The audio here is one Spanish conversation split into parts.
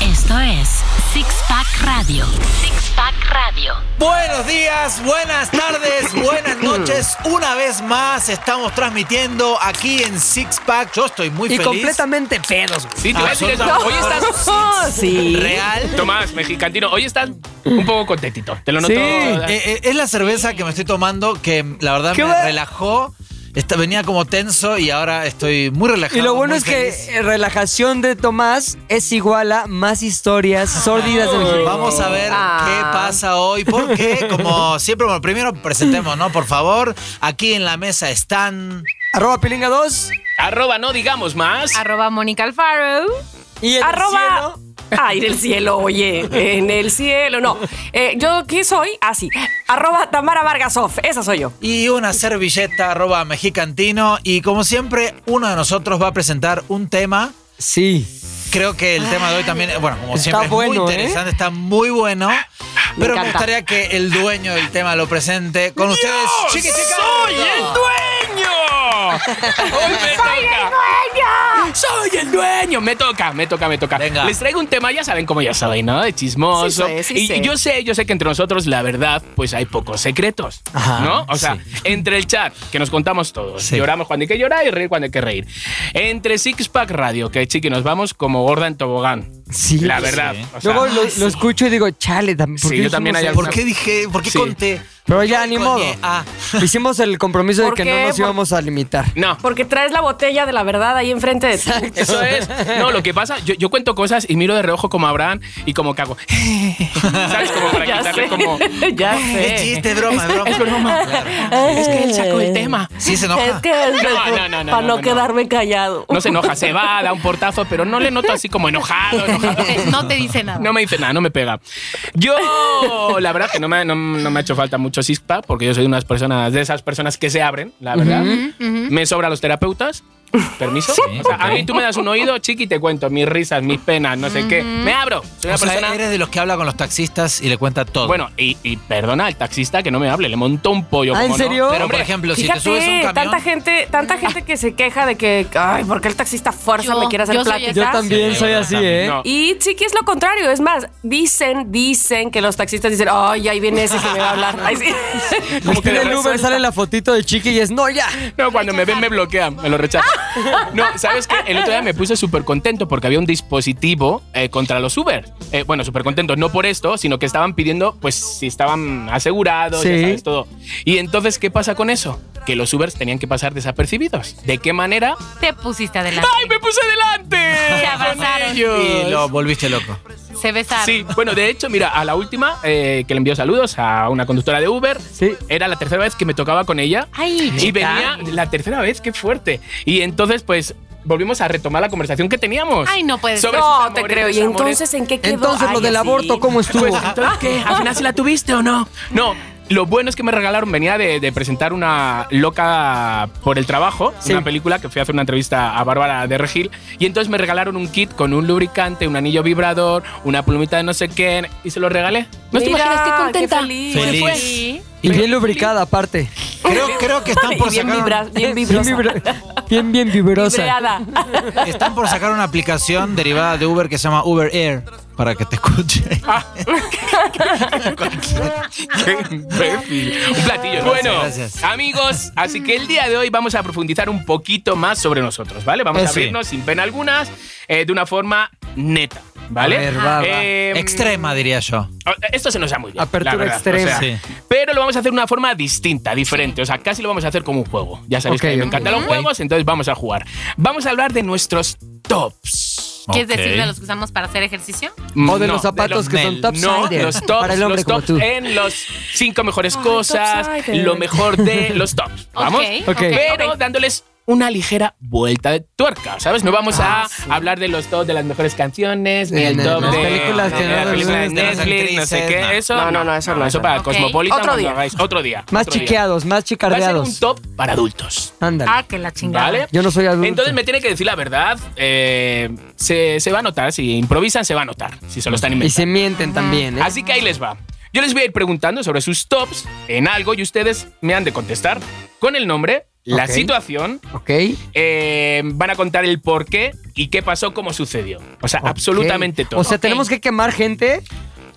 Esto es Six Pack Radio. Six Pack Radio. Buenos días, buenas tardes, buenas noches. Una vez más estamos transmitiendo aquí en Six Pack. Yo estoy muy Y feliz. Ah, completamente pedos. Sí, te voy a decir eso. Hoy estás. No, sí. Real. Tomás, mexicantino, hoy estás un poco contentito. Te lo noto. Sí. Eh, eh, es la cerveza que me estoy tomando que la verdad Qué me bueno. relajó. Esta- venía como tenso y ahora estoy muy relajado. Y lo bueno muy es que feliz. eh, relajación de Tomás es igual a más historias sórdidas de México. Vamos a ver Ah. qué pasa hoy, porque como siempre, bueno, primero presentemos, ¿no? Por favor, aquí en la mesa están... Arroba Pilinga 2 Arroba no digamos más. Arroba Mónica Alfaro. y en el Arroba. cielo, Ay, del cielo, oye. En el cielo, no. Eh, ¿Yo qué soy? Así. Arroba Tamara Vargasov. Esa soy yo. Y una servilleta arroba mexicantino. Y como siempre, uno de nosotros va a presentar un tema. Sí. Creo que el tema de hoy también, eh, bueno, como Está siempre, es bueno, muy ¿eh? interesante, está muy bueno. Pero me, encanta. gustaría que el dueño del tema lo presente con ustedes. Chiqui, chica. ¡Soy el dueño! Hoy me toca. ¡Soy el dueño! Me toca, me toca, me toca. Venga. Les traigo un tema, ya saben cómo ya saben, ¿no? De chismoso. Sí sé, sí y sé. yo sé, yo sé que entre nosotros, la verdad, pues hay pocos secretos. Ajá, ¿No? O sea, entre el chat, que nos contamos todos. Sí. Lloramos cuando hay que llorar y reír cuando hay que reír. Entre Six Pack Radio, que chiqui, nos vamos como gorda en tobogán. Sí. La verdad. o sea, Luego lo, lo escucho y digo, chale, también. ¿por Sí, qué yo también dijimos hay eso? ¿Por qué dije, por qué Sí. conté? Pero ya, ni Coñe, modo. ah. Hicimos el compromiso de ¿Por que no qué? nos Por- íbamos a limitar. no. Porque traes la botella de la verdad ahí enfrente de ti. Eso es. No, lo que pasa, yo, yo cuento cosas y miro de reojo como Abraham y como cago. ¿Sabes? Como para ya quitarle sé. como. "Eh, ya sé. Es chiste, es broma, es broma. Es broma. Es que él sacó el tema. Sí, se enoja. Es que es No, mejor no, no, no, para no, no, no. quedarme callado. No se enoja, se va, da un portazo, pero no le noto así como enojado, enojado. No te dice nada. No me dice nada, no me pega. Yo, la verdad que no me, no, no me ha hecho falta mucho SISPA, porque yo soy de unas personas, de esas personas que se abren, la verdad. Me sobra los terapeutas. ¿Permiso? O sea, A ok. mí tú me das un oído, chiqui, te cuento mis risas, mis penas, no sé qué. Me abro. Soy una O sea, persona... eres de los que habla con los taxistas y le cuenta todo. Bueno, y, y perdona al taxista que no me hable, le montó un pollo. Ah, ¿en ¿cómo no? serio? pero por hombre, ejemplo, si Fíjate, te subes a un camión. tanta gente, tanta gente que se queja de que, ay, ¿por qué el taxista a fuerza Yo- me quiere hacer yo soy pláticas? Yo también Sí, soy yo así, también, ¿eh? no. Y chiqui es lo contrario, es más, dicen, dicen que los taxistas dicen, ay, ahí viene ese que me va a hablar. Ay, sí. Como que En de el Uber resuelta. sale la fotito de Chiqui y es, no, ya. No, cuando me ven me bloquean, me lo rechazan. No, ¿sabes qué? El otro día me puse súper contento porque había un dispositivo eh, contra los Uber. Eh, bueno, súper contento, no por esto, sino que estaban pidiendo, pues, si estaban asegurados, ya Sí. sabes, todo. Y entonces, ¿qué pasa con eso? Que los Ubers tenían que pasar desapercibidos. ¿De qué manera? Te pusiste adelante. ¡Ay, me puse delante! Se Con abrazaron. ellos. Y lo volviste loco. Se besaron. Sí, bueno, de hecho, mira, a la última eh, que le envió saludos a una conductora de Uber, Sí. era la tercera vez que me tocaba con ella. Ay, y venía la tercera vez, qué fuerte. Y entonces, pues, volvimos a retomar la conversación que teníamos. Ay, no puede ser. Sobre No, sus te amores, creo. ¿Y sus amores. entonces en qué quedó? Entonces, lo Ay, del sí. aborto, ¿cómo estuvo? Pues, entonces, ¿qué? ¿Al final sí la tuviste o no? No, lo bueno es que me regalaron, venía de, de presentar una loca por el trabajo, Sí. una película que fui a hacer una entrevista a Bárbara de Regil, y entonces me regalaron un kit con un lubricante, un anillo vibrador, una plumita de no sé qué, y se lo regalé. No te Mira, imaginas qué contenta. feliz. Feliz. Pues, Y Sí. bien lubricada, aparte. Creo, creo que están Y por bien, sacar un- vibra- bien Bien, vibrosa. vibra- bien, bien vibrosa. Vibreada. Están por sacar una aplicación derivada de Uber que se llama Uber Air para que te escuche. Qué imbécil. Un platillo. Bueno, gracias. amigos, así que el día de hoy vamos a profundizar un poquito más sobre nosotros, ¿vale? Vamos a Eso. abrirnos sin pena algunas, eh, de una forma neta, ¿vale? A ver, va, va. Eh, Extrema, diría yo. Esto se nos da muy bien. Apertura la verdad, extrema. Sí. Pero lo vamos a hacer de una forma distinta, diferente. O sea, casi lo vamos a hacer como un juego. Ya sabéis Ok, que me ok, encantan los ok. juegos, entonces vamos a jugar. Vamos a hablar de nuestros tops. ¿Quieres Ok. decir de los que usamos para hacer ejercicio? O de Mm, No, los zapatos los que son Nel. No, topsider. los tops, para el hombre los como tops tú. en los cinco mejores Ay, cosas, topsider. lo mejor de los tops. Vamos. Ok. Ok. Pero dándoles una ligera vuelta de tuerca, ¿sabes? No vamos a hablar de los tops de las mejores canciones, ni Sí, el Ah, de top las de películas que de la no película de nos gustan, las Netflix, no sé actrices, no. qué. Eso No, no, no, eso no, Eso eso para no. Cosmopolitan Otro cuando día. hagáis otro día. Más otro día. chiqueados, más Va a ser un chicardeados. top para adultos. Ándale. Ah, que la chingada. ¿Vale? Yo no soy adulto. Entonces me tiene que decir la verdad. eh, se, se va a notar. Si improvisan, se va a notar. Si se lo están Y inventando. se mienten también, ¿eh? Así que ahí les va. Yo les voy a ir preguntando sobre sus tops en algo y ustedes me han de contestar con el nombre la Ok. situación, Ok. eh, van a contar el por qué y qué pasó, cómo sucedió. O sea, ok. absolutamente todo. O sea, Ok. tenemos que quemar gente.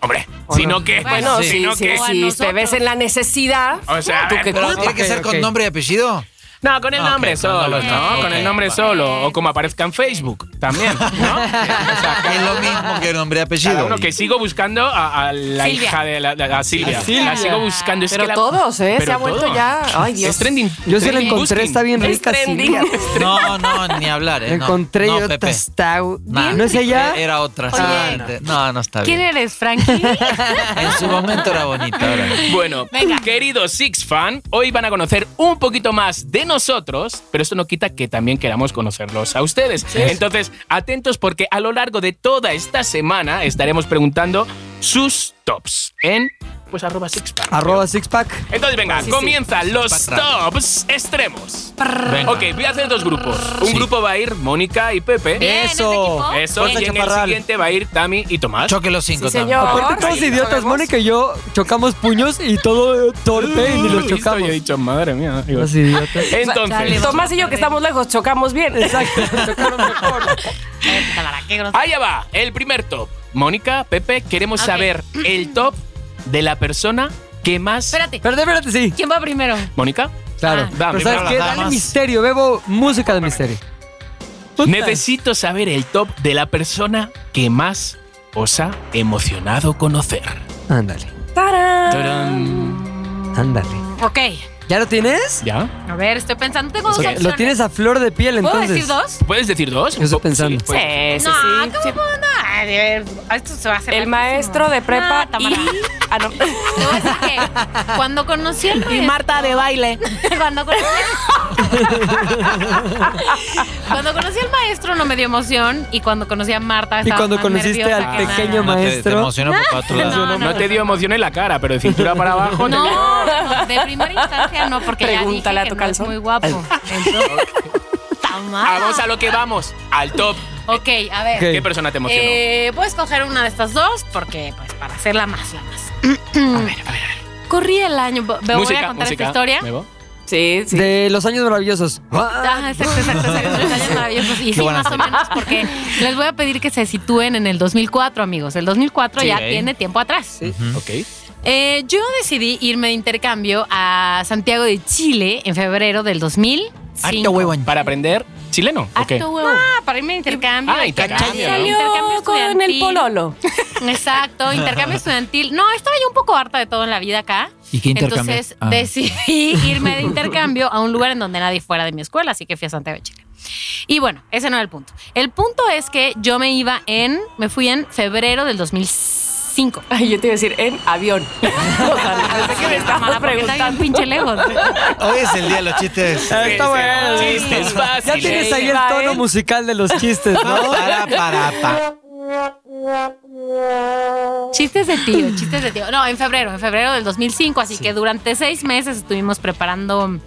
Hombre, o si no. no que, Bueno, si sí, no sí, que. O a sí, te nosotros. ves en la necesidad. O sea, tú a ver, qué Pero pero- culpa. tiene que Ok, ser con ok. nombre y apellido. No, con el Ah, nombre ok, no, solo, ¿no? no, no, Con ok. el nombre solo, o como aparezca en Facebook también, ¿no? O sea, Es lo mismo que nombre y Cada apellido. uno que sigo buscando a, a la Silvia. hija de la, la- la Silvia. A Silvia. La sigo buscando. Es Pero que la- todos, ¿eh? Se pero ha vuelto todos. ya. Ay, Dios. Es trending. Yo sí la trending encontré, busting. está bien Es rica. trending. Silvia. No, no, ni hablar. La eh, no, encontré no, yo Pepe. está- Nah, Ah, ¿No es ella? Eh, Era otra. sí, Oye. antes. no, no está ¿Quién bien. eres, Frankie? En su momento era bonita. ahora no. Bueno, Venga. queridos Six Fan, hoy van a conocer un poquito más de nosotros, pero esto no quita que también queramos conocerlos a ustedes. Entonces, atentos porque a lo largo de toda esta semana estaremos preguntando sus tops en pues arroba Six Fan. Arroba Sixpack. Entonces, venga, Sí, sí. comienza los Six Pack Radio. tops extremos. Venga. Ok, voy a hacer dos grupos. Un grupo va a ir Mónica y Pepe. Eh, Bien, ese este Eso. equipo. Eso, Bien. y en el Chaparral. siguiente va a ir Tami y Tomás. Choque los cinco Sí, también. señor. Aparte, todos Ahí idiotas. sabemos. Mónica y yo chocamos puños y todo eh, torpe y ni los Listo, chocamos. yo he dicho, madre mía. Digo, Los idiotas. Chale, Entonces, Tomás y yo que estamos lejos chocamos bien. Exacto. chocaron mejor. Esta vara, qué grosero. allá va, el primer top. Mónica, Pepe, queremos Ok. saber el top de la persona que más. Espérate. Pero espérate, sí. ¿Quién va primero? Mónica, Ah. Claro. va, Pero primero ¿sabes las qué? Dale damas. misterio. Bebo música de misterio. Puta. necesito saber el top de la persona que más os ha emocionado conocer. Ándale. Tarán. Ándale. Ok. ¿Ya lo tienes? ¿Ya? A ver, estoy pensando. Tengo dos opciones. Lo tienes a flor de piel, ¿Puedo entonces. decir dos? ¿Puedes decir dos? Yo estoy pensando. Sí, pues. puedes. Sí, sí, no, sí. ¿cómo Sí. no? Ay, de ver, Esto se va a hacer El larguísimo. maestro de prepa No, Tamara. y. Ah, no. Te voy a decir que cuando conocí al maestro- de baile. cuando conocí cuando conocí al maestro no me dio emoción y cuando conocí a Marta Y estaba cuando más conociste nerviosa al que pequeño nada. No, te, te maestro. emocionó por otro lado. No, No, no, te dio emoción en la cara, pero de cintura para abajo. te- No, no, de primera instancia no, porque Pregúntale ya a dije tu que no es calzón. muy guapo. Entonces, Tamara. Vamos a lo que vamos, al top. Ok, a ver. Ok. ¿Qué persona te emocionó? Eh, voy a escoger una de estas dos porque, pues, para hacerla más, la más. a ver, a ver. Corrí el año. Voy a contar esta historia. Bebo. Sí, sí. De los años maravillosos. Ah, exacto, exacto, exacto. Detalles maravillosos. Y sí, buena más o serie. menos, porque les voy a pedir que se sitúen en el 2004, amigos. El 2004 Sí, ya ok. tiene tiempo atrás. Ok. Eh, yo decidí irme de intercambio a Santiago de Chile en febrero del 2000. Acto huevón. Para aprender chileno. ¿o qué? Acto huevo. Ah, para irme de intercambio. Ah, intercambio, ¿no? Salió con el estudiantil. pololo. Exacto, intercambio estudiantil. No, estaba yo un poco harta de todo en la vida acá. ¿Y qué intercambio? Entonces Ah. decidí irme de intercambio a un lugar en donde nadie fuera de mi escuela, así que fui a Santiago de Chile. Y bueno, ese no era el punto. El punto es que yo me iba en, me fui en febrero del 2005. Ay, yo te iba a decir en avión. O sea, pensé que me estabas Tamara, porque está bien preguntando. pinche lejos. Hoy es el día de los chistes. Ah, Sí, Está bueno. sí. sí. Chistes Ya fáciles. tienes ahí el Va, tono ¿eh? musical de los chistes, ¿no? Para, para, para. Chistes de tío, chistes de tío. No, en febrero, en febrero del 2005, así que durante seis meses estuvimos preparando,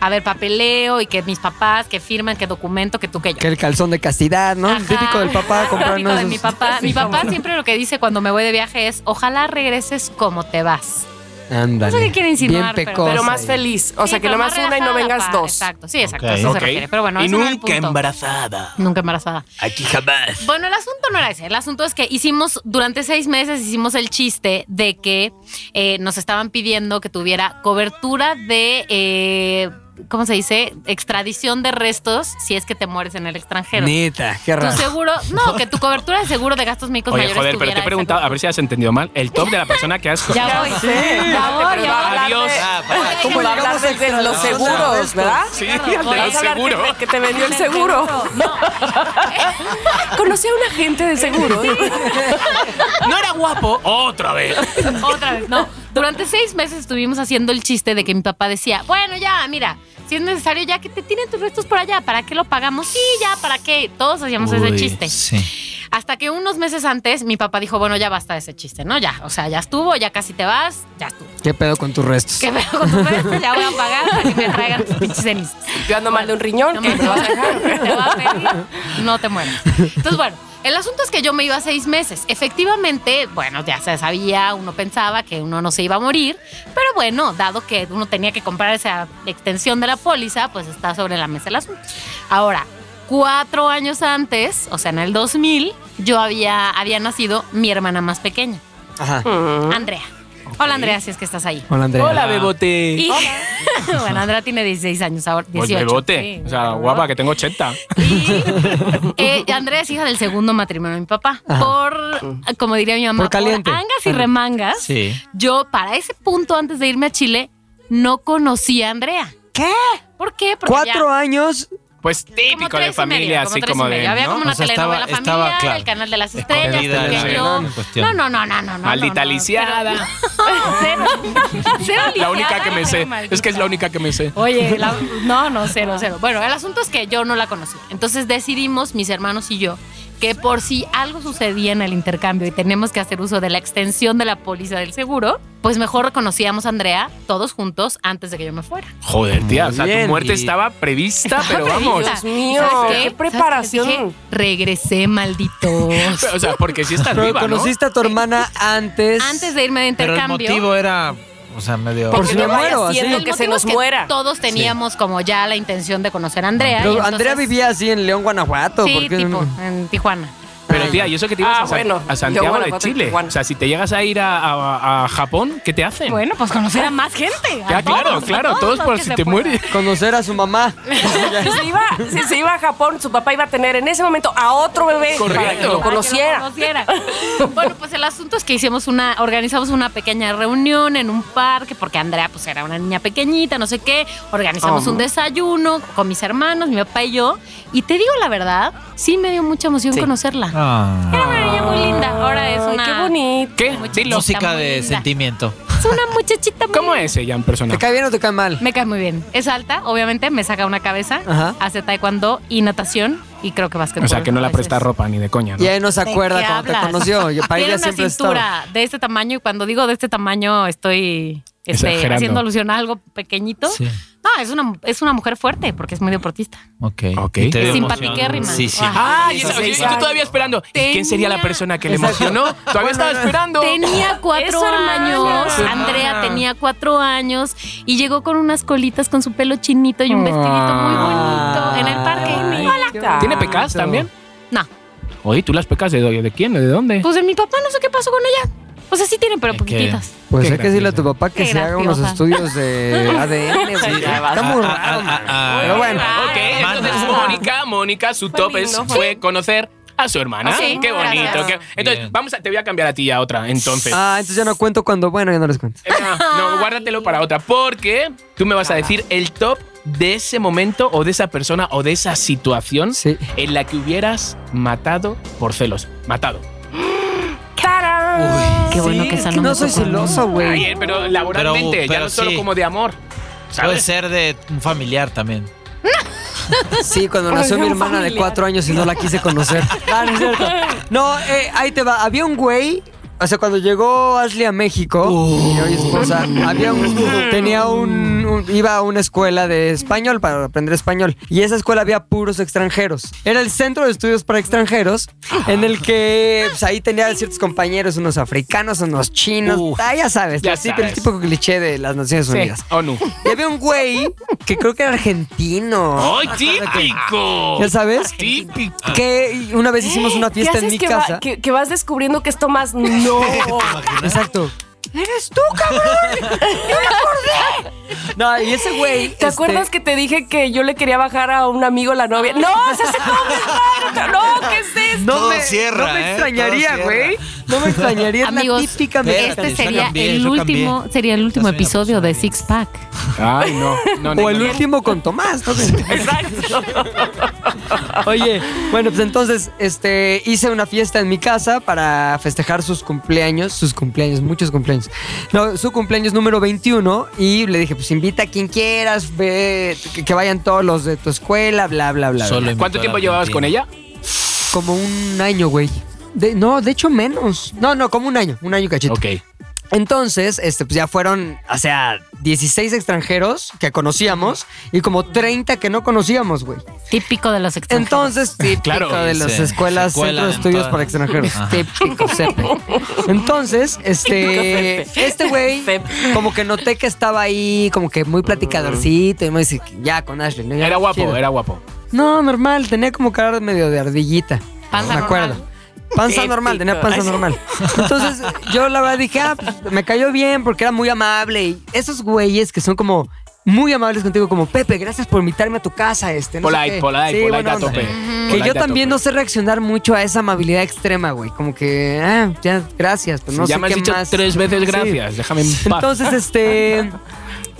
a ver, papeleo y que mis papás, que firman, que documento, que tú, que yo. Que el calzón de castidad, ¿no? Ajá. Típico del Ah, papá Típico comprarnos. de mi papá. Mi papá siempre lo que dice cuando me voy de viaje es, ojalá regreses como te vas. Ándale. No sé qué quiere insinuar, Bien pero- pecosa. Pero más ahí. feliz. O sea, Sí, que pero nomás una y no relajada, vengas pa. dos. Exacto, sí, exacto, Ok. eso Ok. se refiere. Pero bueno, y ese no era el nunca punto. embarazada. Nunca embarazada. Aquí jamás. Bueno, el asunto no era ese. El asunto es que hicimos, durante seis meses hicimos el chiste de que eh, nos estaban pidiendo que tuviera cobertura de, eh, ¿cómo se dice? Extradición de restos si es que te mueres en el extranjero. Neta, qué tu raro. seguro, no, que tu cobertura de seguro de gastos médicos Oye, mayores joder, pero te tuviera he esa preguntado, a ver si has entendido mal, el top de la persona que has... Ya voy. Ya Pero voy, va a ya hablar Adiós. de- Ah, para. Ay, ¿Cómo ¿cómo va a hablar llegamos a de, de extras? Vamos los a seguros, esto. ¿verdad? Sí, Claro, el voy a del hablar seguro. Que, te voy. vendió el seguro. Conocí a un agente de seguro. No era guapo. Otra vez. Otra vez, no. Durante seis meses estuvimos haciendo el chiste de que mi papá decía, bueno, ya, mira, si es necesario, ya que te tienen tus restos por allá, ¿para qué lo pagamos? Sí, ya, ¿para qué? Todos hacíamos ese Uy, chiste. Sí. Hasta que unos meses antes mi papá dijo, bueno, ya basta de ese chiste, ¿no? Ya, o sea, ya estuvo, ya casi te vas, ya estuvo. ¿Qué pedo con tus restos? ¿Qué pedo con tu resto? Ya voy a pagar para que me traigan tus pinches cenizas. Yo ando mal de un riñón. No ¿qué me te vas a dejar? te va a pedir, no te mueras. Entonces, bueno, El asunto es que yo me iba a seis meses. Efectivamente, bueno, ya se sabía, uno pensaba que uno no se iba a morir, pero bueno, dado que uno tenía que comprar esa extensión de la póliza, pues está sobre la mesa el asunto. Ahora, cuatro años antes, o sea, en el 2000, yo había, había nacido mi hermana más pequeña, Ajá. Mm. Ah. Andrea. Hola Andrea, si es que estás ahí. Hola, Andrea. Hola, Bebote. Y- bueno, Andrea tiene 16 años ahora, Pues 18. Bebote. sí. o sea, guapa, que tengo 80. Y eh, Andrea es hija del segundo matrimonio de mi papá. Ajá. Por, como diría mi mamá, Por caliente. angas y Ajá. remangas. Sí. Yo, para ese punto, antes de irme a Chile, no conocía a Andrea. ¿Qué? ¿Por qué? Porque Cuatro ya- años. Pues como típico tres de y familia, medio, así tres y como de. medio. Había ¿no? como una O sea, estaba- telenovela estaba, familiar, claro, el canal de las estrellas, escondida porque la yo... telenovela en cuestión. No, no, no, no, no, no. Maldita no, no, lisiada. pero- cero, cero La única lisiada, que me cero sé. maldita. Es que es la única que me sé. Oye, la- no, no, cero, cero. Bueno, el asunto es que yo no la conocía. Entonces decidimos, mis hermanos y yo, que por si algo sucedía en el intercambio y tenemos que hacer uso de la extensión de la póliza del seguro, pues mejor reconocíamos a Andrea todos juntos antes de que yo me fuera. Joder, tía. O sea, Oh, Muy bien, tu muerte y- estaba prevista, pero Prevista. vamos. ¿Y sabes mío, qué ¿Sabes preparación. Dije, Regresé, malditos. Pero, O sea, porque si estás Pero viva, ¿no? conociste a tu hermana antes. Antes de irme de Pero el intercambio. motivo era, o sea, medio... Por si me no vaya muero, así. siendo el que se motivo nos es que muera. Todos teníamos como ya la intención de conocer a Andrea. Pero y Andrea entonces- vivía así en León, Guanajuato. Sí, ¿por qué? tipo, en Tijuana. Pero tía, y eso que te ibas Ah, a, San- bueno, a yo, Santiago bueno, de cuatro- Chile. Juan. O sea, si te llegas a ir a, a- a Japón, ¿qué te hacen? Bueno, pues conocer a más gente. a ya, claro, todos, a claro, todos, los por que si se te pueda. mueres. Conocer a su mamá. Si se, iba, si se iba a Japón, su papá iba a tener en ese momento a otro bebé para que Correcto. lo conociera. Para que lo conociera. bueno, pues el asunto es que hicimos una, organizamos una pequeña reunión en un parque, porque Andrea pues era una niña pequeñita, no sé qué. Organizamos Ah. un desayuno con mis hermanos, mi papá y yo. Y te digo la verdad, sí me dio mucha emoción conocerla. Ah. Era una niña muy linda. Ahora es Ay, una. qué bonito. ¿Qué? Dilo. Está Música muy de linda. sentimiento. Es una muchachita muy ¿Cómo es ella en persona? ¿Te cae bien o te cae mal? Me cae muy bien. Es alta, obviamente, me saca una cabeza, Ajá. hace taekwondo y natación y creo que básquetbol. O sea, que no la Entonces, presta ropa ni de coña, ¿no? Y ella no se acuerda ¿de qué cuando te hablas? conoció. y Para Tiene ella una siempre estaba. cintura de este tamaño y cuando digo de este tamaño estoy este, Exagerando. haciendo alusión a algo pequeñito. Sí. No, es una, es una mujer fuerte porque es muy deportista. Ok. Ok. Y te dio Es emoción. simpatiquérrima. Sí, sí. Ah. Ah, y, esa- Sí, y sí, tú sí. todavía esperando. ¿Y Tenía- ¿Quién sería la persona que le Exacto. emocionó? Todavía estaba esperando. Tenía cuatro su hermana. años, Su hermana. Andrea tenía cuatro años y llegó con unas colitas con su pelo chinito y un vestidito muy bonito en el parque. Ay, Hola. qué Hola. ¿Tiene bonito. pecas también? No, Oye, ¿tú las pecas de, do- de quién? ¿De dónde? pues de mi papá no sé qué pasó con ella. O sea, sí tiene, pero Es que- poquititas. Pues Qué hay que decirle a tu graciosa. papá que Qué se haga unos graciosa. estudios de ADN. güey. Está muy Ah, raro, ah, man. ah, ah. Pero bueno. Ay, Ok, ay, entonces ay. Mónica, Mónica, su Fue top lindo, es- fue fue conocer a su hermana. Ah, sí, Qué gracias. bonito. qué- Entonces, Bien. vamos a, te voy a cambiar a ti a otra, entonces. Ah, entonces ya no cuento cuando. Bueno, ya no les cuento. Eh, No, no, guárdatelo para otra, porque tú me vas a decir el top de ese momento o de esa persona o de esa situación Sí. en la que hubieras matado por celos. Matado. ¡Tarán! Qué bueno que esa no, no no me soy tocó a mí. celoso, Ay, güey. eh, pero laboralmente, Pero- ya pero no solo sí. como de amor. Puede ¿Sabes? ser de un familiar también. Sí, cuando Oigan, nació mi hermana de familiar. cuatro años y no la quise conocer. Ah, no, es cierto. No, eh, ahí te va. Había un güey. O sea, cuando llegó Ashley a México, Uh. mi hoy esposa, había un, tenía un, un- iba a una escuela de español para aprender español. Y esa escuela había puros extranjeros. Era el centro de estudios para extranjeros, en el que pues, ahí tenía ciertos compañeros, unos africanos, unos chinos. Uh, ah, ya sabes, ya la tip- el sabes. típico cliché de las Naciones Sí. Unidas. ONU. Y había un güey que creo que era argentino. ¡Ay, Oh, típico! ¿Ya sabes? Típico. que una vez hicimos una ¿Qué fiesta haces en mi que, casa. va- que, que vas descubriendo que esto más no? Exacto. ¡Eres tú, cabrón! ¡Ya me acordé! No, y ese güey. este, ¿Te acuerdas que te dije que yo le quería bajar a un amigo la novia? ¡No! ¡Se hace ¡No! ¿Qué es esto? Todo cierra, No ¿eh? me extrañaría, Todo güey. No me extrañaría. Amigos, es la típica mexicana. Este Espérate, yo sería cambié, el yo último, cambié. sería el último soy una episodio de persona Six Pack. Ay, no. no, no, O el no. último con Tomás. ¿no? Exacto. Oye, bueno, pues entonces este, hice una fiesta en mi casa para festejar sus cumpleaños, sus cumpleaños, muchos cumpleaños. No, su cumpleaños número 21 y le dije, pues invita a quien quieras, ve, que, que vayan todos los de tu escuela, bla, bla, bla. Solo bla. invitó ¿Cuánto a tiempo la llevabas con Argentina. ella? Como un año, güey. De- no, de hecho menos. No, no, como un año, un año y cachito. Ok. Entonces, este, pues ya fueron, o sea, 16 extranjeros que conocíamos y como 30 que no conocíamos, güey. Típico de los extranjeros. Entonces, típico Claro, de las sí, escuelas, se cuelan centros de en estudios todas. para extranjeros. Típico, CEP. Entonces, este, este güey, CEP. como que noté que estaba ahí, como que muy platicadorcito y muy así, ya con Ashley. ¿no? Ya, Era guapo, chido. era guapo. No, normal, tenía como cara medio de ardillita. Panza me acuerdo. normal. Panza Típico. normal, tenía panza Ay, sí. normal. Entonces, yo la verdad dije, ah, pues, me cayó bien porque era muy amable. Y esos güeyes que son como muy amables contigo, como Pepe, gracias por invitarme a tu casa. Este, no sé Polite, qué". polite, Sí, polite buena a onda. tope. Que Polite yo a también no tope. sé reaccionar mucho a esa amabilidad extrema, güey. Como que, ah, ya, gracias, pero no ya sé me has qué dicho más. tres veces Sí. gracias, déjame en paz. Entonces, este.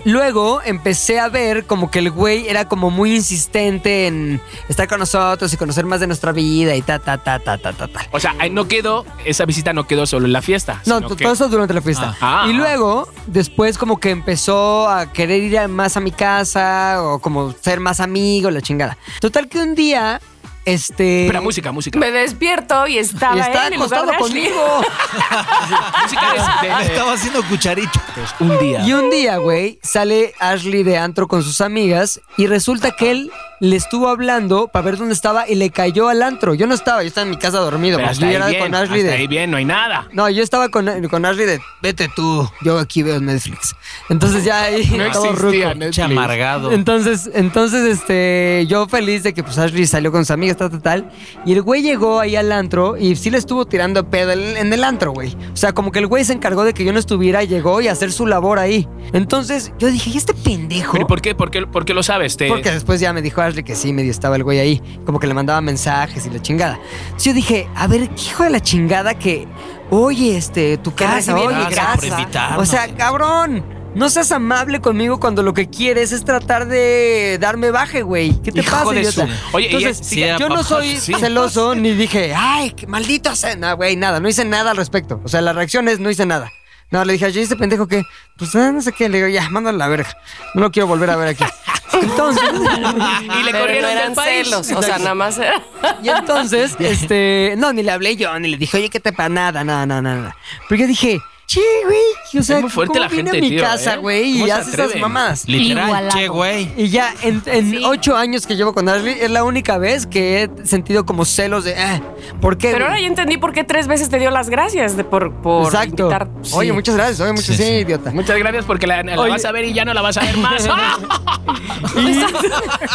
Luego empecé a ver como que el güey era como muy insistente en estar con nosotros y conocer más de nuestra vida y ta, ta, ta, ta, ta, ta, ta. o sea, ahí no quedó, esa visita no quedó solo en la fiesta. No, sino t- que- todo eso durante la fiesta. Ah. Ah. y luego, después como que empezó a querer ir a- más a mi casa o como ser más amigo, la chingada. Total que un día, este... Espera, música, música. Me despierto y estaba Y está él en lugar acostado de Ashley. conmigo. música Ah, de- de- de- Estaba haciendo cucharita. un día. Y un día, güey, sale Ashley de antro con sus amigas y resulta que él le estuvo hablando para ver dónde estaba y le cayó al antro. Yo no estaba, yo estaba en mi casa dormido. Pero porque hasta yo ahí era bien, con Ashley hasta de- ahí bien, no hay nada. No, yo estaba con, con Ashley de, vete tú, yo aquí veo Netflix. Entonces ya ahí No estaba existía ruco. Netflix. Che amargado. Entonces, entonces, este, yo feliz de que pues Ashley salió con sus amigas, tal, tal, tal. Y el güey llegó ahí al antro y sí le estuvo tirando pedo en, en el antro, güey. O sea, como que el güey se encargó de que yo no estuviera, llegó y a hacer su labor ahí. Entonces, yo dije, ¿y este pendejo? ¿Pero ¿y por qué? ¿Por qué, por qué lo sabes? Te- Porque después ya me dijo Ashley que sí, medio estaba el güey ahí, como que le mandaba mensajes y la chingada. Entonces yo dije, a ver, ¿qué hijo de la chingada que, oye, este, tu casa, recibí en oye, mi gracias. casa por invitarnos. O sea, cabrón, no seas amable conmigo cuando lo que quieres es tratar de darme baje, güey. ¿Qué te Hijo pasa, de idiota? su- Oye, y Entonces, es- sí, era yo no papá, soy sí. celoso ni dije, ay, qué maldito cena, güey, nada, no hice nada al respecto. O sea, la reacción es, no hice nada. No, le dije, yo este pendejo que, pues ah, no sé qué, le digo, ya, mándalo a la verga. No lo quiero volver a ver aquí. Entonces, Y le Pero no corrieron del eran país. celos, o sea, nada más era... y entonces, este, no, ni le hablé yo, ni le dije, oye, qué te para nada, nada, nada, nada. Pero yo dije, che, güey, o sea, muy fuerte ¿cómo la viene gente, a mi tío, casa, ¿eh? güey, ¿Cómo y se hace esas atreven? mamadas? Literal, Igualado. che, güey. Y ya en, en Sí. ocho años que llevo con Ashley, es la única vez que he sentido como celos de, ah, ¿por qué? Pero güey? ahora ya entendí por qué tres veces te dio las gracias de por, por Exacto. invitar. Oye, Sí. muchas gracias, oye, muchas Sí, sí, sí. idiota. Muchas gracias porque la, la Oye. vas a ver y ya no la vas a ver más. ¡Ah!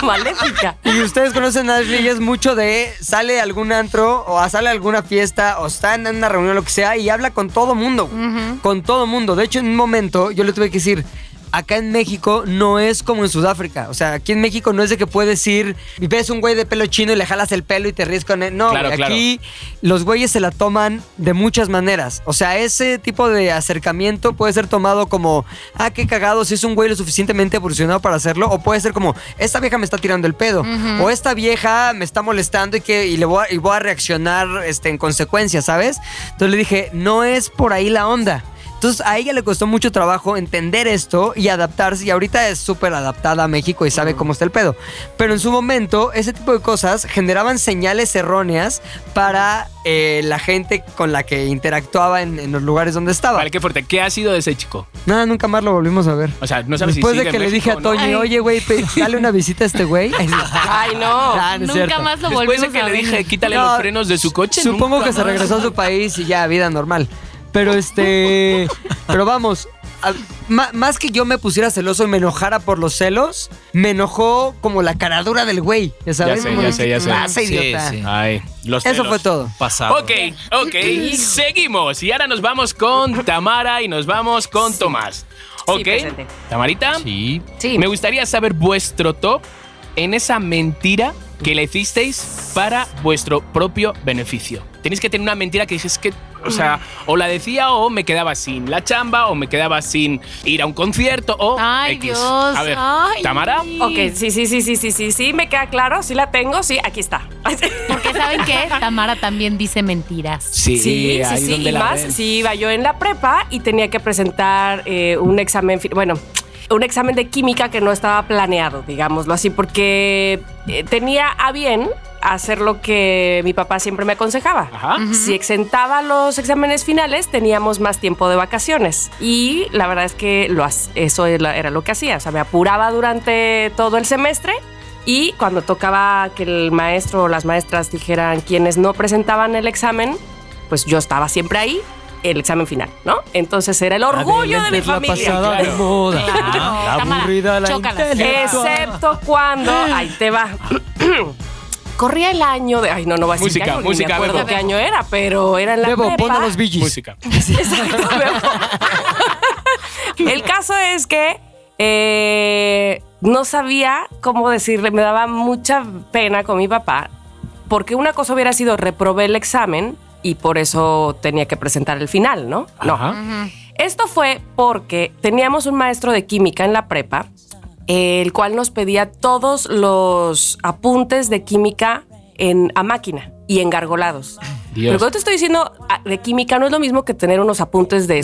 Maléfica. Y ustedes conocen a Ashley, y es mucho de sale a algún antro o sale a alguna fiesta o está en una reunión lo que sea y habla con todo mundo, güey. con todo mundo. De hecho, en un momento yo le tuve que decir, acá en México no es como en Sudáfrica, o sea, aquí en México no es de que puedes ir y ves un güey de pelo chino y le jalas el pelo y te ríes con él. No, Claro, güey, claro. aquí los güeyes se la toman de muchas maneras. O sea, ese tipo de acercamiento puede ser tomado como, ah, qué cagado, si es un güey lo suficientemente evolucionado para hacerlo. O puede ser como, esta vieja me está tirando el pedo. O esta vieja me está molestando y, que, y le voy a, y voy a reaccionar este, en consecuencia, ¿sabes? Entonces le dije, no es por ahí la onda. Entonces a ella le costó mucho trabajo entender esto y adaptarse. Y ahorita es súper adaptada a México y sabe cómo está el pedo. Pero en su momento, ese tipo de cosas generaban señales erróneas para eh, la gente con la que interactuaba en, en los lugares donde estaba. Vale, qué fuerte. ¿Qué ha sido de ese chico? Nada, nunca más lo volvimos a ver. O sea, no sabes Después si de sigue que en le México dije a o no. Toñi, Ay. oye, güey, pe- dale una visita a este güey. Ay, no. Ah, no es Nunca cierto. más lo volvimos Después de que a le ver. dije, Eh, quítale No, los frenos de su coche. Supongo nunca que se más. regresó a su país y ya, vida normal. Pero este. pero vamos. a- ma- más que yo me pusiera celoso y me enojara por los celos, me enojó como la caradura del güey. Ya sabes. sé, Como, ya sé, ya "¿Qué sé". pasa, Sí, idiota? sí. Ay, los Eso celos. fue todo. Pasado. Ok, ok, seguimos. Y ahora nos vamos con Tamara y nos vamos con Tomás. Ok, presente. Tamarita, Sí. Sí. me gustaría saber vuestro top en esa mentira que le hicisteis para vuestro propio beneficio. Tenéis que tener una mentira que dices que, o sea, o la decía o me quedaba sin la chamba o me quedaba sin ir a un concierto o Ay, X. Dios. a ver, ay. Tamara, Ok, sí, sí, sí, sí, sí, sí, sí, me queda claro, sí la tengo, sí, aquí está. Porque saben que Tamara también dice mentiras. Sí, Sí, sí, ahí sí, donde y la más, ven. sí, iba yo en la prepa y tenía que presentar eh, un examen, fi- bueno, un examen de química que no estaba planeado, digámoslo así, porque eh, tenía a bien hacer lo que mi papá siempre me aconsejaba. Ajá. Si exentaba los exámenes finales, teníamos más tiempo de vacaciones. Y la verdad es que lo, ha- eso era era lo que hacía. O sea, me apuraba durante todo el semestre. Y cuando tocaba que el maestro o las maestras dijeran quienes no presentaban el examen, pues yo estaba siempre ahí, el examen final, ¿no? Entonces era el orgullo de Adelante, mi la familia. pasada de claro. moda. Claro. La Cámara, aburrida, la chócalas. intelectual. Excepto cuando. Ahí te va. Corría el año de. Ay, no, no va a decir Música, qué año, ni música, me acuerdo Bebo. qué año era, pero era en la Bebo, prepa. pon a los billys. Música. Exacto, Bebo. El caso es que eh, no sabía cómo decirle, me daba mucha pena con mi papá, porque una cosa hubiera sido reprobé el examen y por eso tenía que presentar el final, ¿no? No. Ajá. Esto fue porque teníamos un maestro de química en la prepa, el cual nos pedía todos los apuntes de química en, a máquina y engargolados. Dios. Pero cuando te estoy diciendo ah, de química, no es lo mismo que tener unos apuntes de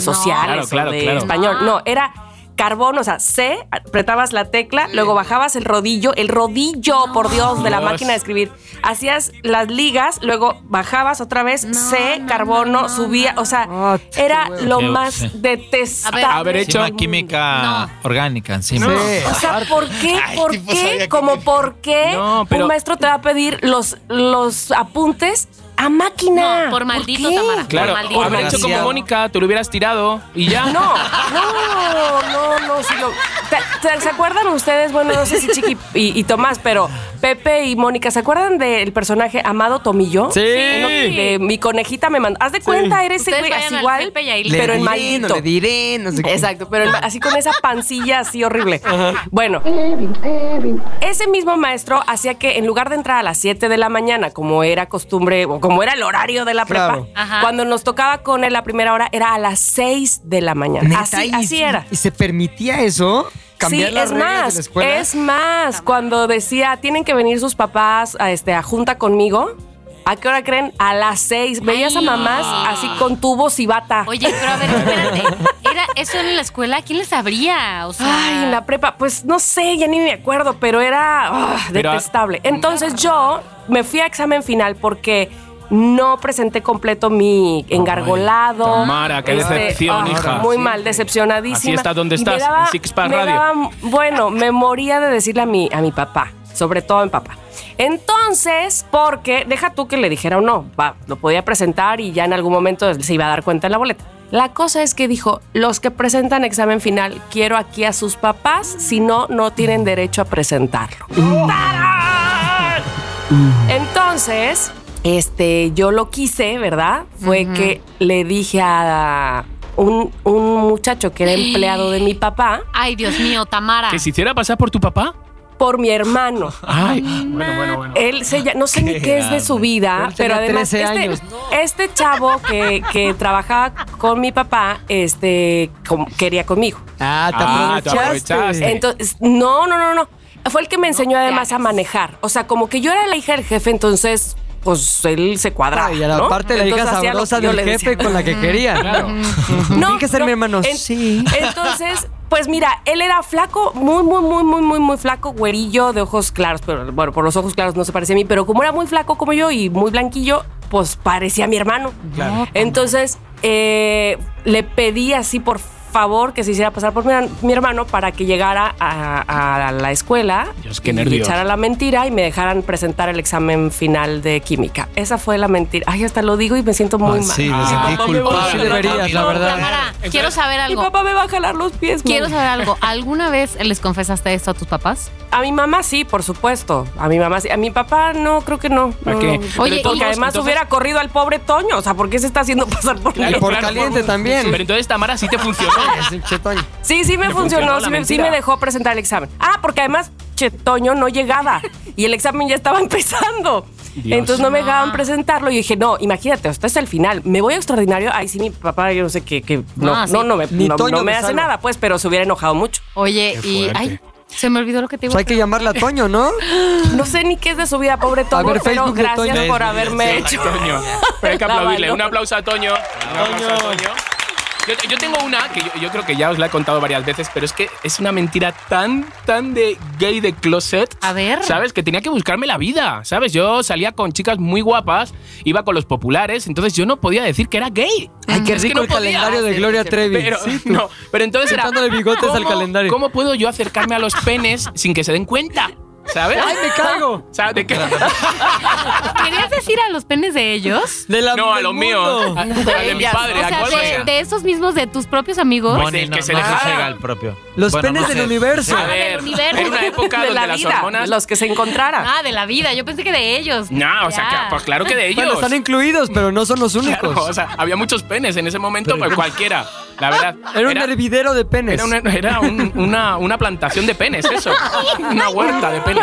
Claro, sociales claro, o de claro. español. No, era carbón, o sea, C, apretabas la tecla, luego bajabas el rodillo, el rodillo, por Dios, de la Dios. máquina de escribir. Hacías las ligas, luego bajabas otra vez, C, carbono, subía, o sea, Ah, qué era hueva. lo Qué más detestable. A ver. Haber hecho- Encima química orgánica, encima. Sí. O sea, ¿por qué? Ay, ¿Por tipo, sabía qué? que- Como por qué No, pero- un maestro te va a pedir los, los apuntes a máquina. No, por maldito, qué? Tamara. Claro, Por maldito. haber hecho como Demasiado. Mónica, te lo hubieras tirado y ya. No, no, no, no. sí, no. ¿Te- te- ¿Se acuerdan ustedes? Bueno, no sé si Chiqui y, y Tomás, pero Pepe y Mónica, ¿se acuerdan del personaje Amado Tomillo? Sí. Uno de mi conejita me mandó. Haz de cuenta, eres ese Ustedes güey, vayan así al igual, Pepe y ahí Le pero en diré, maldito. no le diré, no sé qué. Exacto, pero el- así con esa pancilla así horrible. Bueno, ese mismo maestro hacía que en lugar de entrar a las 7 de la mañana, como era costumbre o como era el horario de la prepa, Claro. Ajá. cuando nos tocaba con él la primera hora era a las 6 de la mañana. Neta, Así, y- así era. ¿Y se permitía eso? ¿Cambiar sí, las es reglas de más, la escuela? es más, cuando decía, tienen que venir sus papás a, este, a junta conmigo, ¿a qué hora creen? A las 6. Veías a Ay. mamás así con tubos y bata. Oye, pero a ver, espérate. Era eso en la escuela, ¿quién le sabría? O sea, Ay, en la prepa, pues no sé, ya ni me acuerdo, pero era ah, Pero- detestable. Entonces yo me fui a examen final porque no presenté completo mi engargolado. Tamara, qué decepción, ah, hija. Muy mal, decepcionadísima. Así está donde Y me estás, daba- en Six Pack me Radio. daba- bueno, me moría de decirle a mi, a mi papá, sobre todo a mi papá. Entonces, porque deja tú que le dijera o no, va, lo podía presentar y ya en algún momento se iba a dar cuenta en la boleta. La cosa es que dijo, los que presentan examen final, quiero aquí a sus papás, si no, no tienen derecho a presentarlo. ¡Tarán! Entonces, este, yo lo quise, ¿verdad? Fue que le dije a un, un muchacho que era empleado de mi papá Ay, Dios mío, Tamara. ¿Que se hiciera pasar por tu papá? por mi hermano. Ay, bueno, bueno, bueno. Él se ya- no sé ni qué es de su vida, Él tenía pero además 13 este, años. este chavo que, que trabajaba con mi papá, este, com- quería conmigo. Ah, te Ah, te aprovechaste. aprovechaste. Entonces, no, no, no, no. Fue el que me enseñó además a hagas. manejar. O sea, como que yo era la hija del jefe, entonces, pues él se cuadraba. y a la ¿no? parte de la hija Entonces, hacía lo sabrosa que yo del le decía. jefe con la que quería. Claro. Tiene que ser mi hermano. En- sí. Entonces, pues mira, él era flaco, muy, muy, muy, muy, muy, muy flaco, güerillo, de ojos claros, pero bueno, por los ojos claros no se parecía a mí, pero como era muy flaco como yo y muy blanquillo, pues parecía a mi hermano. Claro. Entonces, eh, le pedí así, por favor, que se hiciera pasar por mi, mi hermano para que llegara a, a la escuela Dios, qué y nervios. echara la mentira y me dejaran presentar el examen final de química. Esa fue la mentira. Ay, hasta lo digo y me siento muy Ah, mal. sí, me Ah, sentí papá, culpable. sí deberías, la No, verdad. Tamara, Eh, quiero saber Mi algo. papá me va a jalar los pies. Quiero mamá. saber algo. ¿Alguna vez les confesaste esto a tus papás? A mi mamá sí, por supuesto. A mi mamá sí. A mi papá no, creo que no. ¿Para No, qué? no. Pero Oye, porque y- además entonces- hubiera corrido al pobre Toño. O sea, ¿por qué se está haciendo pasar por Claro, mí? y por claro, caliente por- también. Pero entonces Tamara sí te funcionó. Es un chetoño. Sí, sí me Le funcionó. funcionó la sí, me, sí mentira. me dejó presentar el examen. Ah, porque además che, Toño no llegaba y el examen ya estaba empezando. Dios. Entonces no me dejaban Ah. presentarlo y dije, no, imagínate, esto es el final. Me voy a extraordinario. Ahí sí, mi papá, yo no sé qué. qué- no, Ah, sí. no, no, me, Ni no- Toño no me lo hace salva. nada, pues, pero se hubiera enojado mucho. Oye, Qué y. fuerte. Ay, se me olvidó lo que te O iba sea, a Pues hay que llamarla Toño, ¿no? No sé ni qué es de su vida, pobre Toño, ver, pero Facebook de gracias Toño. por haberme Ay, hecho. Toño. Pero hay que La aplaudirle. valor. Un aplauso a Toño. Un aplauso a Toño. Yo, yo tengo una que yo, yo creo que ya os la he contado varias veces, pero es que es una mentira tan, tan de gay de closet. A ver. ¿Sabes? Que tenía que buscarme la vida, ¿sabes? Yo salía con chicas muy guapas, iba con los populares, entonces yo no podía decir que era gay. Ay, qué Es que rico no el podía. calendario de Gloria Trevi. Pero, Sí, tú. no, pero entonces era, Quitándole bigotes al calendario. ¿Cómo puedo yo acercarme a los penes sin que se den cuenta? ¿Sabes? ¡Ay, me caigo! ¿Sabes de qué? ¿Querías decir a los penes de ellos? De la- No, a del lo mío. mundo. A, a de mi padre, a o sea, cuál de, sea. de esos mismos de tus propios amigos. Pues el que se dejara. el propio. Los Bueno, penes no del sé. universo. A ver, del universo. era una época Ah, de donde la las vida, hormonas. los que se encontrara. Ah, de la vida. Yo pensé que de ellos. No, o sea, Ya. que- pues claro que de ellos. Bueno, están incluidos, pero no son los únicos. Claro, o sea, había muchos penes en ese momento, pues cualquiera, la verdad. era un hervidero de penes. era una, era un- una- una plantación de penes, eso. Una huerta de penes.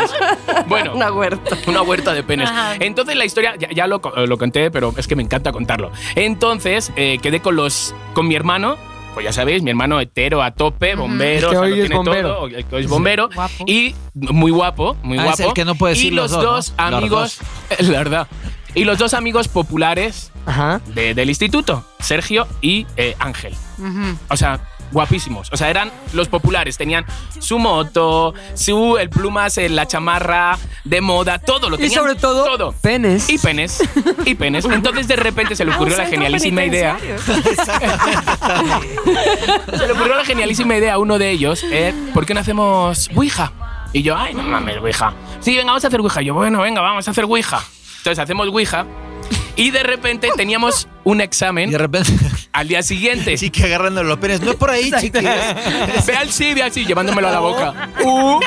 Bueno, Una huerta. una huerta de penes. Ajá. Entonces la historia, ya, ya lo, co- eh, lo conté, pero es que me encanta contarlo. Entonces eh, quedé con los con mi hermano. Pues ya sabéis, mi hermano hetero a tope, bombero, Es que o sea, hoy lo es tiene bombero. todo, el que hoy es bombero. Guapo. Y muy guapo, muy Ah, es guapo. el que no puede y decir los los dos, dos, ¿no? Los amigos, la verdad. Y los dos amigos populares Ajá. de- del instituto, Sergio y eh, Ángel. Ujú. O sea, guapísimos. O sea, eran los populares. Tenían su moto, su el plumas, eh, la chamarra de moda, todo lo Y tenían. sobre todo, penes. Y penes. Y penes. Entonces, de repente se le ocurrió la genialísima idea. Se le ocurrió la genialísima idea a uno de ellos. eh, ¿Por qué no hacemos Ouija? Y yo, ay, no mames, Ouija. Sí, venga, vamos a hacer Ouija. Y yo, bueno, venga, vamos a hacer Ouija. Entonces, hacemos Ouija. Y de repente teníamos un Y de examen repente, al día siguiente. sí que agarrando los penes. No es por ahí, chiquillos. Ve al sí, ve al sí, llevándomelo a la boca. Uh.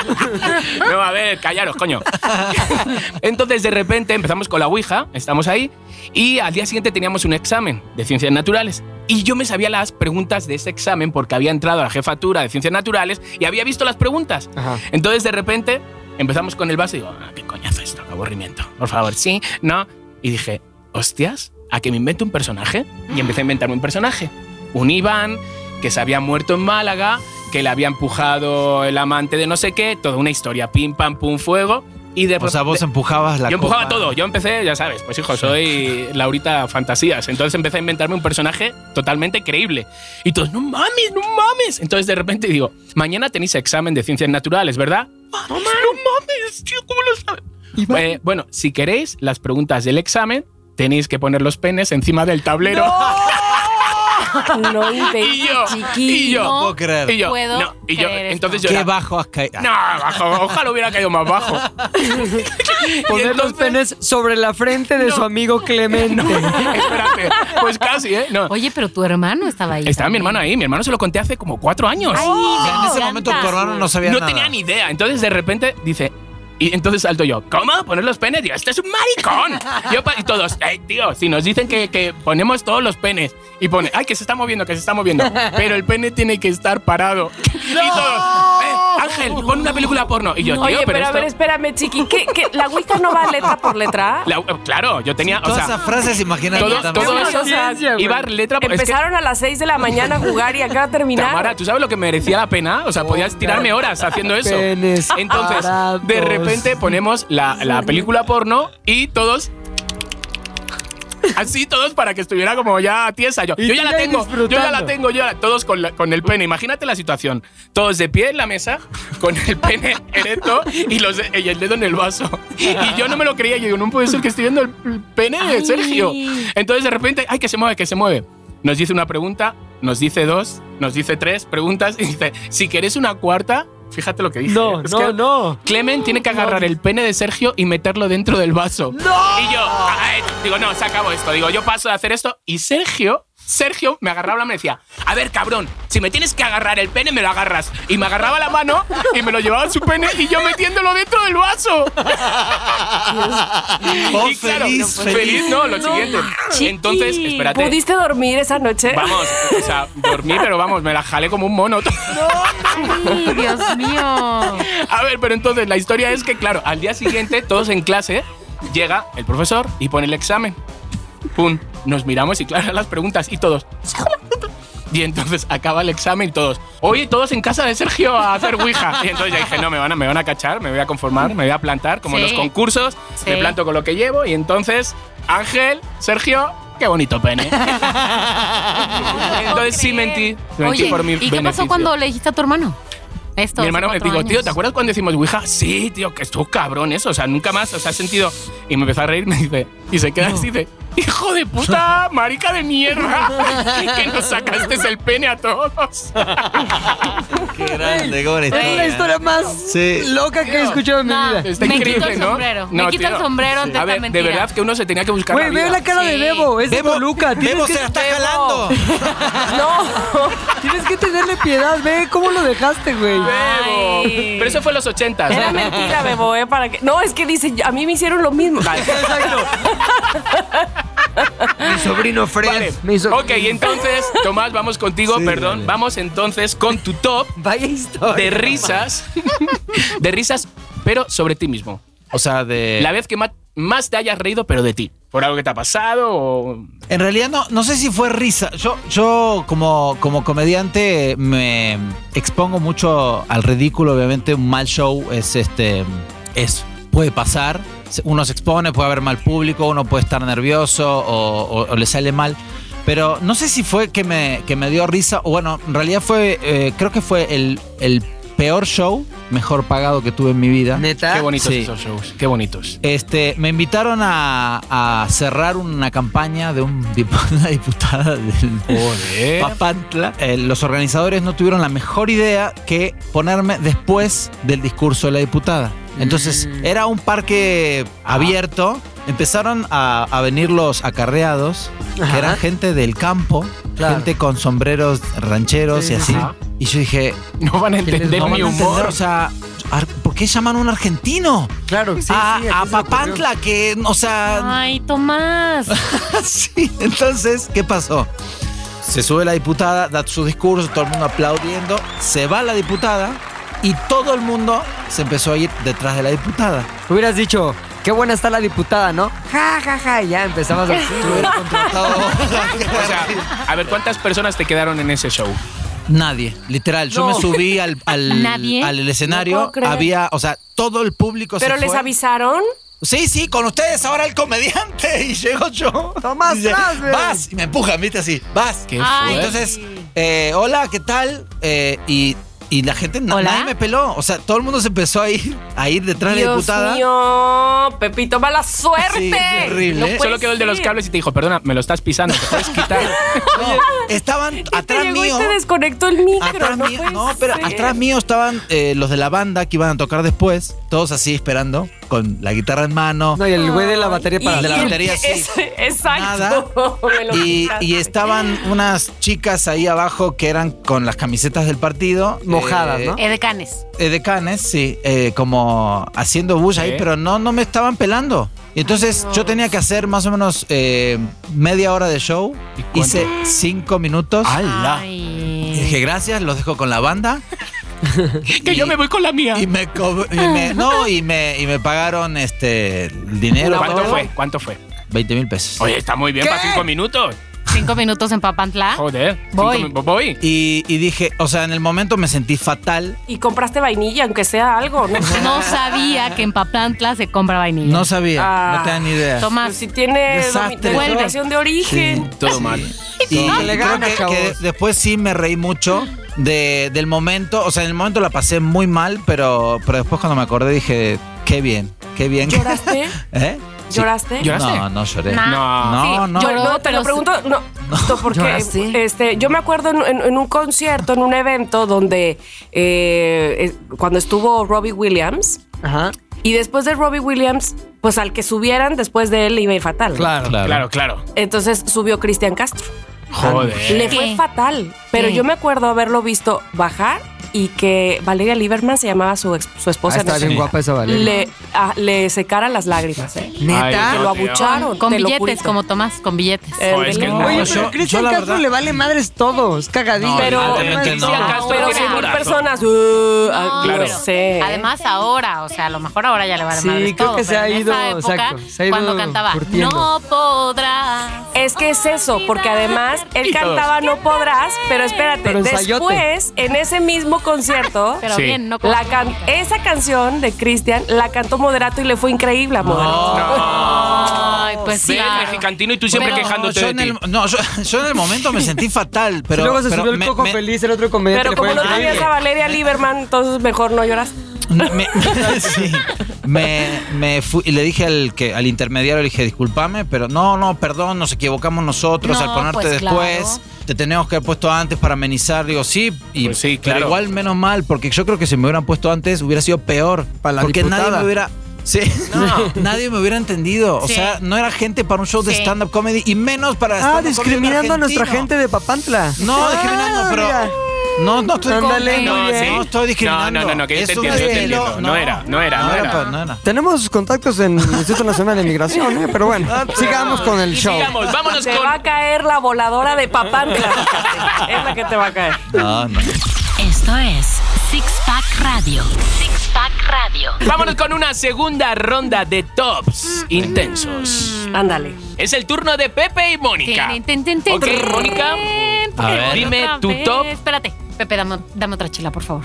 No, a ver, callaros, coño. Entonces, de repente, empezamos con la Ouija, estamos ahí, y al día siguiente teníamos un examen de ciencias naturales. Y yo me sabía las preguntas de ese examen porque había entrado a la jefatura de ciencias naturales y había visto las preguntas. Ajá. Entonces, de repente, empezamos con el vaso y digo, "Ah, ¿qué coñazo esto? Qué aburrimiento. Por favor, sí, no. Y dije, hostias, ¿a que me invento un personaje? Y empecé a inventarme un personaje. Un Iván que se había muerto en Málaga, que le había empujado el amante de no sé qué, toda una historia, pim, pam, pum, fuego. Y de O sea, vos de- empujabas la yo empujaba copa. todo, yo empecé, ya sabes, pues hijo, soy Laurita Fantasías. Entonces empecé a inventarme un personaje totalmente creíble. Y todos, no mames, no mames. Entonces de repente digo, mañana tenéis examen de ciencias naturales, ¿verdad? No mames, no mames, tío, ¿cómo lo sabes? Eh, bueno, si queréis las preguntas del examen, tenéis que poner los penes encima del tablero. No Y yo, inventes, y yo, chiquillo. No puedo creer. y yo, puedo no, y yo, creer esto. entonces yo Qué era, bajo has caído. no, bajo, ojalá hubiera caído más bajo. Y Poner los entonces- penes sobre la frente de su amigo Clemente. Espérate, pues casi, ¿eh? No. Oye, pero tu hermano estaba ahí. Estaba mi también. hermano ahí, mi hermano se lo conté hace como cuatro años. O sea, en ese me momento encanta. tu hermano no sabía no nada. tenía ni idea. Entonces de repente dice. Y entonces salto yo, ¿cómo? ¿Poner los penes? Digo, este es un maricón. Yo pa- y todos, "Ey, tío, si nos dicen que, que ponemos todos los penes. Y pone, ay, que se está moviendo, que se está moviendo. Pero el pene tiene que estar parado. Y todos, "Eh, Ángel, pon una película porno. Y yo, Oye, tío, pero, pero, a esto- ver, espérame, chiqui. ¿qué, qué, la Ouija no va letra por letra? La- claro, yo tenía, o Todas sea, esas frases, imagínate. todo- también. todo eso- Ciencia, güey. iba pues, letra por es que- Empezaron a las 6 de la mañana a jugar y acaba de terminar. Tamara, ¿tú sabes lo que merecía la pena? O sea, podías tirarme horas haciendo eso. Penes Entonces, parados. de repente ponemos la, la película porno y todos. Así todos para que estuviera como ya tiesa. Yo, Y yo tú ya la ya tengo, yo ya la disfrutando. tengo, yo ya la- todos con, la- con el pene. Imagínate la situación. Todos de pie en la mesa, con el pene erecto y, los, de- y el dedo en el vaso. Y yo no me lo creía. Yo digo, no puede ser que estoy viendo el pene de Ay. Sergio. Entonces de repente, ay, que se mueve, que se mueve. Nos dice una pregunta, nos dice dos, nos dice tres preguntas y dice, si querés una cuarta, fíjate lo que dice. No, Es no, que no. Clemen tiene que agarrar el pene de Sergio y meterlo dentro del vaso. Y yo, "Ay", digo, no, se acabó esto. Digo, yo paso de hacer esto. Y Sergio, Sergio me agarraba la mano y me decía, a ver, cabrón, si me tienes que agarrar el pene, me lo agarras. Y me agarraba la mano y me lo llevaba a su pene y yo metiéndolo dentro del vaso. Oh, Y claro, feliz, feliz, no, lo siguiente. chiqui. Entonces, espérate. ¿Pudiste dormir esa noche? Vamos, o sea, dormí, pero vamos, me la jalé como un mono. Ay, Dios mío. A ver, pero entonces la historia es que, claro, al día siguiente, todos en clase, llega el profesor y pone el examen. Pum, nos miramos y claro, las preguntas y todos. Y entonces acaba el examen y todos, oye, todos en casa de Sergio a hacer Ouija. Y entonces yo dije, no, me van a, me van a cachar, me voy a conformar, me voy a plantar, como en Sí. los concursos, me Sí. planto con lo que llevo. Y entonces, Ángel, Sergio, qué bonito pene. Entonces sí mentí, mentí Oye, por mi ¿y qué pasó beneficio. cuando le dijiste a tu hermano? Esto Mi hace hermano me cuatro dijo, tío, años. ¿te acuerdas cuando decimos Ouija? Sí, tío, que estuvo cabrón eso. O sea, nunca más, o sea, has sentido. Y me empezó a reír, me dice, y se queda así, dice, hijo de puta, marica de mierda, que nos sacaste el pene a todos. Qué grande, este qué buena Es la historia. historia más Sí. loca que he escuchado en mi No. vida. Está Me increíble, quito el ¿no? sombrero, me quito el sombrero ante A ver, esta mentira. De verdad que uno se tenía que buscar. Güey, la veo vida. la cara de Sí. Bebo. Es de Bebo, Toluca. Tienes Bebo que, se la está jalando. Bebo. No. tienes que tenerle piedad. Ve cómo lo dejaste, güey. Bebo. Ay. Pero eso fue en los 80. Era mentira, Bebo, ¿eh? Para que... No, es que dice, a mí me hicieron lo mismo. Mi sobrino Fred. Vale. Me hizo... Ok, entonces, Tomás, vamos contigo, perdón. Vamos entonces con tu top Vaya historia. de risas. de risas, pero sobre ti mismo. O sea, de. La vez que ma- más te hayas reído, pero de ti. Por algo que te ha pasado o. En realidad no, no sé si fue risa. Yo, yo como, como comediante me expongo mucho al ridículo. Obviamente un mal show es este es puede pasar. Se- Uno se expone, puede haber mal público, uno puede estar nervioso o, o- o le sale mal. Pero no sé si fue que me, que me dio risa. O bueno, en realidad fue. eh, creo que fue el, el peor show mejor pagado que tuve en mi vida. Neta. Qué bonitos Ah, Sí. esos shows. Qué bonitos. Este, me invitaron a, a cerrar una campaña de un dip- una diputada del Papantla. Eh, los organizadores no tuvieron la mejor idea que ponerme después del discurso de la diputada. Entonces, Mm. era un parque abierto. Empezaron a, a venir los acarreados, Ajá. que eran gente del campo, Claro. gente con sombreros rancheros Sí, y sí, así. sí. Y yo dije, No van a entender no van mi a entender, humor. o sea, ar- ¿por qué llaman a un argentino? Claro, sí, a, sí, a aquí se Papantla, que, o sea, Ay, Tomás. Ah. sí. Entonces, ¿qué pasó? Se sube la diputada, da su discurso, todo el mundo aplaudiendo, se va la diputada y todo el mundo se empezó a ir detrás de la diputada. ocurrió. Hubieras dicho, qué buena está la diputada, ¿no? Ja, ja, ja. y Ya empezabas así. güey. Hubiera contratado- O sea, a ver, ¿cuántas personas te quedaron en ese show? Nadie, literal. Yo No. me subí al, al, ¿Nadie? al No escenario, puedo creer. había, o sea, todo el público Pero se les fue. avisaron. Sí, sí, con ustedes ahora el comediante. Y llego yo. Tomás, Y dice, vas, güey. vas. Y me empujan, viste así. Vas. Qué Ay. fuerte. Entonces, eh, hola, ¿qué tal? Eh, y, y la gente, na- ¿Hola? nadie me peló. O sea, todo el mundo se empezó a ir, a ir detrás de la Dios diputada. mío, Pepito, mala suerte. Sí, terrible. No ¿eh? puede Solo quedó el de los ser. cables y te dijo, perdona, me lo estás pisando, te puedes quitar. No, estaban Y te atrás llegó mío. y te desconectó el micro. Atrás no, mío, puede no, pero ser. atrás mío estaban eh, los de la banda que iban a tocar después, todos así esperando, con la guitarra en mano. No, y el güey de la batería Y- para de la y- batería, sí. es- exacto. me lo y, quitaste. y estaban unas chicas ahí abajo que eran con las camisetas del partido. Mojadas, eh, ¿no? Edecanes. eh, de Cannes, sí, eh, como haciendo bulla ahí, Sí. pero no, no me estaban pelando. Y entonces yo tenía que hacer más o menos eh, media hora de show. cuánto? Hice cinco minutos. Y Ay. dije, gracias, los dejo con la banda. que yo me voy con la mía. Y me, co- y me- no, y me, y me pagaron este el dinero. ¿Cuánto todo, fue? ¿Cuánto fue? 20 mil pesos. Oye, está muy bien para cinco minutos. Cinco minutos en Papantla. Joder. Ah, Voy. cinco mi- voy. Y, y dije, o sea, en el momento me sentí fatal. Y compraste vainilla, aunque sea algo. No, sé. No sabía que en Papantla se compra vainilla. No sabía, Ah. no tenía ni idea. Pero Tomás, si tiene Desastre. domi- denominación de origen. Todo mal. Y No, le creo gana, que, chavos. que después sí me reí mucho de- del momento. O sea, en el momento la pasé muy mal, pero, pero después cuando me acordé dije, qué bien, qué bien. que-". ¿Lloraste? ¿Eh? ¿Lloraste? Yo- ¿Lloraste? No, no lloré. Nah. No. No, no. lloró. No, te pero lo sí. pregunto, no, porque ¿Lloraste? este, yo me acuerdo en, en- en un concierto, en un evento donde eh, eh, cuando estuvo Robbie Williams Ajá. y después de Robbie Williams, pues al que subieran después de él le iba a ir fatal. Claro, claro. Entonces subió Cristian Castro. Joder. Le fue ¿Qué? fatal, pero ¿Qué? yo me acuerdo haberlo visto bajar y que Valeria Lieberman se llamaba su, ex- Ah, su esposa. está no sé. bien guapa esa Valeria. le, ah, le secara las lágrimas, ¿eh? ¿Neta? Lo abucharon. con te lo billetes, jurito. como Tomás, con billetes. Eh, Oh, es que no. no. Oye, No, pero yo- a Cristian yo la Castro verdad- le vale madres todos, cagadito. No, Pero- evidentemente no. Cristian Castro Pero tiene si mil corazón. personas. uh, ah, claro. No sé. Además ahora, o sea, a lo mejor ahora ya le va a Sí, madres creo todo, que se pero ha en ido, esa época, exacto, se ha ido cuando cantaba curtiendo. No podrás. es que es eso, porque además él Y todos. cantaba No Podrás, pero espérate, Pero ensayote. después en ese mismo mismo concierto, Pero Sí. bien, no como la can- música. esa canción de Cristian la cantó Moderato y le fue increíble a Moderato. Ay, pues sí. Ve el mexicantino y tú siempre Pero- quejándote yo de en ti. el, no, yo, yo en el momento me sentí fatal, pero. Luego se pero subió el me- coco me- feliz, el otro comediante. Pero le como fue no tenías increíble. a Valeria Lieberman, entonces mejor no lloras. Me, sí. me, me fui y le dije al que al intermediario, le dije, discúlpame, pero no, no, perdón, nos equivocamos nosotros No, al ponerte pues, después. claro. Te teníamos que haber puesto antes para amenizar. Digo, sí, y, Pues sí, pero claro. igual menos mal, porque yo creo que si me hubieran puesto antes hubiera sido peor. Para la porque nadie diputada. me hubiera. Sí, nadie me hubiera entendido. Sí. O sea, no era gente para un show de Sí. stand-up comedy y menos para. Ah, stand-up discriminando comedy a nuestra argentino. gente de Papantla. Ah, No, discriminando, pero. mira. No, no estoy Ándale, con- muy no, bien. sí. no estoy discriminando. No, no, no, no, que yo te Es un entiendo, yo te estilo- entiendo. No era, no era, no era. pa- no era. Tenemos contactos en el Instituto Nacional de Migración, ¿eh? pero bueno, Ah, pues, sigamos con el Y show. sigamos, vámonos Te Pues con. va a caer la voladora de Papantla. fíjate. es la que te va a caer. No, no. Esto es Six Pack Radio. Six Pack Radio. Vámonos con una segunda ronda de tops intensos. Ándale. Es el turno de Pepe y Mónica. Tin, tin, tin, tin, Ok, tin. Mónica, Eh, A ver. dime Otra tu vez. top. Espérate, Pepe, dame, dame otra chela, por favor.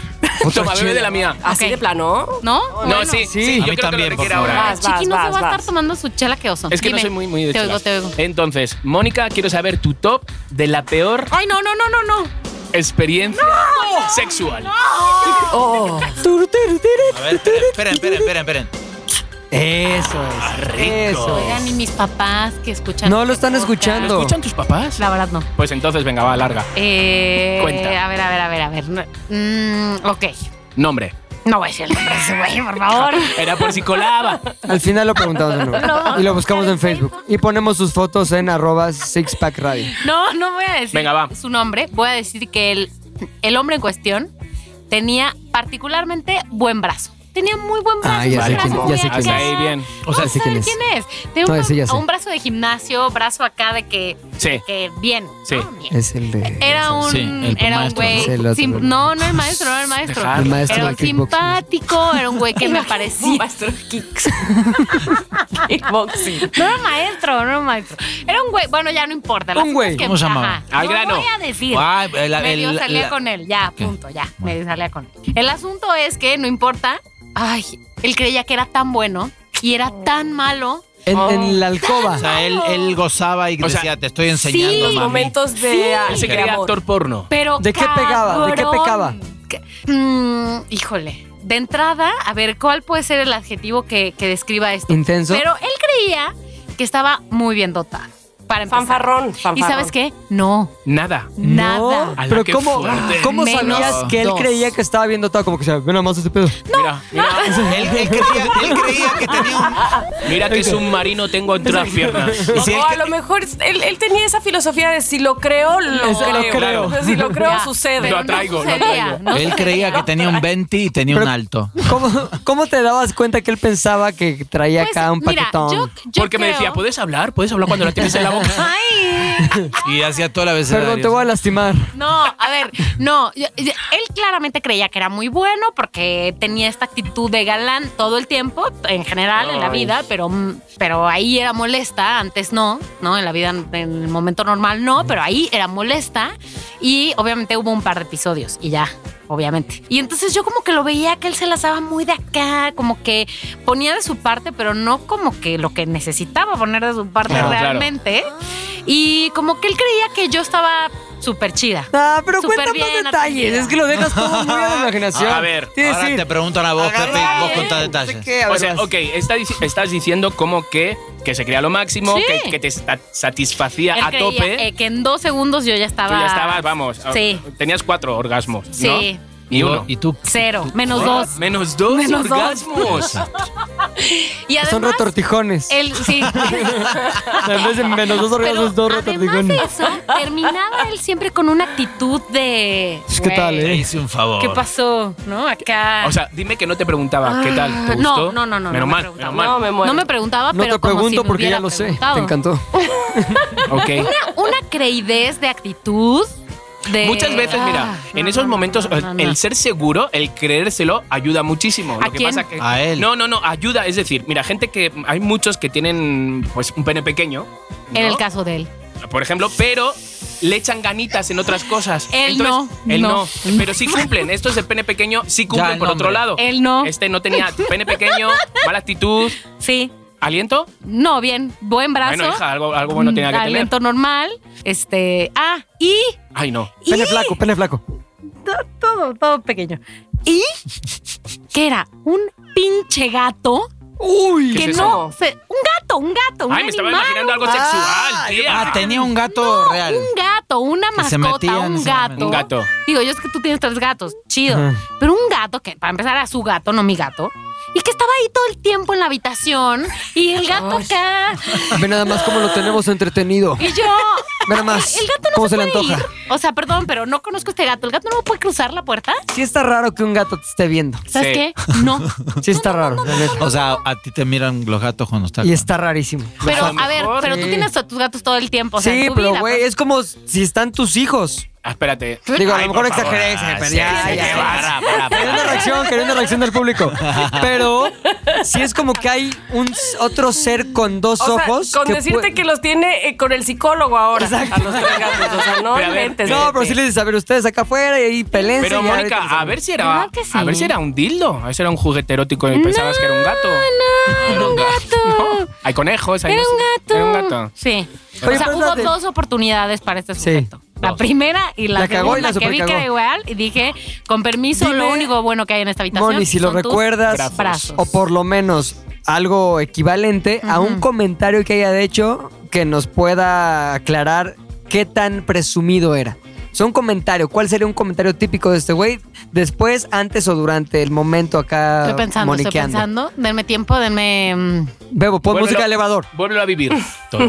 toma, bebé de la mía. Así Ok. de plano. ¿No? No, Ah, Bueno. sí, sí. sí, A yo mí creo que lo también, por requiere favor. ahora. Vas, vas, Chiqui no se vas, va a vas. estar tomando su chela que oso. Es que no Dime. soy muy, muy de Te oigo, chelas. te oigo. Entonces, Mónica, quiero saber tu top de la peor Ay, no, no, no, no, no. experiencia sexual. A Oh. ver, esperen, esperen, esperen, esperen. Eso Ah, es. Oh. Eso. Oigan, y mis papás que escuchan. No lo este están podcast. escuchando. ¿Lo escuchan tus papás? La verdad, no. Pues entonces, venga, va, larga. Eh, Cuenta. A ver, a ver, a ver, a ver. No- mm, ok. Nombre. No voy a decir el nombre de ese güey, por favor. Era por si colaba. Al final lo preguntamos de nuevo. Y lo buscamos en Facebook. Y ponemos sus fotos en arroba sixpack radio. No, no voy a decir Venga, va. su nombre. Voy a decir que el, el hombre en cuestión tenía particularmente buen brazo. Tenía muy buen brazo. Ah, ya un sé brazo quién- muy ya sé acá. Hasta ahí bien. O sea, Vamos sé quién a saber es. quién es. Tenía No, un, ese ya bra- sé. un brazo de gimnasio, brazo acá de que, Sí. que bien. Sí. ¿no? Bien. Es el de. Era un, Sí, el era maestro, un ¿no? güey. Sí, el otro, sim- el- no, no el maestro, no el maestro. Dejar. El maestro era de un kickboxing. simpático, era un güey que me parecía. Maestro de kicks. Kickboxing. No era maestro, no era maestro. Era un güey. Bueno, ya no importa. las Un cosas güey. que- ¿Cómo se llamaba? ajá, Al no grano. voy a decir. Ah, el- el- medio salía la- con él. Ya, punto, ya. Medio salía con él. El asunto es que, no importa. Ay, él creía que era tan bueno y era Oh. tan malo. En, Oh. en la alcoba. O sea, él, él gozaba y O sea, decía, te estoy enseñando, sí, mami". Momentos de, Él de se quería amor. actor porno. Pero ¿De qué pegaba? ¿De qué cabrón. pecaba? Que- mm, híjole. De entrada, a ver, ¿cuál puede ser el adjetivo que, que describa esto? Intenso. Pero él creía que estaba muy bien dotado. Para empezar. Fanfarrón, ¿Y fanfarrón. sabes qué? No, Nada. No, nada. Ala, Pero qué ¿cómo, fuerte. ¿cómo Menos sabías que él dos. creía que estaba bien dotado? Como que se ve nada más este pedo. Mira, mira, Él, él creía, él creía que tenía un... mira qué submarino tengo entre las piernas. Y si él o a cre- lo mejor es- él, él tenía esa filosofía de si lo creo, lo Eso lo creo. creo. O sea, Si lo creo, Ya, sucede. pero Lo atraigo, no lo sucedía, atraigo. no él creía que tenía un 20 y tenía un Pero- alto. ¿Cómo, ¿Cómo te dabas cuenta que él pensaba que traía Pues, acá un mira, paquetón? yo- yo Porque me creo- decía, ¿puedes hablar? ¿Puedes hablar cuando la tienes en la boca? Ay. Y hacía toda la vez. Perdón, te voy a lastimar. No, a ver, no. yo- yo- Él claramente creía que era muy bueno porque tenía esta actitud de galán todo el tiempo, en general, en la vida, pero, mm, pero ahí era molesta. Antes no, ¿no? En la vida, en el momento normal no, pero ahí era molesta. Y obviamente hubo un par de episodios y ya. Obviamente. Y entonces yo como que lo veía que él se las daba muy de acá, como que ponía de su parte, pero no como que lo que necesitaba poner de su parte Claro, claro. realmente. Y como que él creía que yo estaba súper chida. Ah, pero Súper cuéntanos bien detalles. atendida. Es que lo dejas todo muy a la imaginación. A ver, Sí, Ahora sí. te preguntan a vos, Agarra, Pepe, y vos eh, contás no sé detalles. qué, a O ver, sea, vas. ok, está dic- estás diciendo como que, que se crea lo máximo, Sí. que, que te sa- satisfacía Él a creía, tope. eh, que en dos segundos yo tú ya estaba. ya estabas, vamos. ah, Sí. Tenías cuatro orgasmos. ¿no? Sí. Y uno. ¿Y tú? Cero, menos dos. Menos dos Menos dos. orgasmos. Y Son además, retortijones. él, sí. En vez de menos dos Pero orgasmos, dos además de retortijones. eso, terminaba él siempre con una actitud de. ¿Qué "Güey, tal, Te eh? hice un favor. ¿Qué pasó? ¿No? Acá. O sea, dime que no te preguntaba qué tal, ¿te Ah, no, gustó? no, no, no, Menos no me mal, preguntaba. menos mal. No, me muero. no me preguntaba, No pero te como si pregunto me porque ya hubiera lo sé. preguntado. Te encantó. Ok. Una, una creidez de actitud. de- Muchas veces, mira, Ah, en no, esos no, momentos no, no, no. el ser seguro, el creérselo, ayuda muchísimo. ¿A Lo que quién? pasa que- A él. No, no, no, ayuda. Es decir, mira, gente que hay muchos que tienen pues un pene pequeño. En ¿no? el caso de él. Por ejemplo, pero le echan ganitas en otras cosas. Él no, Él no. no. Pero sí cumplen. Estos de pene pequeño sí Ya, cumplen el por otro nombre. lado. Él no. Este no tenía pene pequeño, mala actitud, Sí. aliento. No, bien. Buen brazo. Mm, Bueno, hija, algo, algo bueno tenía que tener. Alimento normal. Este. Ah, y. Ay, no. Pene flaco, pene flaco. to- Todo, todo pequeño. Y. Que era un pinche gato. Uy, ¿Qué que es no. se- un gato, un gato, un Ay, me estaba animal, imaginando algo un- sexual, tía. Ah, tenía un gato real. Un gato, una Que se mascota, metían, un se gato. metían. Un gato. Digo, yo es que tú tienes tres gatos, chido. Ajá. Pero un gato, que para empezar era su gato, no mi gato, y que estaba ahí todo el tiempo en la habitación, y el gato acá, Ve nada más cómo lo tenemos entretenido. y yo. Ve nada más. El gato no ¿Cómo se, se, le puede antoja? ir. O sea, perdón, pero no conozco este gato. ¿El gato no puede cruzar la puerta? Sí está raro que un gato te esté viendo. ¿Sabes Sí. qué? No. Sí está raro. la neta. O sea, a ti te miran los gatos cuando estás. Y está rarísimo. Pero, A lo a ver, mejor, pero tú sí. tienes a tus gatos todo el tiempo. O sea, en sí, tu pero vida, güey, pues. es como si están tus hijos. Ah, espérate. Digo, a Ay, lo mejor por favor. exageré, Ah, pero sí, ya, sí, ya, sí, ya. para, para, para. Quería una reacción, quería una reacción del público. Pero sí es como que hay un s- otro ser con dos O sea, ojos. con decirte pue- que los tiene eh, con el psicólogo ahora. A los tres gatos. O sea, no Pero a ver, eh, inventes. No, pero sí les dices, a ver, ustedes acá afuera y ahí peleen. Pero Mónica, a ver si era. ¿Verdad que sí? A ver si era un dildo. A ver si era un juguete erótico y pensabas que era un gato. Ah, No, era un gato. No, Hay conejos, hay Era no un sé. gato. Era un gato. Sí. Oye, o sea, pero hubo espérate. dos oportunidades para este Sí, sujeto. La dos. primera y la, La cagó y la segunda que vi que supercagó. era igual y dije, con permiso, Dime, lo único bueno que hay en esta habitación Moni, si lo son tus recuerdas, brazos. brazos. o por lo menos algo equivalente a un comentario que haya hecho que nos pueda aclarar qué tan presumido era. O sea, un comentario, ¿cuál sería un comentario típico de este güey? Después, antes o durante el momento acá. Estoy pensando, estoy moniqueando. pensando. Denme tiempo, denme... mm, Bebo, pon Vuélvelo- música elevador. Vuélvelo a vivir. Todo.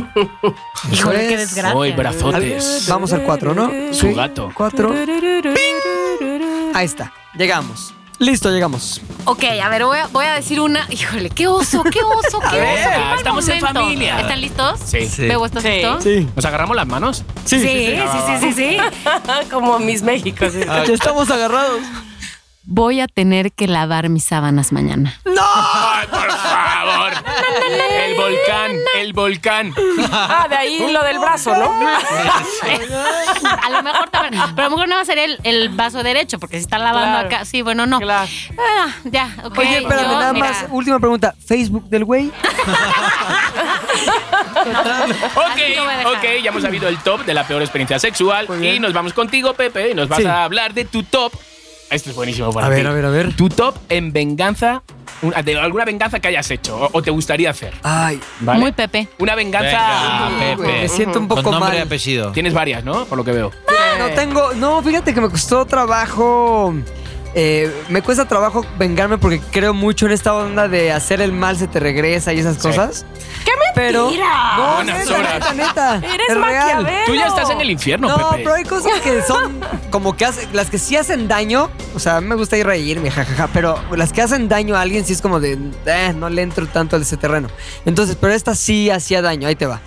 Híjole, qué Pues, desgracia. Ay, brazotes. Vamos al 4, ¿no? Su gato. 4. Ahí está. Llegamos. Listo, llegamos. Ok, a ver, voy a, voy a decir una... Híjole, qué oso, qué oso, qué oso. ver, qué mal estamos en momento. familia. ¿Están listos? Sí. Sí. Bebo, ¿estás Sí. listo? Sí. ¿Nos agarramos las manos? Sí, sí, sí, sí, sí. Como mis México. sí. Ya estamos agarrados. Voy a tener que lavar mis sábanas mañana. ¡Ay, por favor! El volcán, el volcán. Ah, de ahí lo del brazo, ¿no? A lo mejor te van- Pero a lo mejor no va a ser el, el vaso derecho, porque si está lavando Claro. acá. Sí, bueno, no. Claro. Ah, ya, ok. Oye, espérame, yo, nada mira, más. Última pregunta. ¿Facebook del güey? Ok, Así lo voy a dejar. ok, ya hemos sabido el top de la peor experiencia sexual. Y nos vamos contigo, Pepe, y nos vas Sí. a hablar de tu top. Esto es buenísimo para A ver, ti. a ver, a ver. Tu top en venganza, una- de alguna venganza que hayas hecho o, o te gustaría hacer. Ay, ¿vale? Muy Pepe. Una venganza. Venga, Pepe. güey, me siento un poco Con nombre y mal. apellido. Tienes varias, ¿no? Por lo que veo. No tengo. No, fíjate que me costó trabajo. eh, me cuesta trabajo vengarme porque creo mucho en esta onda de hacer el mal se te regresa y esas cosas. ¡Qué Pero, no, Buenas neta, horas. neta, neta. Eres es real. Maquiavelo. Tú ya estás en el infierno, No, Pepe. pero hay cosas que son como que hacen, las que sí hacen daño, o sea, a mí me gusta ir a reírme, jajaja, pero las que hacen daño a alguien sí es como de, eh, no le entro tanto a ese terreno. Entonces, pero esta sí hacía daño, ahí te va.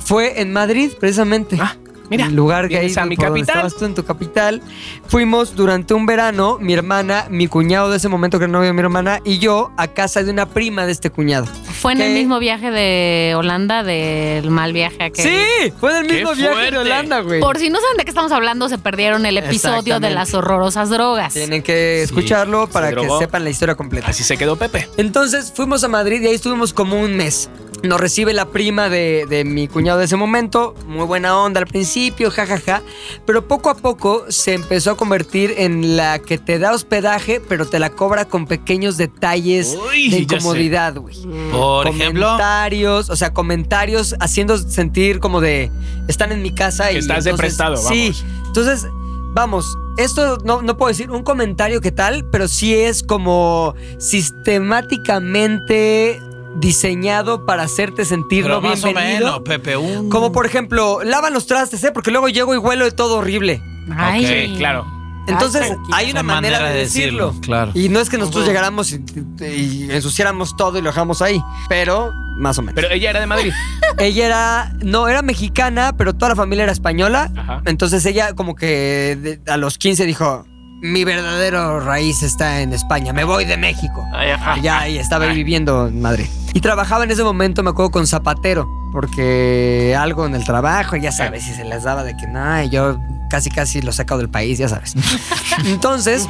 Fue en Madrid, precisamente. Ah, mira, El lugar que ahí vienes a mi por donde capital. estabas tú en tu capital. Fuimos durante un verano, mi hermana, mi cuñado de ese momento que era novio de mi hermana y yo a casa de una prima de este cuñado. Fue en el ¿Qué? mismo viaje de Holanda, del mal viaje aquel. Sí, fue en el ¡Qué mismo viaje fuerte! de Holanda, güey. Por si no saben de qué estamos hablando, se perdieron el episodio de Exactamente. las horrorosas drogas. Tienen que Sí, escucharlo se para que drogó. sepan la historia completa. Así se quedó Pepe. Entonces fuimos a Madrid y ahí estuvimos como un mes. Nos recibe la prima de, de mi cuñado de ese momento, muy buena onda al principio, jajaja, pero poco a poco se empezó a convertir en la que te da hospedaje, pero te la cobra con pequeños detalles Uy, de ya sé. incomodidad, güey. Por ejemplo, Comentarios, o sea, comentarios haciendo sentir como de están en mi casa Que y. estás de prestado, Sí. vamos. Entonces, vamos, esto no, no puedo decir un comentario que tal, pero sí es como sistemáticamente diseñado para hacerte sentirlo pero más o menos, bienvenido. Pepe, un... Como por ejemplo, lavan los trastes, ¿eh? Porque luego llego y huelo de todo horrible. Ay, Sí, claro. Entonces, tranquila. hay una Hay manera, de decirlo. claro. Y no es que nosotros llegáramos y, y ensuciáramos todo y lo dejamos ahí, pero más o menos. Pero ella era de Madrid. Ella era, no, era mexicana, pero toda la familia era española. Ajá. Entonces ella como que de- a los 15 dijo, mi verdadero raíz está en España, me voy de México. Ay, ajá. Ya ahí estaba ahí viviendo en Madrid. Y trabajaba en ese momento, me acuerdo, con Zapatero. porque algo en el trabajo, ya sabes, y se les daba de que no, y yo casi casi lo saco del país, ya sabes. Entonces,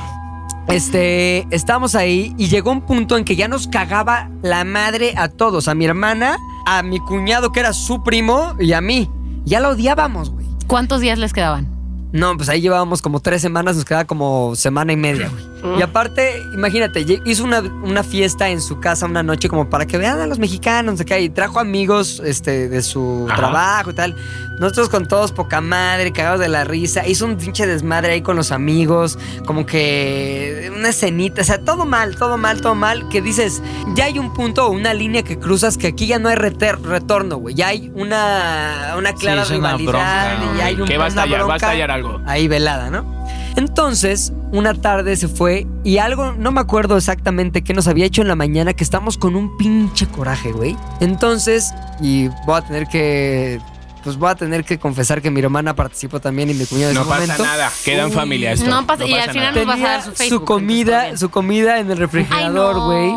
este, estábamos ahí y llegó un punto en que ya nos cagaba la madre a todos, a mi hermana, a mi cuñado que era su primo y a mí. Ya la odiábamos, güey. ¿Cuántos días les quedaban? No, pues ahí llevábamos como tres semanas, nos quedaba como semana y media, güey. Mm. Y aparte, imagínate, lle- hizo una, una fiesta en su casa una noche como para que vean a los mexicanos, no sé qué, y trajo amigos este, de su Ajá. trabajo y tal. Nosotros con todos poca madre, cagados de la risa. Hizo un pinche desmadre ahí con los amigos, como que una cenita, o sea, todo mal, todo mal, todo mal, que dices, ya hay un punto o una línea que cruzas que aquí ya no hay reter- retorno, güey. Ya hay una, una clara es una rivalidad bronca, y hay un, que va una a estallar, va a bronca estallar algo. ahí velada, ¿no? Entonces, una tarde se fue y algo, no me acuerdo exactamente qué nos había hecho en la mañana, que estamos con un pinche coraje, güey. Entonces, y voy a tener que, pues voy a tener que confesar que mi hermana participó también y mi cuñado en No ese pasa momento. nada, queda en familia esto. No pasa- y al final nada. nos vas a dar su Tenía Facebook, comida, entonces su comida en el refrigerador, güey.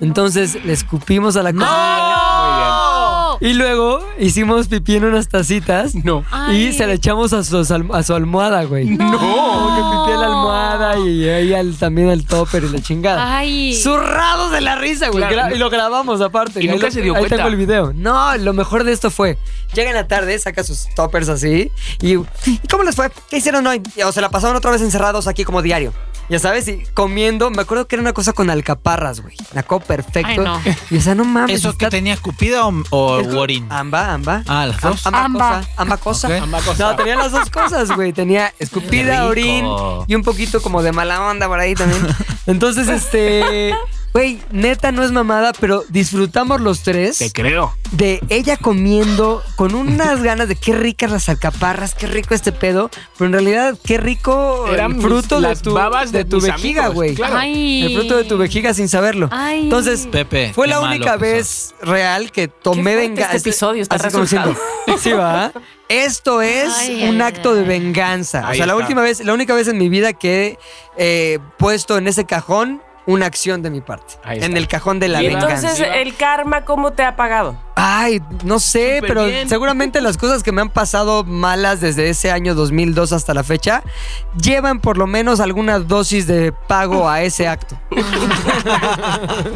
Entonces, le escupimos a la comida y luego hicimos pipí en unas tacitas. No. Y se la echamos a su, a su almohada, güey. No. Como que pipí en la almohada y ahí al- también al topper y la chingada. Ay. Zurrados de la risa, güey. Claro. Gra- Y lo grabamos aparte. Y nunca ahí, lo- se dio ahí cuenta. tengo el video. No, lo mejor de esto fue: llega en la tarde, saca sus toppers así. Y, "¿Y ¿cómo les fue? ¿Qué hicieron hoy? Y, O se la pasaron otra vez encerrados aquí como diario. Ya sabes, y comiendo. Me acuerdo que era una cosa con alcaparras, güey. La acabo perfecto. Ay, no. Y o sea, no mames. ¿Eso que está- tenía escupida o, o es- guarín? Amba, amba. Ah, las dos. Amba, Amba. cosa. Amba cosa. Ok. Amba cosa. No, tenía las dos cosas, güey. Tenía escupida, Qué orín rico. y un poquito como de mala onda por ahí también. Entonces, este. Güey, neta no es mamada, pero disfrutamos los tres Te creo. de ella comiendo con unas ganas de qué ricas las alcaparras, qué rico este pedo, pero en realidad qué rico Eran el fruto mis- de las tu, babas de de tu mis vejiga, amigos, güey. claro. Ay. El fruto de tu vejiga sin saberlo. Ay. Entonces, Pepe, fue qué la malo única que vez real que tomé Qué fuerte venganza. este episodio está así como resultado. diciendo, Sí, va. Esto es Ay, ay, un ay, acto de venganza. o Ahí sea, la está. última vez, la única vez en mi vida que he eh, puesto en ese cajón una acción de mi parte. Ahí en está. el cajón de la y venganza. entonces, ¿el karma cómo te ha pagado? Ay, no sé, Súper pero bien. seguramente las cosas que me han pasado malas desde ese año 2002 hasta la fecha llevan por lo menos alguna dosis de pago a ese acto.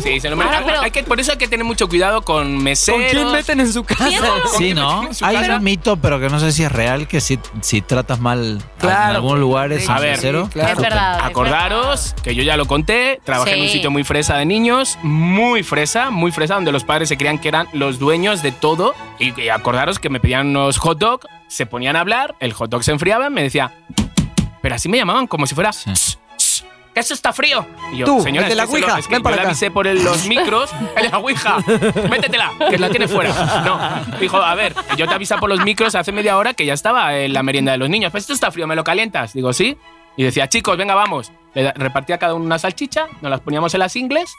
Sí, se lo merece. Ahora, Ah, pero- hay que- Por eso hay que tener mucho cuidado con meseros. ¿Con quién meten en su casa? Piénsalo. Sí, ¿no? En su Hay casa. un mito, pero que no sé si es real, que si, si tratas mal a- en Claro. algún lugar es A ver. sincero. Sí, claro. Es verdad. es Acordaros que yo ya lo conté, trabajé en un Sí. sitio muy fresa de niños, muy fresa, muy fresa, donde los padres se creían que eran los dueños de todo. Y, y acordaros que me pedían unos hot dog, se ponían a hablar, el hot dog se enfriaba, me decía, pero así me llamaban, como si fuera. "Ch, ch, que Eso está frío. Y yo, Tú, señora, el de es la que se lo- ouija, es que ven para yo le acá". avisé por el- los micros. El de la Ouija, métetela, que la tiene fuera. No, dijo, a ver, yo te avisa por los micros hace media hora que ya estaba en la merienda de los niños. Pues esto está frío, ¿me lo calientas? Digo, sí. Y decía, chicos, venga, vamos. Le da- repartía cada uno una salchicha, nos las poníamos en las ingles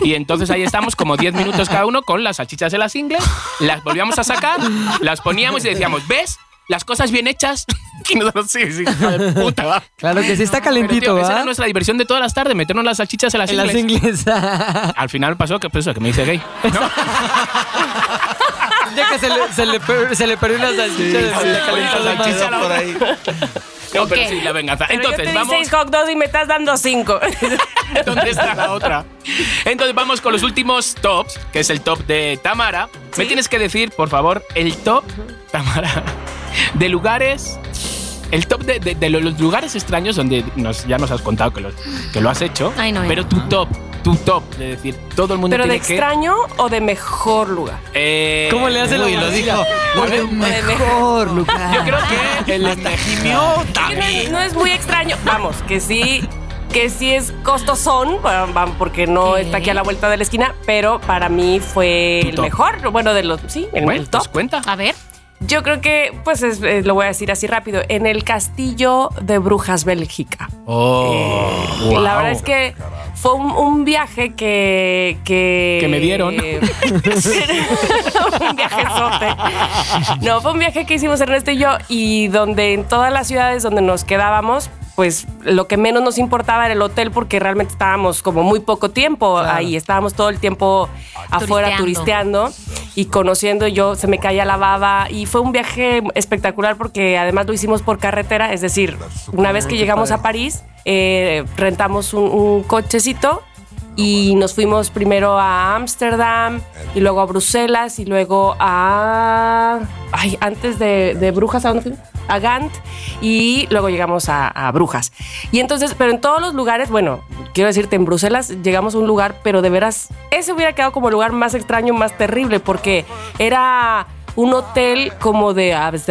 y entonces ahí estamos como 10 minutos cada uno con las salchichas en las ingles, las volvíamos a sacar, las poníamos y decíamos, ¿ves? Las cosas bien hechas. Y nosotros, sí, sí, hija de puta, va. Claro que sí, está Pero, tío, calentito, esa era ¿va? nuestra diversión de todas las tardes, meternos las salchichas en las En ingles. las inglesas. Al final pasó que, pues, eso, que me hice gay. ya que se le, se le per- se le perdió una salchicha. de- sí, de sí, calentado la más. salchicha la- por ahí. No, Ok. pero sí, la venganza. Pero yo te Entonces, di vamos. seis hot dogs y me estás dando cinco. ¿Dónde está la otra? Entonces, vamos con los últimos tops, que es el top de Tamara. Me tienes que decir, por favor, el top, Tamara, de lugares. El top de, de- de los lugares extraños donde nos, ya nos has contado que lo, que lo has hecho. Ay, no, ya. pero tu top, tu top, de decir, todo el mundo ¿Pero de tiene que. extraño o de mejor lugar? Eh, ¿Cómo le hace la Uy, lo dijo. A ver, De mejor. Mejor, Lucas. Yo creo que el Gimió Que no, es, también. no es muy extraño. Vamos, que sí, que sí es costosón, va- va- porque no ¿Qué? está aquí a la vuelta de la esquina, pero para mí fue Tu el top. mejor. Bueno, de los. Sí, el, Bueno, el top. pues cuenta. A ver. Yo creo que, pues es- eh, lo voy a decir así rápido, en el castillo de Brujas, Bélgica. Oh, Eh, La verdad es que fue un, un viaje que, que. Que me dieron. un viajezote. No, fue un viaje que hicimos Ernesto y yo, y donde en todas las ciudades donde nos quedábamos, pues lo que menos nos importaba era el hotel, porque realmente estábamos como muy poco tiempo ahí, estábamos todo el tiempo afuera Turisteando. turisteando. y conociendo yo se me caía la baba y fue un viaje espectacular porque además lo hicimos por carretera, es decir, una vez que llegamos a París eh, rentamos un, un cochecito y nos fuimos primero a Ámsterdam y luego a Bruselas y luego a... Ay, antes de, de Brujas, ¿a dónde fuimos? a Gant y luego llegamos a, a Brujas. Y entonces, pero en todos los lugares, bueno, quiero decirte, en Bruselas llegamos a un lugar, pero de veras, ese hubiera quedado como el lugar más extraño, más terrible, porque era un hotel como de ah, pues,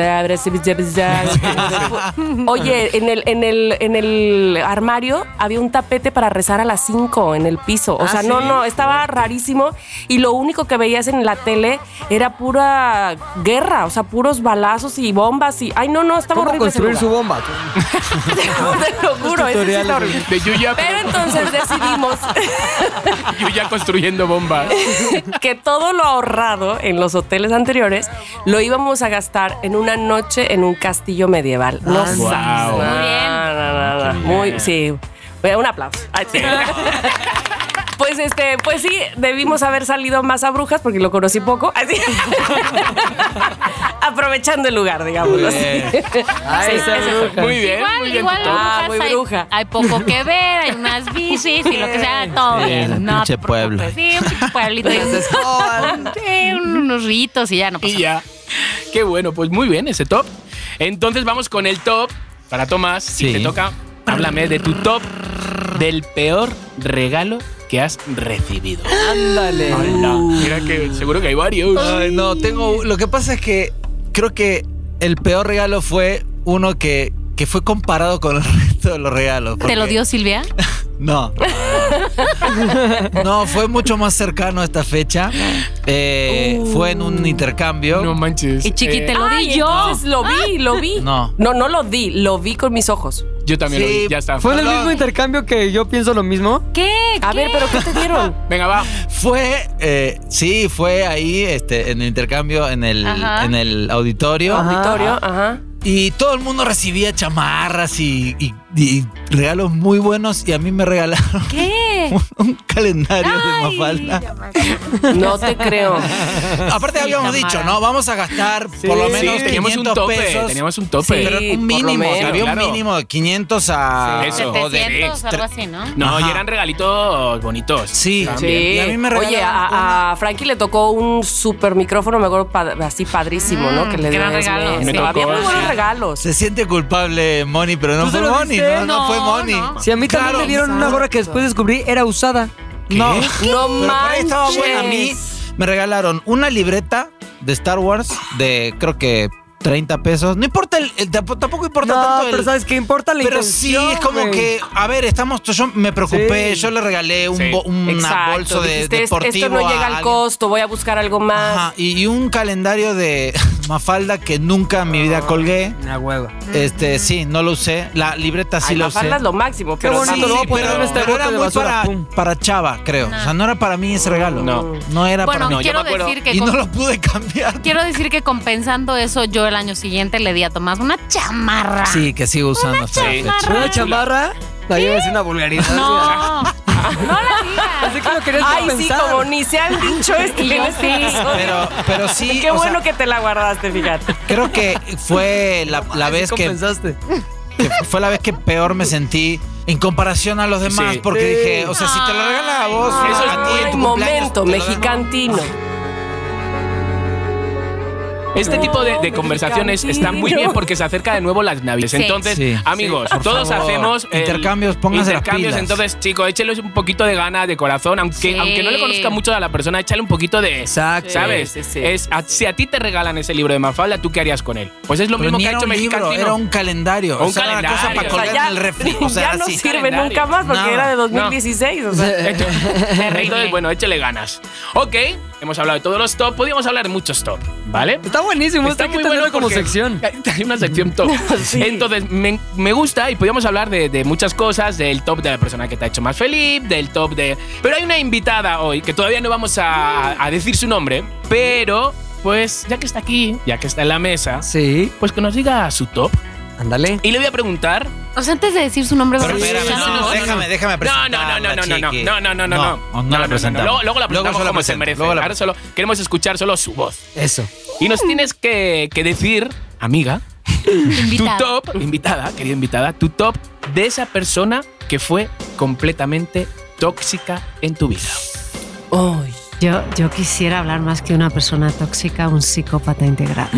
oye en el en el en el armario había un tapete para rezar a las 5 en el piso o sea no no estaba rarísimo y lo único que veías en la tele era pura guerra o sea puros balazos y bombas y ay no no estaba ¿Cómo horrible ese construir lugar. su bomba? te lo juro ese sí está horrible. De Yuya, pero entonces decidimos Yuya construyendo bombas. que todo lo ahorrado en los hoteles anteriores lo íbamos a gastar en una noche en un castillo medieval. No sabes. wow. No, no, no, no. Muy, sí. Bueno, Un aplauso. Ay, sí. Pues este, pues sí, debimos haber salido más a brujas porque lo conocí poco. Así. Aprovechando el lugar, digámoslo así. Ay, esa bruja. Muy bien. Pues Igual, muy bien igual, tu en top. Ah, Brujas muy hay- bruja. Hay, poco que ver, hay unas bicis y lo que sea, todo Sí, el bien. No pinche te preocupes. pueblo. Sí, un pinche pueblito. y Las un- escobas. sí, un- unos ritos y ya no pasa Y ya. Qué bueno, pues muy bien ese top. Entonces vamos con el top para Tomás. Si Sí. te toca, háblame de tu top del peor regalo que has recibido. Ándale. Hola. Mira que seguro que hay varios. Ay, no, tengo. Lo que pasa es que creo que el peor regalo fue uno que, que fue comparado con el resto de los regalos. nada. ¿Te lo porque- dio Silvia? No. No, fue mucho más cercano a esta fecha. Uh. Eh, fue en un intercambio. No manches. Y Chiqui te Eh, lo di yo. entonces lo vi, lo vi. No. No, no lo di, lo vi con mis ojos. Eh, Yo también lo Sí, di, ya está. ¿Fue en el Perdón. mismo intercambio que yo pienso lo mismo? ¿Qué? A ¿Qué? ver, pero ¿qué te dieron? Venga, va. Fue, eh, sí, fue ahí este, en el intercambio en el, Ajá. en el auditorio. Auditorio, ajá. Y todo el mundo recibía chamarras y, y- y regalos muy buenos. Y a mí me regalaron ¿Qué? un, un calendario Ay, de Mafalda. No te creo. Aparte habíamos Tamara. dicho, ¿no? Vamos a gastar por lo Sí, menos teníamos 500 un tope. pesos. Teníamos un tope. Sí. pero por un lo mínimo, o sea, menos. había un Claro. mínimo de 500 a... Sí, eso. o de 700 o extra. algo así, ¿no? No, Ajá. y eran regalitos bonitos. Sí. Sí. También. Y a mí me Oye, regalaron a, a Frankie le tocó un super micrófono, me acuerdo, pa- así padrísimo, ¿no? Mm, Que le dio gran Esme. regalo. Sí, Me tocó, Había muy buenos sí. regalos. Se siente culpable Moni, pero no ¿Tú se fue lo Moni, diste? no, no fue No, Moni. no. Si a mí Claro. también me dieron una gorra que después descubrí era usada. ¿Qué? No. No Pero por ahí estaba buena. A mí manches. me regalaron una libreta de Star Wars de creo que 30 pesos. No importa el, el- tampoco tampoco importa No, tanto el, pero ¿sabes qué importa la Pero sí, intención, es como güey. que, a ver, estamos, yo me preocupé, Sí. yo le regalé un, Sí. bo- una Exacto, bolso de dijiste, "Es- deportivo. Esto no a llega al alguien". costo, voy a buscar algo más. Ajá, y, y un calendario de Mafalda que nunca en mi vida colgué. Una hueva. Este, sí, no lo usé. La libreta sí Ay, lo la usé. falda es lo máximo, pero bonito, tanto lo voy a sí, poner pero, en este pero bote era de muy basura, para, pum. para Chava, creo. O sea, no era para mí ese regalo. No. No era Bueno, para yo mí. quiero me acuerdo. decir que Y con- no lo pude cambiar. quiero decir que compensando eso, yo el año siguiente le di a Tomás una Ah. chamarra. Sí, que sigo usando. hasta la Sí. fecha. Una chamarra, la iba a decir una vulgaridad. No, no la digas. Así que lo querías Ay, sí, compensar. como ni se han dicho este. Y yo en este sí. episodio. Pero, pero sí. Qué o sea, bueno que te la guardaste, fíjate. Creo que fue la, la Así vez que compensaste. que fue la vez que peor me sentí en comparación a los demás, Sí. porque Sí. dije, o sea, si te lo regalan a vos, Ay, eso es a ti en Ay, tu cumpleaños, momento te lo dan a- mexicantino. Este No, tipo de, de mexicantino. conversaciones están muy bien porque se acerca de nuevo las navidades. Sí. Entonces, Sí. amigos, Sí, por todos favor. hacemos el- Intercambios, pónganse las intercambios. pilas. Entonces, chicos, écheles un poquito de gana, de corazón, aunque, Sí. aunque no le conozca mucho a la persona, échale un poquito de. Exacto. ¿Sabes? Sí, sí, sí. Es, a- si a ti te regalan ese libro de Mafalda, ¿tú qué harías con él? Pues es lo Pero mismo ni que ha era hecho un libro, Mexicantino. era un calendario. Un o sea, era una cosa calendario. para O sea, colgar en el refri. O sea, ya era no así. sirve Calendario. nunca más porque Nada. era de 2016. O sea. Entonces, bueno, échale ganas. Ok, hemos hablado de todos los top. Podríamos hablar de muchos top, ¿vale? Está buenísimo, está, hay que tenerlo como porque sección. Hay una sección top. Sí. Entonces, me, me gusta y podíamos hablar de, de muchas cosas, del top de la persona que te ha hecho más feliz, del top de... Pero hay una invitada hoy que todavía no vamos a, a decir su nombre, pero pues ya que está aquí, ya que está en la mesa, Sí. pues que nos diga su top. Ándale. Y le voy a preguntar. O sea, antes de decir su nombre, Pero vamos a espérame, escuchar su no, voz. déjame, déjame presentar. No, no, no, no, no, no, no, no, no, no, no. No la presentamos. Luego, luego la presentamos yo la como se presento, merece. luego la- Mm. Ahora solo queremos escuchar solo su voz. Eso. Y nos tienes que, que decir, amiga, Invitada. tu top, invitada, querida invitada, tu top de esa persona que fue completamente tóxica en tu vida. Ay. Yo, yo quisiera hablar más que una persona tóxica, un psicópata integral.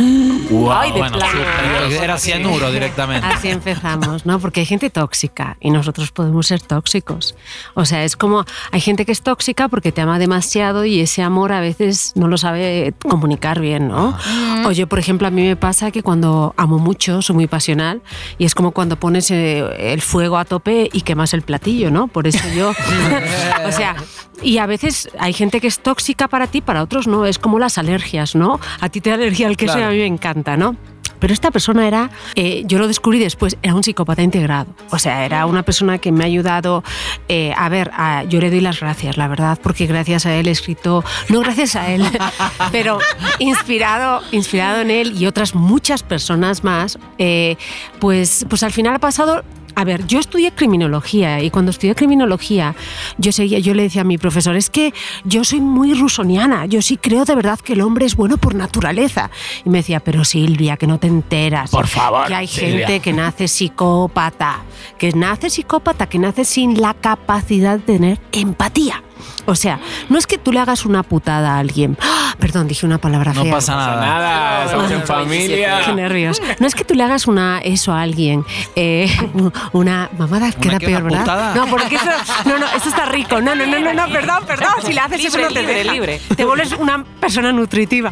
Wow, Ay, de bueno, plano. sí, era cianuro directamente. Ah, Así empezamos, ¿no? Porque hay gente tóxica y nosotros podemos ser tóxicos. O sea, es como hay gente que es tóxica porque te ama demasiado y ese amor a veces no lo sabe comunicar bien, ¿no? O yo, por ejemplo, a mí me pasa que cuando amo mucho, soy muy pasional y es como cuando pones eh, el fuego a tope y quemas el platillo, ¿no? Por eso yo. o sea, y a veces hay gente que es tóxica para ti, para otros no. Es como las alergias, ¿no? A ti te da alergia al queso y a mí me encanta, ¿no? Pero esta persona era, eh, yo lo descubrí después, era un psicópata integrado. O sea, era una persona que me ha ayudado. eh, a ver, a- yo le doy las gracias, la verdad, porque gracias a él he escrito, no gracias a él, pero inspirado, inspirado en él y otras muchas personas más, eh, pues, pues al final ha pasado a ver, yo estudié criminología y cuando estudié criminología, yo seguía, yo le decía a mi profesor, es que yo soy muy rusoniana, yo sí creo de verdad que el hombre es bueno por naturaleza. Y me decía, pero Silvia, que no te enteras. Por favor, Que hay Silvia. gente que nace psicópata, que nace psicópata, que nace sin la capacidad de tener empatía. O sea, no es que tú le hagas una putada a alguien. ¡Ah! Perdón, dije una palabra No fea. pasa nada. Nada, estamos en Qué familia. nervios. No es que tú le hagas una eso a alguien, eh, una mamada queda que peor, una ¿verdad? putada. No, porque eso, no, no, eso está rico. No, no, no, no, no, perdón, perdón. Si le haces eso no te libre, deja. libre. Te vuelves una persona nutritiva.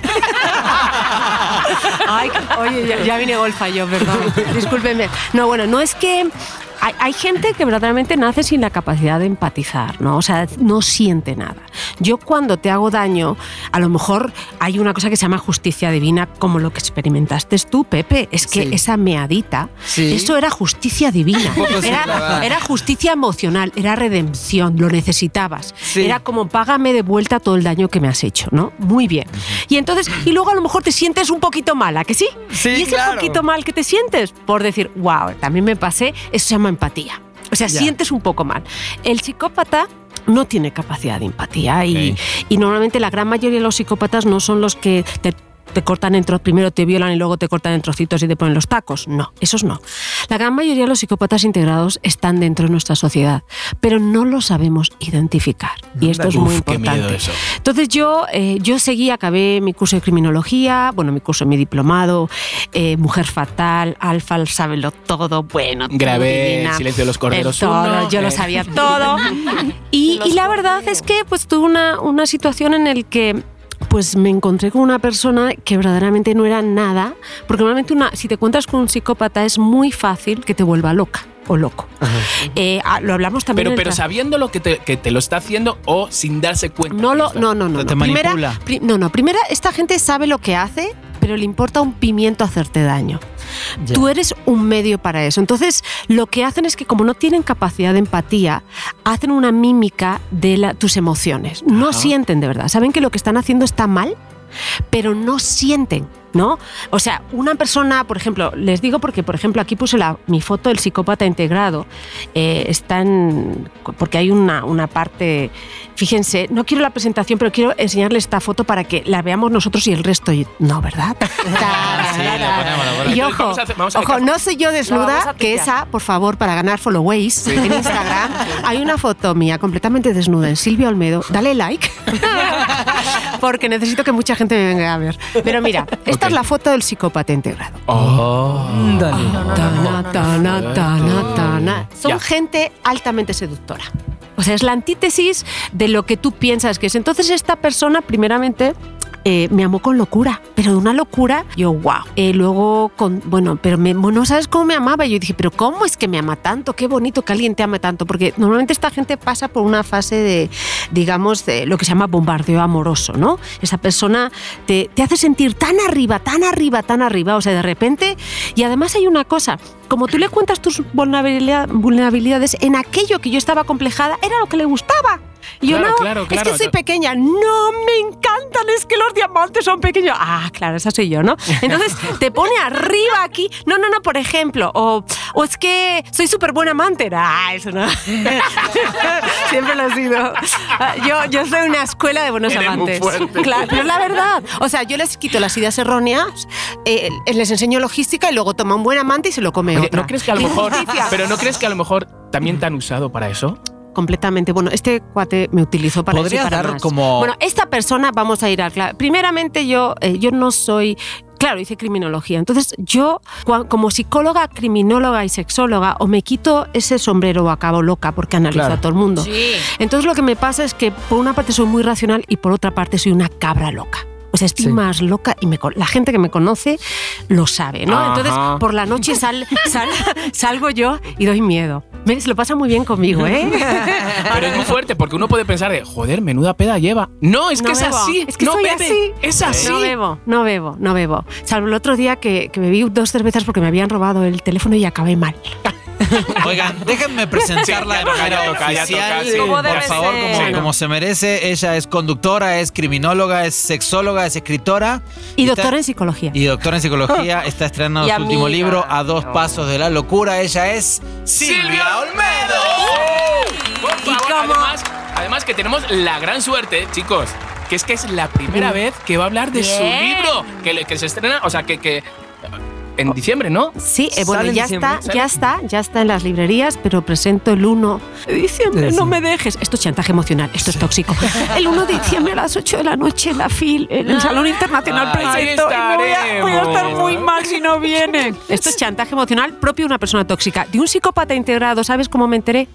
Ay, oye, ya, ya vine golfa yo, perdón. Discúlpenme. No, bueno, no es que. Hay, hay gente que verdaderamente nace sin la capacidad de empatizar, ¿no? O sea, no siente nada. Yo cuando te hago daño, a lo mejor hay una cosa que se llama justicia divina, como lo que experimentaste tú, Pepe. Es que Sí. esa meadita, Sí. eso era justicia divina. poco sí, la Era, verdad. era justicia emocional, era redempción, lo necesitabas. Sí. Era como págame de vuelta todo el daño que me has hecho, ¿no? Muy bien. Y entonces, y luego a lo mejor te sientes un poquito mala, que sí? Sí, y ese claro. poquito mal que te sientes, por decir, wow, también me pasé, eso se llama empatía. O sea, Ya. sientes un poco mal. El psicópata no tiene capacidad de empatía y, Ok. y normalmente la gran mayoría de los psicópatas no son los que te, te cortan en trocitos, primero te violan y luego te cortan en trocitos y te ponen los tacos. No, esos no. La gran mayoría de los psicópatas integrados están dentro de nuestra sociedad, pero no lo sabemos identificar. Y esto es muy Uf, qué importante. miedo eso. Entonces yo, eh, yo seguí, acabé mi curso de criminología, bueno, mi curso, mi diplomado, eh, Mujer Fatal, Alfa, sábelo todo, bueno. Grabé divina. El silencio de los corderos Eh, todo, uno, yo eh. lo sabía todo. Y, y la verdad es que pues tuve una, una situación en el que pues me encontré con una persona que verdaderamente no era nada, porque normalmente una, si te encuentras con un psicópata es muy fácil que te vuelva loca o loco. Eh, ah, lo hablamos también Pero, en el pero tra- sabiendo lo que te, que te lo está haciendo o sin darse cuenta. no que lo, está- no, no, no. Te no. Primera- manipula. pri- no, no. Primera, esta gente sabe lo que hace, pero le importa un pimiento hacerte daño. Ya. Tú eres un medio para eso. Entonces, lo que hacen es que como no tienen capacidad de empatía, hacen una mímica de la- tus emociones. No sienten de verdad. Saben que lo que están haciendo está mal, pero no sienten, ¿no? O sea, una persona, por ejemplo, les digo porque, por ejemplo, aquí puse la- mi foto del psicópata integrado, eh, está en- porque hay una, una parte, fíjense, no quiero la presentación, pero quiero enseñarles esta foto para que la veamos nosotros y el resto, y- no, ¿verdad? Sí, la ponemos, la ponemos. Ah, Y Entonces, ojo, vamos a hacer- vamos a ojo, dejar- no soy yo La vamos desnuda, a que picar. esa, por favor, para ganar followays en Instagram, hay una foto mía completamente desnuda en Silvia Olmedo. Dale like, porque necesito que mucha gente me venga a ver. Pero mira, esta es la foto del psicópata integrado. Oh. Ándale. Tana, tana, tana, tana. Son Ya. gente altamente seductora. O sea, es la antítesis de lo que tú piensas que es. Entonces, esta persona, primeramente. eh, me amó con locura, pero de una locura, yo, wow. Eh, luego, con, bueno, pero me, no sabes cómo me amaba. Yo dije, pero ¿cómo es que me ama tanto? Qué bonito que alguien te ama tanto. Porque normalmente esta gente pasa por una fase de, digamos, de lo que se llama bombardeo amoroso, ¿no? Esa persona te, te hace sentir tan arriba, tan arriba, tan arriba. O sea, de repente y además hay una cosa, como tú le cuentas tus vulnerabilidad- vulnerabilidades, en aquello que yo estaba complejada era lo que le gustaba. Y yo Claro, no, claro, es claro, que soy claro. pequeña. No, me encantan, es que los diamantes son pequeños. Ah, claro, esa soy yo, ¿no? Entonces te pone arriba aquí. No, no, no, por ejemplo. O, o es que soy súper buena amante. Ah, eso no. Siempre lo he sido. Ah, Yo, yo soy una escuela de buenos Eres muy amantes. fuerte. Claro, pero es la verdad. O sea, yo les quito las ideas erróneas, eh, les enseño logística y luego toma un buen amante y se lo come Oye, otra. ¿No crees que a lo mejor. Injusticia. Pero no crees que a lo mejor también te han usado para eso? completamente. Bueno, este cuate me utilizó para eso y ¿Podrías para dar más. como- Bueno, esta persona vamos a ir al claro. Primeramente yo eh, yo no soy Claro, hice criminología. Entonces, yo, cua- como psicóloga, criminóloga y sexóloga, o me quito ese sombrero o acabo loca porque analizo Claro. a todo el mundo. Sí. Entonces, lo que me pasa es que, por una parte, soy muy racional y por otra parte, soy una cabra loca. O sea, estoy Sí. más loca y me, con- la gente que me conoce lo sabe, ¿no? Ajá. Entonces, por la noche sal, sal- salgo yo y doy miedo. ¿Ves? Lo pasa muy bien conmigo, ¿eh? Pero es muy fuerte porque uno puede pensar de, joder, menuda peda lleva. No, es que No es bebo. así. Es que no soy bebe. así. Es así. No bebo, no bebo, no bebo. Salvo el otro día que, que bebí dos cervezas porque me habían robado el teléfono y acabé mal. Oigan, déjenme presentarla de Sí, ya manera toca, ya toca, oficial, sí. Como por debe favor, ser. como, Bueno. como se merece. Ella es conductora, es criminóloga, es sexóloga, es escritora. Y está- doctor en psicología. Y doctora en psicología, está estrenando Y su último amiga. libro, A dos No. pasos de la locura. Ella es Silvia Olmedo. Por favor, cómo? además, además que tenemos la gran suerte, chicos, que es que es la primera vez que va a hablar de su Bien. libro, que, le- que se estrena, o sea, que, que en diciembre, ¿no? Sí, eh, bueno, Sale en ya diciembre, está, sale. ya está, ya está en las librerías, pero presento el 1 de diciembre, Sí, no sí. me dejes. Esto es chantaje emocional, esto es tóxico. El 1 de diciembre a las 8 de la noche en la FIL, en el Salón Internacional Ahí presento. y me voy, a, voy a estar estaremos. muy mal si no vienen. Esto es chantaje emocional propio de una persona tóxica, de un psicópata integrado, ¿sabes cómo me enteré?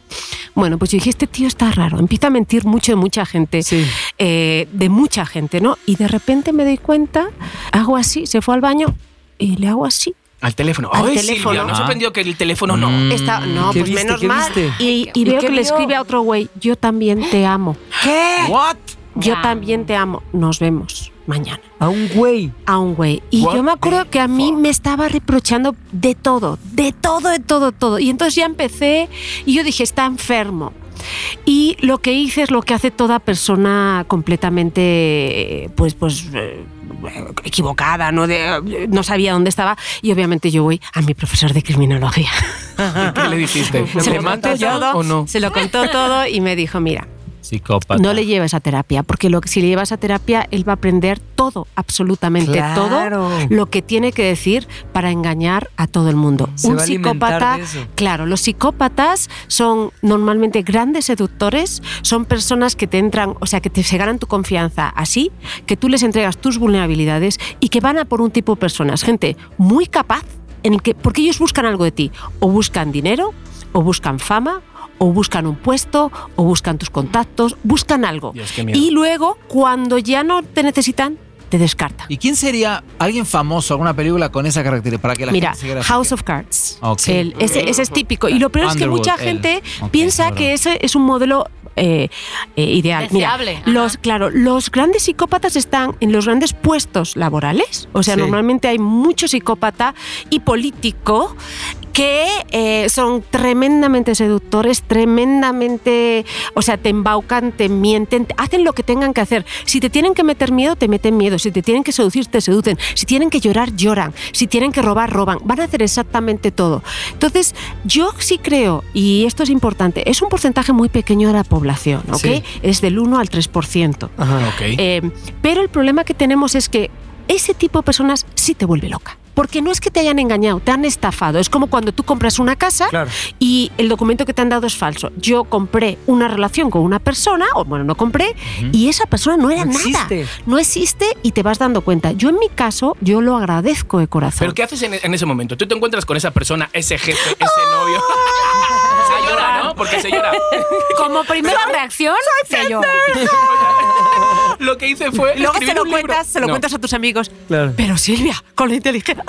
Bueno, pues yo dije, este tío está raro, empieza a mentir mucho de mucha gente, Sí. eh, de mucha gente, ¿no? Y de repente me doy cuenta, hago así, se fue al baño y le hago así. Al teléfono. Al Ay, teléfono. Silvia, no Ah. sorprendió que el teléfono no. Mm. Está- no, ¿Qué pues viste? menos ¿Qué mal. viste? Y, y ¿Y veo qué que le vio? escribe a otro güey, yo también te amo. What? Yo Ya. también te amo. Nos vemos mañana. A un güey. A un güey. Y What yo me acuerdo the que a mí fuck? me estaba reprochando de todo, de todo, de todo, todo. Y entonces ya empecé y yo dije, está enfermo. Y lo que hice es lo que hace toda persona completamente, eh, pues, pues, eh, equivocada, ¿no? De- eh, no sabía dónde estaba. Y obviamente yo voy a mi profesor de criminología. ¿Qué le dijiste? Se ¿Te lo mato contó ya todo, o no? Se lo contó todo y me dijo, mira, Psicópata. no le lleves a terapia, porque lo que, si le llevas a terapia, él va a aprender todo, absolutamente Claro. todo, lo que tiene que decir para engañar a todo el mundo. Se Un va a alimentar psicópata, de eso. claro, los psicópatas son normalmente grandes seductores, son personas que te entran, o sea, que te, se ganan tu confianza así, que tú les entregas tus vulnerabilidades y que van a por un tipo de personas, gente muy capaz, en el que, porque ellos buscan algo de ti, o buscan dinero, o buscan fama, o buscan un puesto, o buscan tus contactos, buscan algo. Dios, qué miedo. Y luego, cuando ya no te necesitan, te descartan. ¿Y quién sería alguien famoso, alguna película con esa característica? Para que la Mira, gente se quiera- House of Cards. Ok. El- ese, ese es típico. Y lo peor es que Underwood, mucha el- gente ok, piensa claro. que ese es un modelo eh, eh, ideal. Mira, Deseable, ajá. los, claro, los grandes psicópatas están en los grandes puestos laborales. O sea, Sí. normalmente hay mucho psicópata y político que eh, son tremendamente seductores, tremendamente, o sea, te embaucan, te mienten, te- hacen lo que tengan que hacer. Si te tienen que meter miedo, te meten miedo. Si te tienen que seducir, te seducen. Si tienen que llorar, lloran. Si tienen que robar, roban. Van a hacer exactamente todo. Entonces, yo sí creo, y esto es importante, es un porcentaje muy pequeño de la población, ¿ok? Sí. Es del 1 al 3%. Ajá. Ok. Eh, pero el problema que tenemos es que ese tipo de personas sí te vuelve loca. Porque no es que te hayan engañado, te han estafado. Es como cuando tú compras una casa Claro. y el documento que te han dado es falso. Yo compré una relación con una persona, o bueno, no compré, y esa persona no era No nada. existe. No existe y te vas dando cuenta. Yo en mi caso, yo lo agradezco de corazón. ¿Pero qué haces en, en ese momento? Tú te encuentras con esa persona, ese jefe, ese novio. se llora, ¿no? Porque se llora. Como primera reacción, se llora. Lo que hice fue. Luego escribir se lo un libro. cuentas, se lo No. cuentas a tus amigos. Claro. Pero Silvia, con la inteligencia.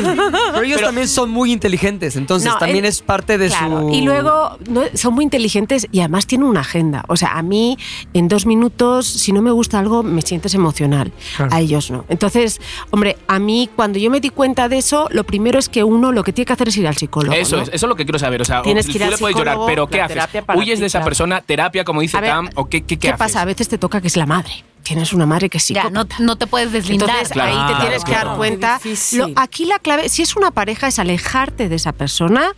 Pero ellos también son muy inteligentes, entonces No, también el- es parte de Claro, su. Y luego no, son muy inteligentes y además tienen una agenda. O sea, a mí en dos minutos, si no me gusta algo, me sientes emocional. Claro. A ellos no. Entonces, hombre, a mí cuando yo me di cuenta de eso, lo primero es que uno lo que tiene que hacer es ir al psicólogo. Eso ¿no? es, eso es lo que quiero saber. O sea, Tienes tú que ir al le puedes llorar, psicólogo, pero ¿qué la haces? terapia para ¿Huyes ti, de esa claro. persona? ¿Terapia, como dice A ver, Tam? ¿O qué, qué, qué ¿Qué, haces? pasa? A veces te toca que es la madre. Tienes una madre que es Ya, psicópata. no, no te puedes deslindar. Entonces Claro, ahí te claro, tienes que claro. dar cuenta. Qué difícil. Lo- aquí la clave, si es una pareja, es alejarte de esa persona,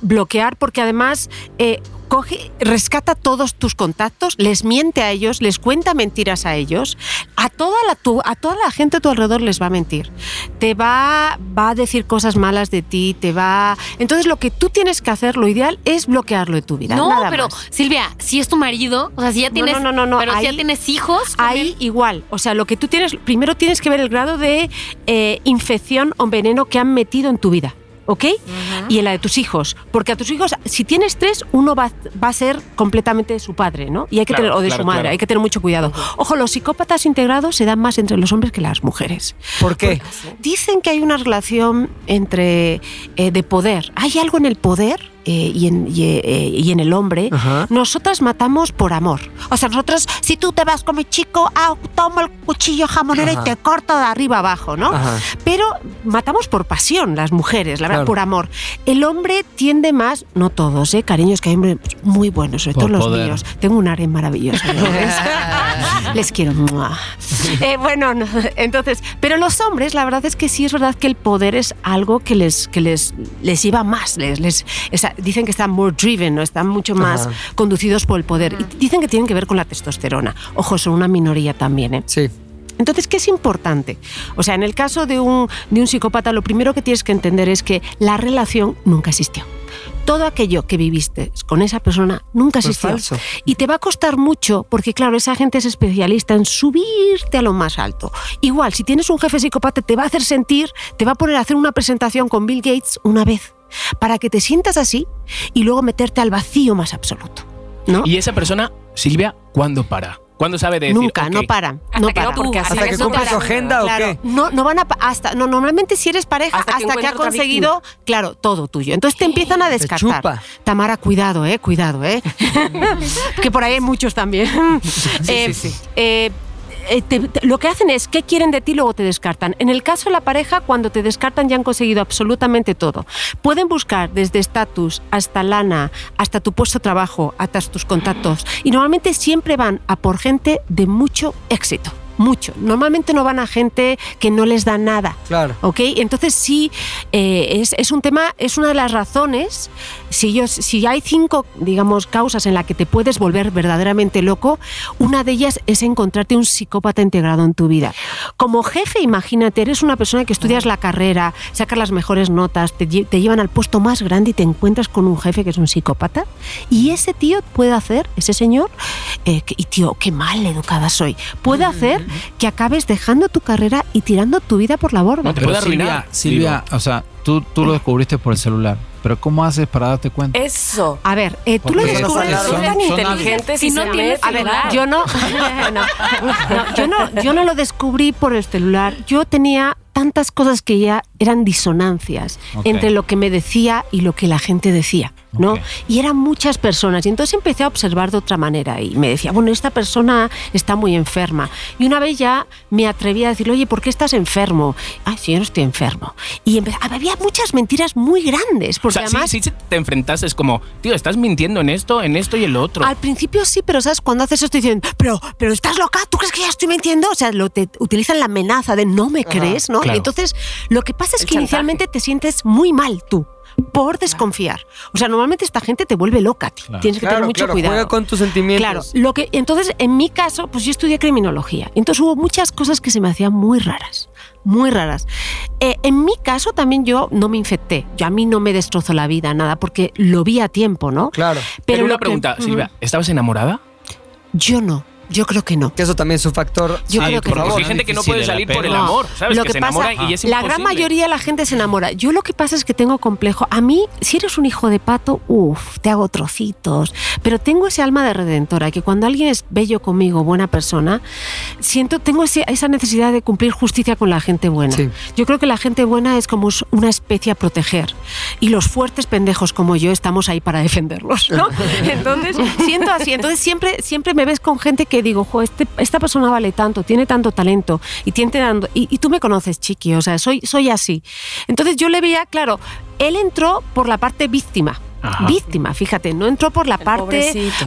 bloquear, porque además eh, coge, rescata todos tus contactos, les miente a ellos, les cuenta mentiras a ellos. A toda la, tu- a toda la gente a tu alrededor les va a mentir. Te va, va a decir cosas malas de ti, te va. Entonces lo que tú tienes que hacer, lo ideal, es bloquearlo de tu vida. No, nada pero más. Silvia, si es tu marido, o sea, si ya No, tienes, no, no, no, no, pero si ya ahí- tienes hijos, Ahí igual, o sea, lo que tú tienes, primero tienes que ver el grado de eh, infección o veneno que han metido en tu vida, ¿ok? Y en la de tus hijos, porque a tus hijos, si tienes tres, uno va, va a ser completamente de su padre, ¿no? Y hay que Claro, tener, o de claro, su madre, claro. hay que tener mucho cuidado. Ojo, los psicópatas integrados se dan más entre los hombres que las mujeres. ¿Por qué? Dicen que hay una relación entre eh, de poder. Hay algo en el poder eh, y, en, y, eh, y en el hombre. Ajá. Nosotras matamos por amor. O sea, nosotros, si tú te vas con mi chico, ah, tomo el cuchillo jamonero Ajá. y te corto de arriba abajo, ¿no? Ajá. Pero matamos por pasión las mujeres, la verdad, Claro. por amor. El hombre tiende más, no todos, ¿eh? Cariños, que hay hombres muy buenos, sobre Por todo los poder. míos. Tengo un área maravilloso. de hombres. Les quiero. ¡mua! Eh, bueno, no, entonces, pero los hombres, la verdad es que sí es verdad que el poder es algo que les, que les, les iba más. Les, les, esa- dicen que están more driven, ¿no? están mucho más Ajá. conducidos por el poder. Y dicen que tienen que ver con la testosterona. Ojo, son una minoría también. ¿eh? Sí. Entonces, ¿qué es importante? O sea, en el caso de un, de un psicópata, lo primero que tienes que entender es que la relación nunca existió. Todo aquello que viviste con esa persona nunca Fue existió. falso. Y te va a costar mucho, porque claro, esa gente es especialista en subirte a lo más alto. Igual, si tienes un jefe psicópata, te va a hacer sentir, te va a poner a hacer una presentación con Bill Gates una vez, para que te sientas así y luego meterte al vacío más absoluto. ¿No? ¿Y esa persona, Silvia, cuándo para? ¿Cuándo sabe de decir, Nunca, "Ok"? no paran. Hasta no que no paran. tú, Así ¿Hasta es, que no cumpla para su nada. agenda o Claro, qué? No, no van a pa- hasta no normalmente si eres pareja Hasta hasta que que, encuentra ha otra conseguido, claro, todo tuyo. Entonces te empiezan a descartar. chupa. Tamara, cuidado, eh, cuidado, eh. que por ahí hay muchos también. Eh, eh, eh, te- te- lo que hacen es, ¿qué quieren de ti? Luego te descartan. En el caso de la pareja, cuando te descartan ya han conseguido absolutamente todo. Pueden buscar desde estatus hasta lana, hasta tu puesto de trabajo, hasta tus contactos. Y normalmente siempre van a por gente de mucho éxito. Mucho. Normalmente no van a gente que no les da nada. Claro. ¿Ok? Entonces sí, eh, es, es un tema, es una de las razones, si, yo, si hay cinco, digamos, causas en las que te puedes volver verdaderamente loco, una de ellas es encontrarte un psicópata integrado en tu vida. Como jefe, imagínate, eres una persona que estudias la carrera, sacas las mejores notas, te, lle- te llevan al puesto más grande y te encuentras con un jefe que es un psicópata, y ese tío puede hacer, ese señor, eh, que- y tío, qué mal educada soy, puede hacer que acabes dejando tu carrera y tirando tu vida por la borda. No te puede arruinar. Silvia, o sea, tú, tú lo descubriste por el celular, pero ¿cómo haces para darte cuenta? Eso. A ver, eh, tú Porque lo son descubres. salados. Son tan son inteligentes y no hábiles. Si no tienes tienes A ver, yo no, no, no, yo no, yo no lo descubrí por el celular. Yo tenía tantas cosas que ya eran disonancias Ok. entre lo que me decía y lo que la gente decía, ¿no? Ok. Y eran muchas personas. Y entonces empecé a observar de otra manera y me decía, bueno, esta persona está muy enferma. Y una vez ya me atreví a decirle, oye, ¿por qué estás enfermo? Ah, sí, yo no estoy enfermo. Y empe- había muchas mentiras muy grandes, O porque sea, sí- además sí, te enfrentaste, es como, tío, estás mintiendo en esto, en esto y el otro. Al principio sí, pero sabes, cuando haces esto dicen, pero, pero estás loca, ¿tú crees que ya estoy mintiendo? O sea, lo te utilizan la amenaza de no me crees, ¿no? Claro. Y entonces lo que pasa es El que chantaje. inicialmente te sientes muy mal tú por desconfiar. O sea, normalmente esta gente te vuelve loca, tío. Claro. tienes que tener mucho cuidado. Juega con tus sentimientos. Claro, lo que entonces en mi caso, pues yo estudié criminología. Entonces hubo muchas cosas que se me hacían muy raras, muy raras. Eh, en mi caso también yo no me infecté. Yo a mí no me destrozó la vida nada porque lo vi a tiempo, ¿no? Claro. pero, lo una que- pregunta, Ujú. Silvia, ¿estabas enamorada? Yo no. Yo creo que no. Que eso también es un factor. ah, Yo Sí, creo que por no. favor, Porque hay es gente que no difícil puede el salir por el apego. amor, ¿sabes? Lo que, se enamora y es la gran imposible. mayoría de la gente se enamora. Yo lo que pasa es que tengo complejo. A mí, si eres un hijo de pato, uff, te hago trocitos. Pero tengo ese alma de redentora, que cuando alguien es bello conmigo, buena persona, siento, tengo ese- esa necesidad de cumplir justicia con la gente buena. Sí. Yo creo que la gente buena es como us- una especie a proteger. Y los fuertes pendejos como yo estamos ahí para defenderlos, ¿no? Entonces, siento así. Entonces, siempre, siempre me ves con gente que digo, jo, este- esta persona vale tanto, tiene tanto talento y tiene tanto- Y, y tú me conoces, chiqui, o sea, soy, soy así. Entonces, yo le veía, claro, él entró por la parte víctima. Víctima, fíjate, no entró por la parte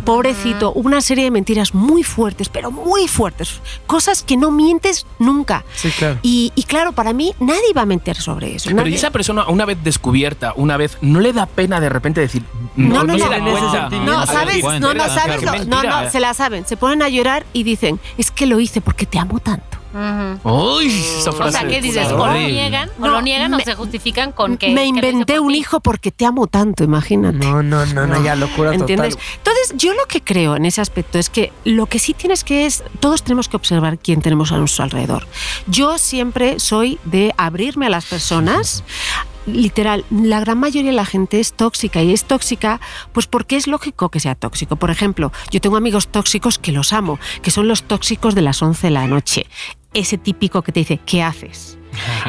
pobrecito. pobrecito, una serie de mentiras muy fuertes, pero muy fuertes, cosas que no mientes nunca. Sí, claro. Y, y claro, para mí nadie va a mentir sobre eso. Pero nadie. ¿y esa persona, una vez descubierta, una vez, ¿no le da pena de repente decir, No, no, se no. da en ese cuenta? sentimiento. No, Ah, sabes, bueno, no, no, claro, sabes, claro. lo- no, no, Mentira. se la saben, se ponen a llorar y dicen, es que lo hice porque te amo tanto. Uy, esa O frase sea, ¿qué de dices? O culo. lo Horrible. niegan, o No, lo niegan o me- se justifican con que. Me que lo hice inventé por un ti. hijo porque te amo tanto, imagínate. No, no, no, no, ya locura ¿Entiendes? total. Entonces, yo lo que creo en ese aspecto es que lo que sí tienes que es, todos tenemos que observar quién tenemos a nuestro alrededor. Yo siempre soy de abrirme a las personas. Literal, la gran mayoría de la gente es tóxica y es tóxica pues porque es lógico que sea tóxico. Por ejemplo, yo tengo amigos tóxicos que los amo, que son los tóxicos de las 11 de la noche. Ese típico que te dice, ¿qué haces?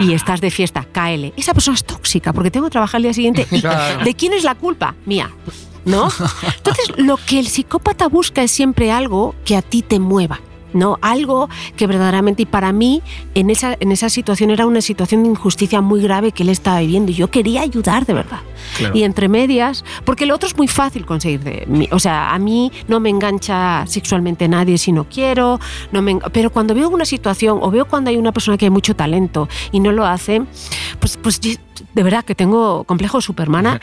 Y estás de fiesta, cáele. Esa persona es tóxica porque tengo que trabajar el día siguiente y Claro. ¿De quién es la culpa? Mía. ¿No? Entonces, lo que el psicópata busca es siempre algo que a ti te mueva. No, algo que verdaderamente, y para mí, en esa, en esa situación era una situación de injusticia muy grave que él estaba viviendo. y Yo quería ayudar de verdad. Y entre medias, porque lo otro es muy fácil conseguir de mí. O sea, a mí no me engancha sexualmente nadie si no quiero. No me, en- pero cuando veo una situación o veo cuando hay una persona que hay mucho talento y no lo hace, pues, pues yo- de verdad que tengo complejo de supermana.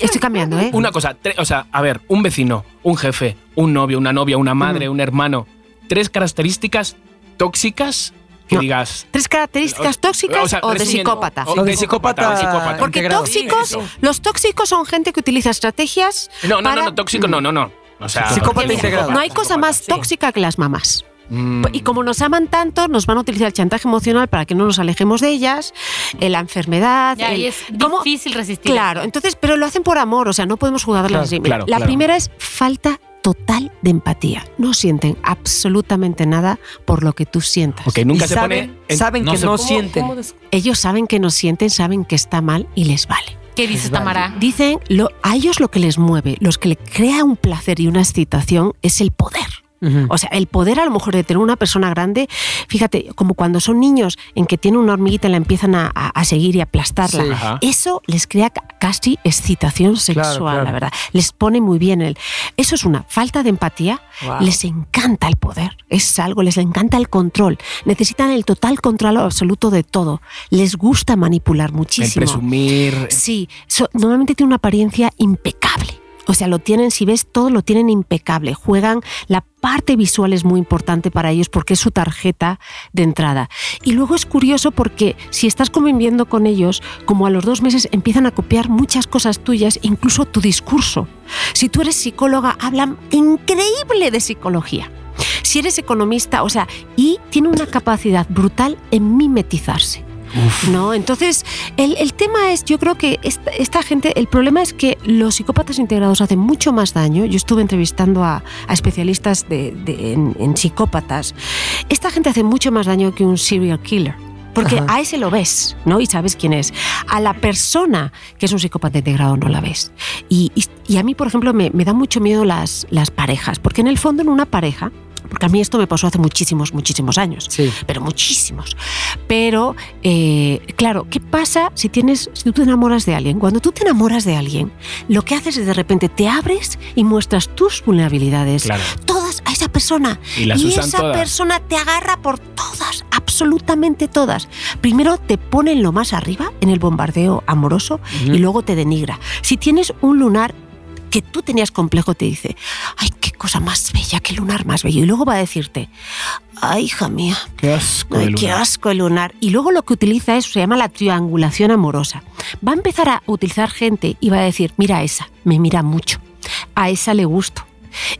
Estoy cambiando, ¿eh? Una cosa, tre- o sea, a ver, un vecino, un jefe, un novio, una novia, una madre, un hermano, tres características tóxicas que No. digas. Tres características tóxicas o, sea, de resumiendo, psicópata. o Lo de de psicópata. o psicópata. psicópata. Porque integrado. tóxicos, Sí, eso. los tóxicos son gente que utiliza estrategias. No, no, para- no, no, tóxico, no, no, no. O sea, Psicópata porque- integrado. No hay cosa psicópata, más sí. tóxica que las mamás. Mm. Y como nos aman tanto, nos van a utilizar el chantaje emocional para que no nos alejemos de ellas, eh, la enfermedad. Ya, el- y es ¿Cómo? difícil resistir. Claro, entonces, pero lo hacen por amor, o sea, no podemos jugarlas Claro, así. claro, la claro. primera es falta total de empatía. No sienten absolutamente nada por lo que tú sientas. Ok, nunca Y se saben, pone. en- saben no que se- no ¿Cómo- sienten. Ellos saben que no sienten, saben que está mal y les vale. ¿Qué dices, Tamara? Dicen, lo, a ellos lo que les mueve, los que le crea un placer y una excitación es el poder. Ujú. O sea, el poder a lo mejor de tener una persona grande, fíjate, como cuando son niños en que tienen una hormiguita y la empiezan a, a- a seguir y aplastarla. Sí. Ajá. Eso les crea ca- casi excitación sexual, claro. la verdad. Les pone muy bien el. Eso es una falta de empatía. Wow. Les encanta el poder. Es algo, les encanta el control. Necesitan el total control absoluto de todo. Les gusta manipular En muchísimo. presumir. Sí, so- normalmente tiene una apariencia impecable. O sea, lo tienen, si ves todo, lo tienen impecable. Juegan, la parte visual es muy importante para ellos porque es su tarjeta de entrada. Y luego es curioso porque si estás conviviendo con ellos, como a los dos meses empiezan a copiar muchas cosas tuyas, incluso tu discurso. Si tú eres psicóloga, hablan increíble de psicología. Si eres economista, o sea, y tiene una capacidad brutal en mimetizarse. ¿no? Entonces, el, el tema es, yo creo que esta, esta gente, el problema es que los psicópatas integrados hacen mucho más daño. Yo estuve entrevistando a, a especialistas de- de- en, en psicópatas. Esta gente hace mucho más daño que un serial killer. Porque Ajá. a ese lo ves, ¿no? Y sabes quién es. A la persona que es un psicópata integrado no la ves. Y, y- y a mí, por ejemplo, me, me dan mucho miedo las, las parejas. Porque en el fondo, en una pareja, porque a mí esto me pasó hace muchísimos, muchísimos años Sí. pero muchísimos. Pero, eh, claro, ¿qué pasa si tienes, si tú te enamoras de alguien? Cuando tú te enamoras de alguien, lo que haces es de repente te abres y muestras tus vulnerabilidades, Claro. todas a esa persona. Y las y usan esa todas. persona te agarra por todas, absolutamente todas. Primero te ponen lo más arriba en el bombardeo amoroso y luego te denigra. Si tienes un lunar que tú tenías complejo, te dice, ay, qué cosa más bella, qué lunar más bello. Y luego va a decirte, ay, hija mía, Qué asco. Ay, de qué lunar. asco el lunar. Y luego lo que utiliza es, se llama la triangulación amorosa. Va a empezar a utilizar gente y va a decir, mira a esa, me mira mucho, a esa le gusto,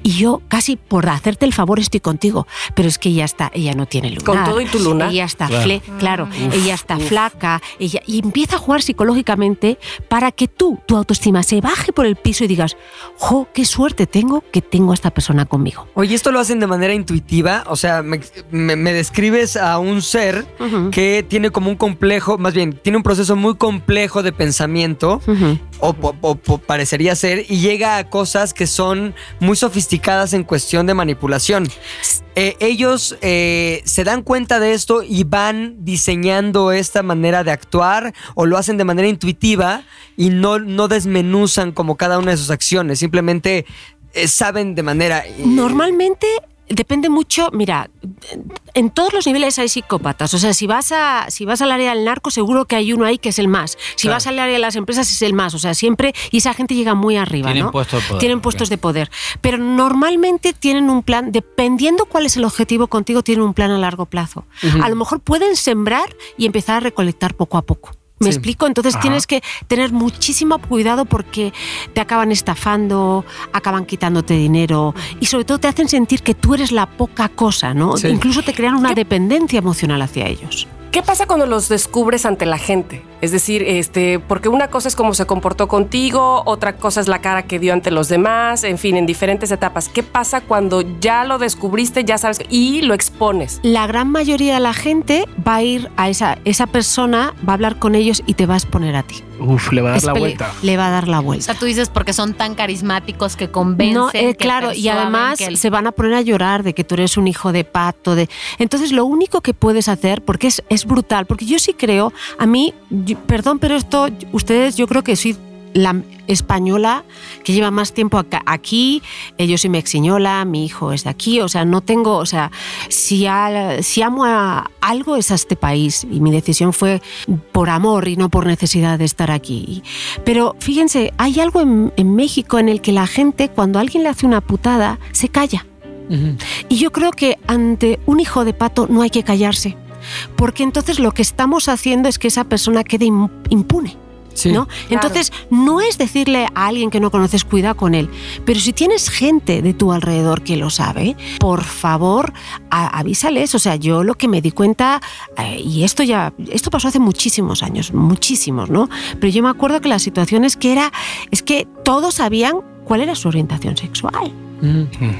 y yo casi por hacerte el favor estoy contigo, pero es que ella está, ella no tiene lunar. Con todo y tu lunar. Mm. Ella está Claro. fle- claro, ella está flaca, ella y empieza a jugar psicológicamente para que tú, tu autoestima se baje por el piso y digas, "Jo, qué suerte tengo que tengo a esta persona conmigo." Oye, ¿esto lo hacen de manera intuitiva? O sea, me, me- me describes a un ser Ujú. que tiene como un complejo, más bien, tiene un proceso muy complejo de pensamiento, Ujú. o, po- po- po- parecería ser, y llega a cosas que son muy sofisticadas en cuestión de manipulación. Eh, ellos eh, se dan cuenta de esto y van diseñando esta manera de actuar, o lo hacen de manera intuitiva y no, no desmenuzan como cada una de sus acciones, simplemente... eh, saben de manera eh, Normalmente depende mucho, mira, en todos los niveles hay psicópatas. O sea, si vas a, si vas al área del narco, seguro que hay uno ahí que es el más. Si vas al área de las empresas, es el más. O sea, siempre, y esa gente llega muy arriba, Tienen ¿no? puestos de poder, Tienen ok. puestos de poder. Pero normalmente tienen un plan, dependiendo cuál es el objetivo contigo, tienen un plan a largo plazo. A lo mejor pueden sembrar y empezar a recolectar poco a poco. ¿Me Sí. explico? Entonces tienes que tener muchísimo cuidado porque te acaban estafando, acaban quitándote dinero y sobre todo te hacen sentir que tú eres la poca cosa, ¿no? Sí. Incluso te crean una dependencia emocional hacia ellos. ¿Qué pasa cuando los descubres ante la gente? Es decir, este, porque una cosa es cómo se comportó contigo, otra cosa es la cara que dio ante los demás, en fin, en diferentes etapas. ¿Qué pasa cuando ya lo descubriste, ya sabes, y lo expones? La gran mayoría de la gente va a ir a esa, esa persona, va a hablar con ellos y te va a exponer a ti. Uf, le va a dar la Es peli- vuelta. Le va a dar la O vuelta. sea, tú dices porque son tan carismáticos que convencen. No, eh, que claro, y persuaden, además que el- se van a poner a llorar de que tú eres un hijo de pato, de entonces lo único que puedes hacer, porque es, es brutal, porque yo sí creo, a mí, yo- perdón, pero esto, ustedes, yo creo que soy la española que lleva más tiempo acá- aquí, eh, yo soy mexiñola, mi hijo es de aquí, o sea, no tengo, o sea, si, al- si amo a algo es a este país y mi decisión fue por amor y no por necesidad de estar aquí. Y- pero fíjense, hay algo en, en México en el que la gente, cuando alguien le hace una putada, se calla. Y yo creo que ante un hijo de pato no hay que callarse. Porque entonces lo que estamos haciendo es que esa persona quede im- impune. Sí. ¿no? Entonces, no es decirle a alguien que no conoces, cuida con él. Pero si tienes gente de tu alrededor que lo sabe, por favor, a- avísales. O sea, yo lo que me di cuenta, eh, y esto ya, esto pasó hace muchísimos años, muchísimos, ¿no? Pero yo me acuerdo que la situación es que era, es que todos sabían cuál era su orientación sexual.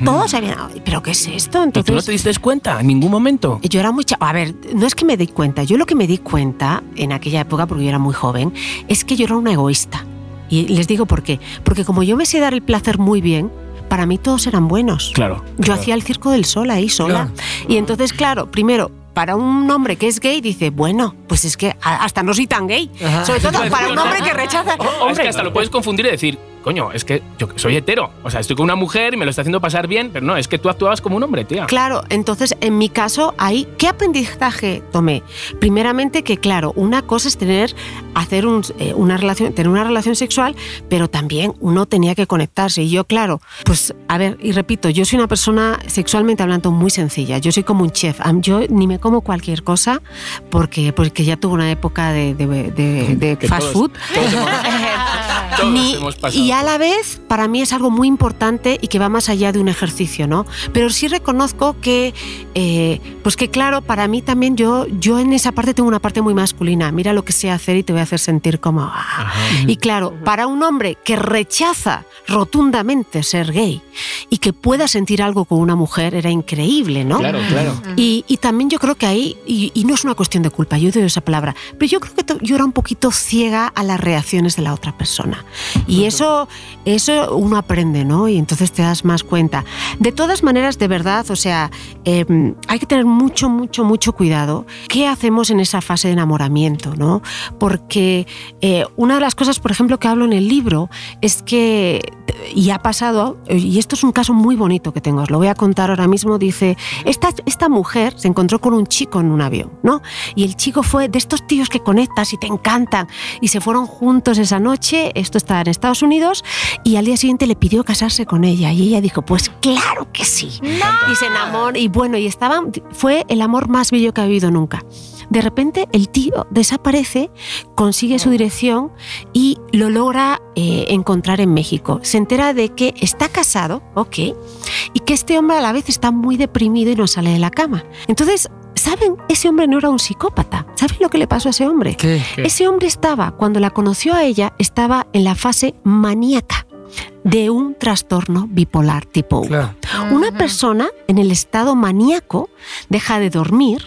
Todos sabían, "Ay, pero ¿qué es esto? ¿Y Mm. tú no Entonces, te diste cuenta en ningún momento? yo era muy cha- A ver, no es que me di cuenta. Yo lo que me di cuenta en aquella época, porque yo era muy joven, es que yo era una egoísta. Y les digo por qué. Porque como yo me sé dar el placer muy bien, para mí todos eran buenos. Claro. Yo hacía el circo del sol ahí sola. Y entonces, claro, primero, para un hombre que es gay, dice, bueno, pues es que a- hasta no soy tan gay. Ajá. Sobre todo para un hombre que rechaza. es que hasta lo puedes confundir y decir, coño, es que yo soy hetero. O sea, estoy con una mujer y me lo está haciendo pasar bien, pero no, es que tú actuabas como un hombre, tía. Claro, entonces en mi caso, ahí, ¿qué aprendizaje tomé? Primeramente que, claro, una cosa es tener, hacer un- eh, una relación, tener una relación sexual, pero también uno tenía que conectarse. Y yo, claro, pues, a ver, y repito, yo soy una persona sexualmente hablando muy sencilla. Yo soy como un chef. Am- Yo ni me como cualquier cosa porque, porque ya tuve una época de, de- de- de Que fast todos- food. todos hemos- todos Ni- hemos pasado. y a la vez, para mí es algo muy importante y que va más allá de un ejercicio, ¿no? Pero sí reconozco que, eh, pues que claro, para mí también yo, yo en esa parte tengo una parte muy masculina. Mira lo que sé hacer y te voy a hacer sentir como. "Ah". Y claro, para un hombre que rechaza rotundamente ser gay y que pueda sentir algo con una mujer era increíble, ¿no? Claro, claro. Y, y también yo creo que ahí, y, y no es una cuestión de culpa, yo doy esa palabra, pero yo creo que to- yo era un poquito ciega a las reacciones de la otra persona. Y eso, eso uno aprende, ¿no? Y entonces te das más cuenta. De todas maneras, de verdad, o sea, eh, hay que tener mucho, mucho, mucho cuidado qué hacemos en esa fase de enamoramiento, ¿no? Porque eh, una de las cosas, por ejemplo, que hablo en el libro es que, y ha pasado, y esto es un caso muy bonito que tengo, os lo voy a contar ahora mismo, dice, esta, esta mujer se encontró con un chico en un avión, ¿no? Y el chico fue de estos tíos que conectas y te encantan, y se fueron juntos esa noche, esto está en Estados Unidos, y al día siguiente le pidió casarse con ella, y ella dijo, pues claro que sí. Y se enamoró, y bueno, y estaban, fue el amor más bello que ha vivido nunca. De repente el tío desaparece, consigue su dirección y lo logra eh, encontrar en México. Se entera de que está casado, ok, y que este hombre a la vez está muy deprimido y no sale de la cama. Entonces, ¿saben? Ese hombre no era un psicópata. ¿Saben lo que le pasó a ese hombre? ¿Qué? Ese hombre estaba, cuando la conoció a ella, estaba en la fase maníaca de un trastorno bipolar tipo 1. Claro. Una Ujú. persona en el estado maníaco deja de dormir,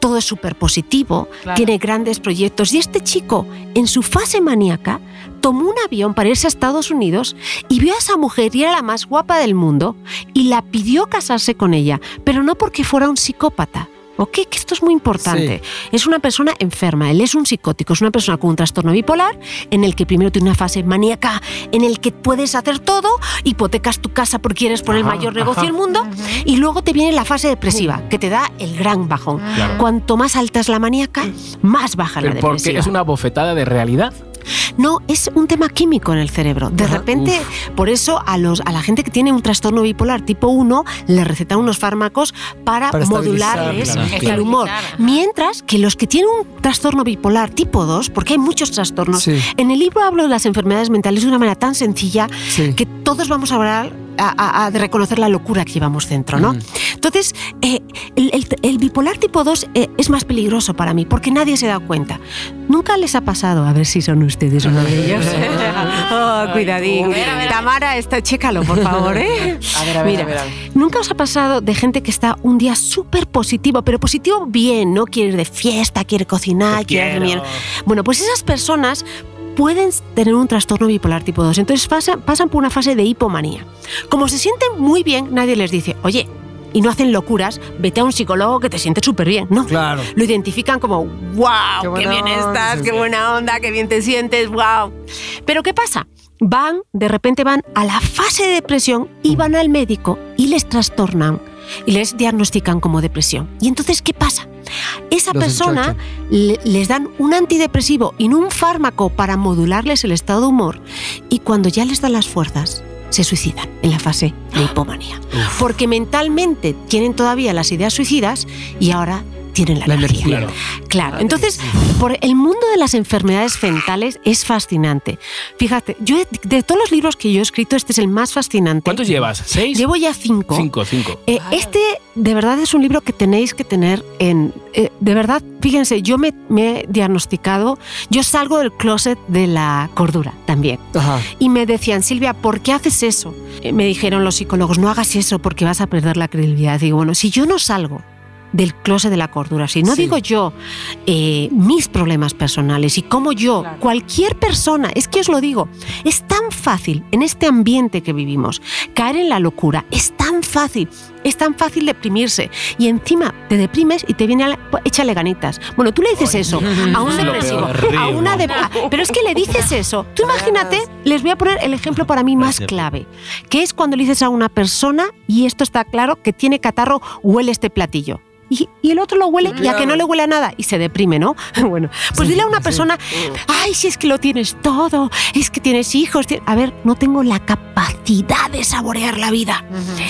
todo es súper positivo, Claro. tiene grandes proyectos y este chico en su fase maníaca tomó un avión para irse a Estados Unidos y vio a esa mujer y era la más guapa del mundo y la pidió casarse con ella, pero no porque fuera un psicópata. ¿Ok? Que esto es muy importante. Es una persona enferma, él es un psicótico, es una persona con un trastorno bipolar en el que primero tiene una fase maníaca en el que puedes hacer todo, hipotecas tu casa porque eres por el Ajá, mayor negocio ajá. del mundo y luego te viene la fase depresiva que te da el gran bajón. Claro. Cuanto más alta es la maníaca, más baja la Pero porque depresiva. es una bofetada de realidad. No, es un tema químico en el cerebro. De repente, por eso a, los, a la gente que tiene un trastorno bipolar tipo 1 le recetan unos fármacos para, Para modularles estabilizar, claro. el humor. Estabilizar, ajá. Mientras que los que tienen un trastorno bipolar tipo 2, porque hay muchos trastornos, Sí, en el libro hablo de las enfermedades mentales de una manera tan sencilla sí. que todos vamos a hablar a, a- a de reconocer la locura que llevamos dentro, ¿no? Mm. Entonces, eh, el, el- el bipolar tipo 2 eh, es más peligroso para mí porque nadie se da cuenta. Nunca les ha pasado, a ver si son ustedes uno de ellos. oh, cuidadín. Tamara, está, chécalo, por favor, ¿eh? A ver, a Mira, ¿Nunca os ha pasado de gente que está un día súper positivo, pero positivo bien, ¿no? Quiere ir de fiesta, quiere cocinar, quiere hacer bien. Bueno, pues esas personas pueden tener un trastorno bipolar tipo 2. Entonces pasa- pasan por una fase de hipomanía. Como se sienten muy bien, nadie les dice, oye, y no hacen locuras, vete a un psicólogo que te siente súper bien. No. Claro. Lo identifican como, Qué wow, qué, buena bien onda, estás, sí, qué sí. buena onda, qué bien te sientes, wow. Pero ¿qué pasa? Van, de repente van a la fase de depresión y van al médico y les trastornan y les diagnostican como depresión. ¿Y entonces qué pasa? Esa Los persona enchochan. le- les dan un antidepresivo y no un fármaco para modularles el estado de humor y cuando ya les dan las fuerzas se suicidan en la fase de hipomanía. Porque mentalmente tienen todavía las ideas suicidas y ahora tienen la, La energía. energía. Claro, entonces por el mundo de las enfermedades mentales es fascinante. Fíjate, yo he- de todos los libros que yo he escrito este es el más fascinante. ¿Cuántos llevas? ¿Seis? Llevo ya cinco. Cinco, cinco. Eh, este de verdad es un libro que tenéis que tener en... eh, de verdad, fíjense, yo me, me he diagnosticado, yo salgo del closet de la cordura también. Ajá. Y me decían, Silvia, ¿por qué haces eso? Eh, me dijeron los psicólogos, no hagas eso porque vas a perder la credibilidad. Digo, bueno, si yo no salgo del closet de la cordura, si no Sí. digo yo eh, mis problemas personales y cómo yo, Claro. cualquier persona, es que os lo digo, es tan fácil en este ambiente que vivimos caer en la locura, es tan fácil, es tan fácil deprimirse y encima te deprimes y te viene, a la- pues, échale ganitas. Bueno, tú le dices eso a un Es lo depresivo, peor. a una de, a- pero es que le dices eso. Tú imagínate, les voy a poner el ejemplo para mí más Gracias. clave, que es cuando le dices a una persona, y esto está claro, que tiene catarro, huele este platillo. Y, y el otro lo huele y a que no le huele a nada y se deprime, ¿no? Bueno, pues dile a una persona, ay, si es que lo tienes todo, es que tienes hijos. ti-". A ver, no tengo la capacidad de saborear la vida.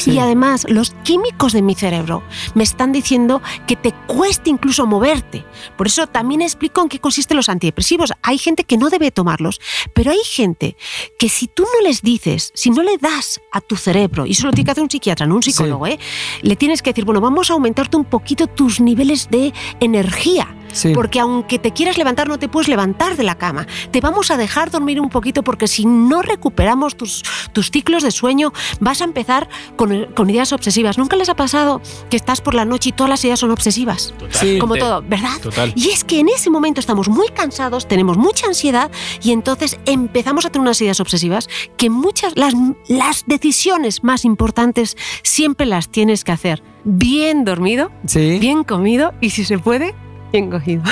Y además, los químicos de mi cerebro me están diciendo que te cueste incluso moverte. Por eso también explico en qué consisten los antidepresivos. Hay gente que no debe tomarlos, pero hay gente que si tú no les dices, si no le das a tu cerebro, y eso lo tiene que hacer un psiquiatra, no un psicólogo, ¿eh? le tienes que decir, bueno, vamos a aumentarte un poquito tus niveles de energía. Sí. Porque aunque te quieras levantar, no te puedes levantar de la cama. Te vamos a dejar dormir un poquito porque si no recuperamos tus, tus ciclos de sueño, vas a empezar con, con ideas obsesivas. ¿Nunca les ha pasado que estás por la noche y todas las ideas son obsesivas? Totalmente. Como todo, ¿verdad? Total. Y es que en ese momento estamos muy cansados, tenemos mucha ansiedad y entonces empezamos a tener unas ideas obsesivas que muchas, las, las decisiones más importantes siempre las tienes que hacer bien dormido Sí. bien comido y si se puede, bien cogido.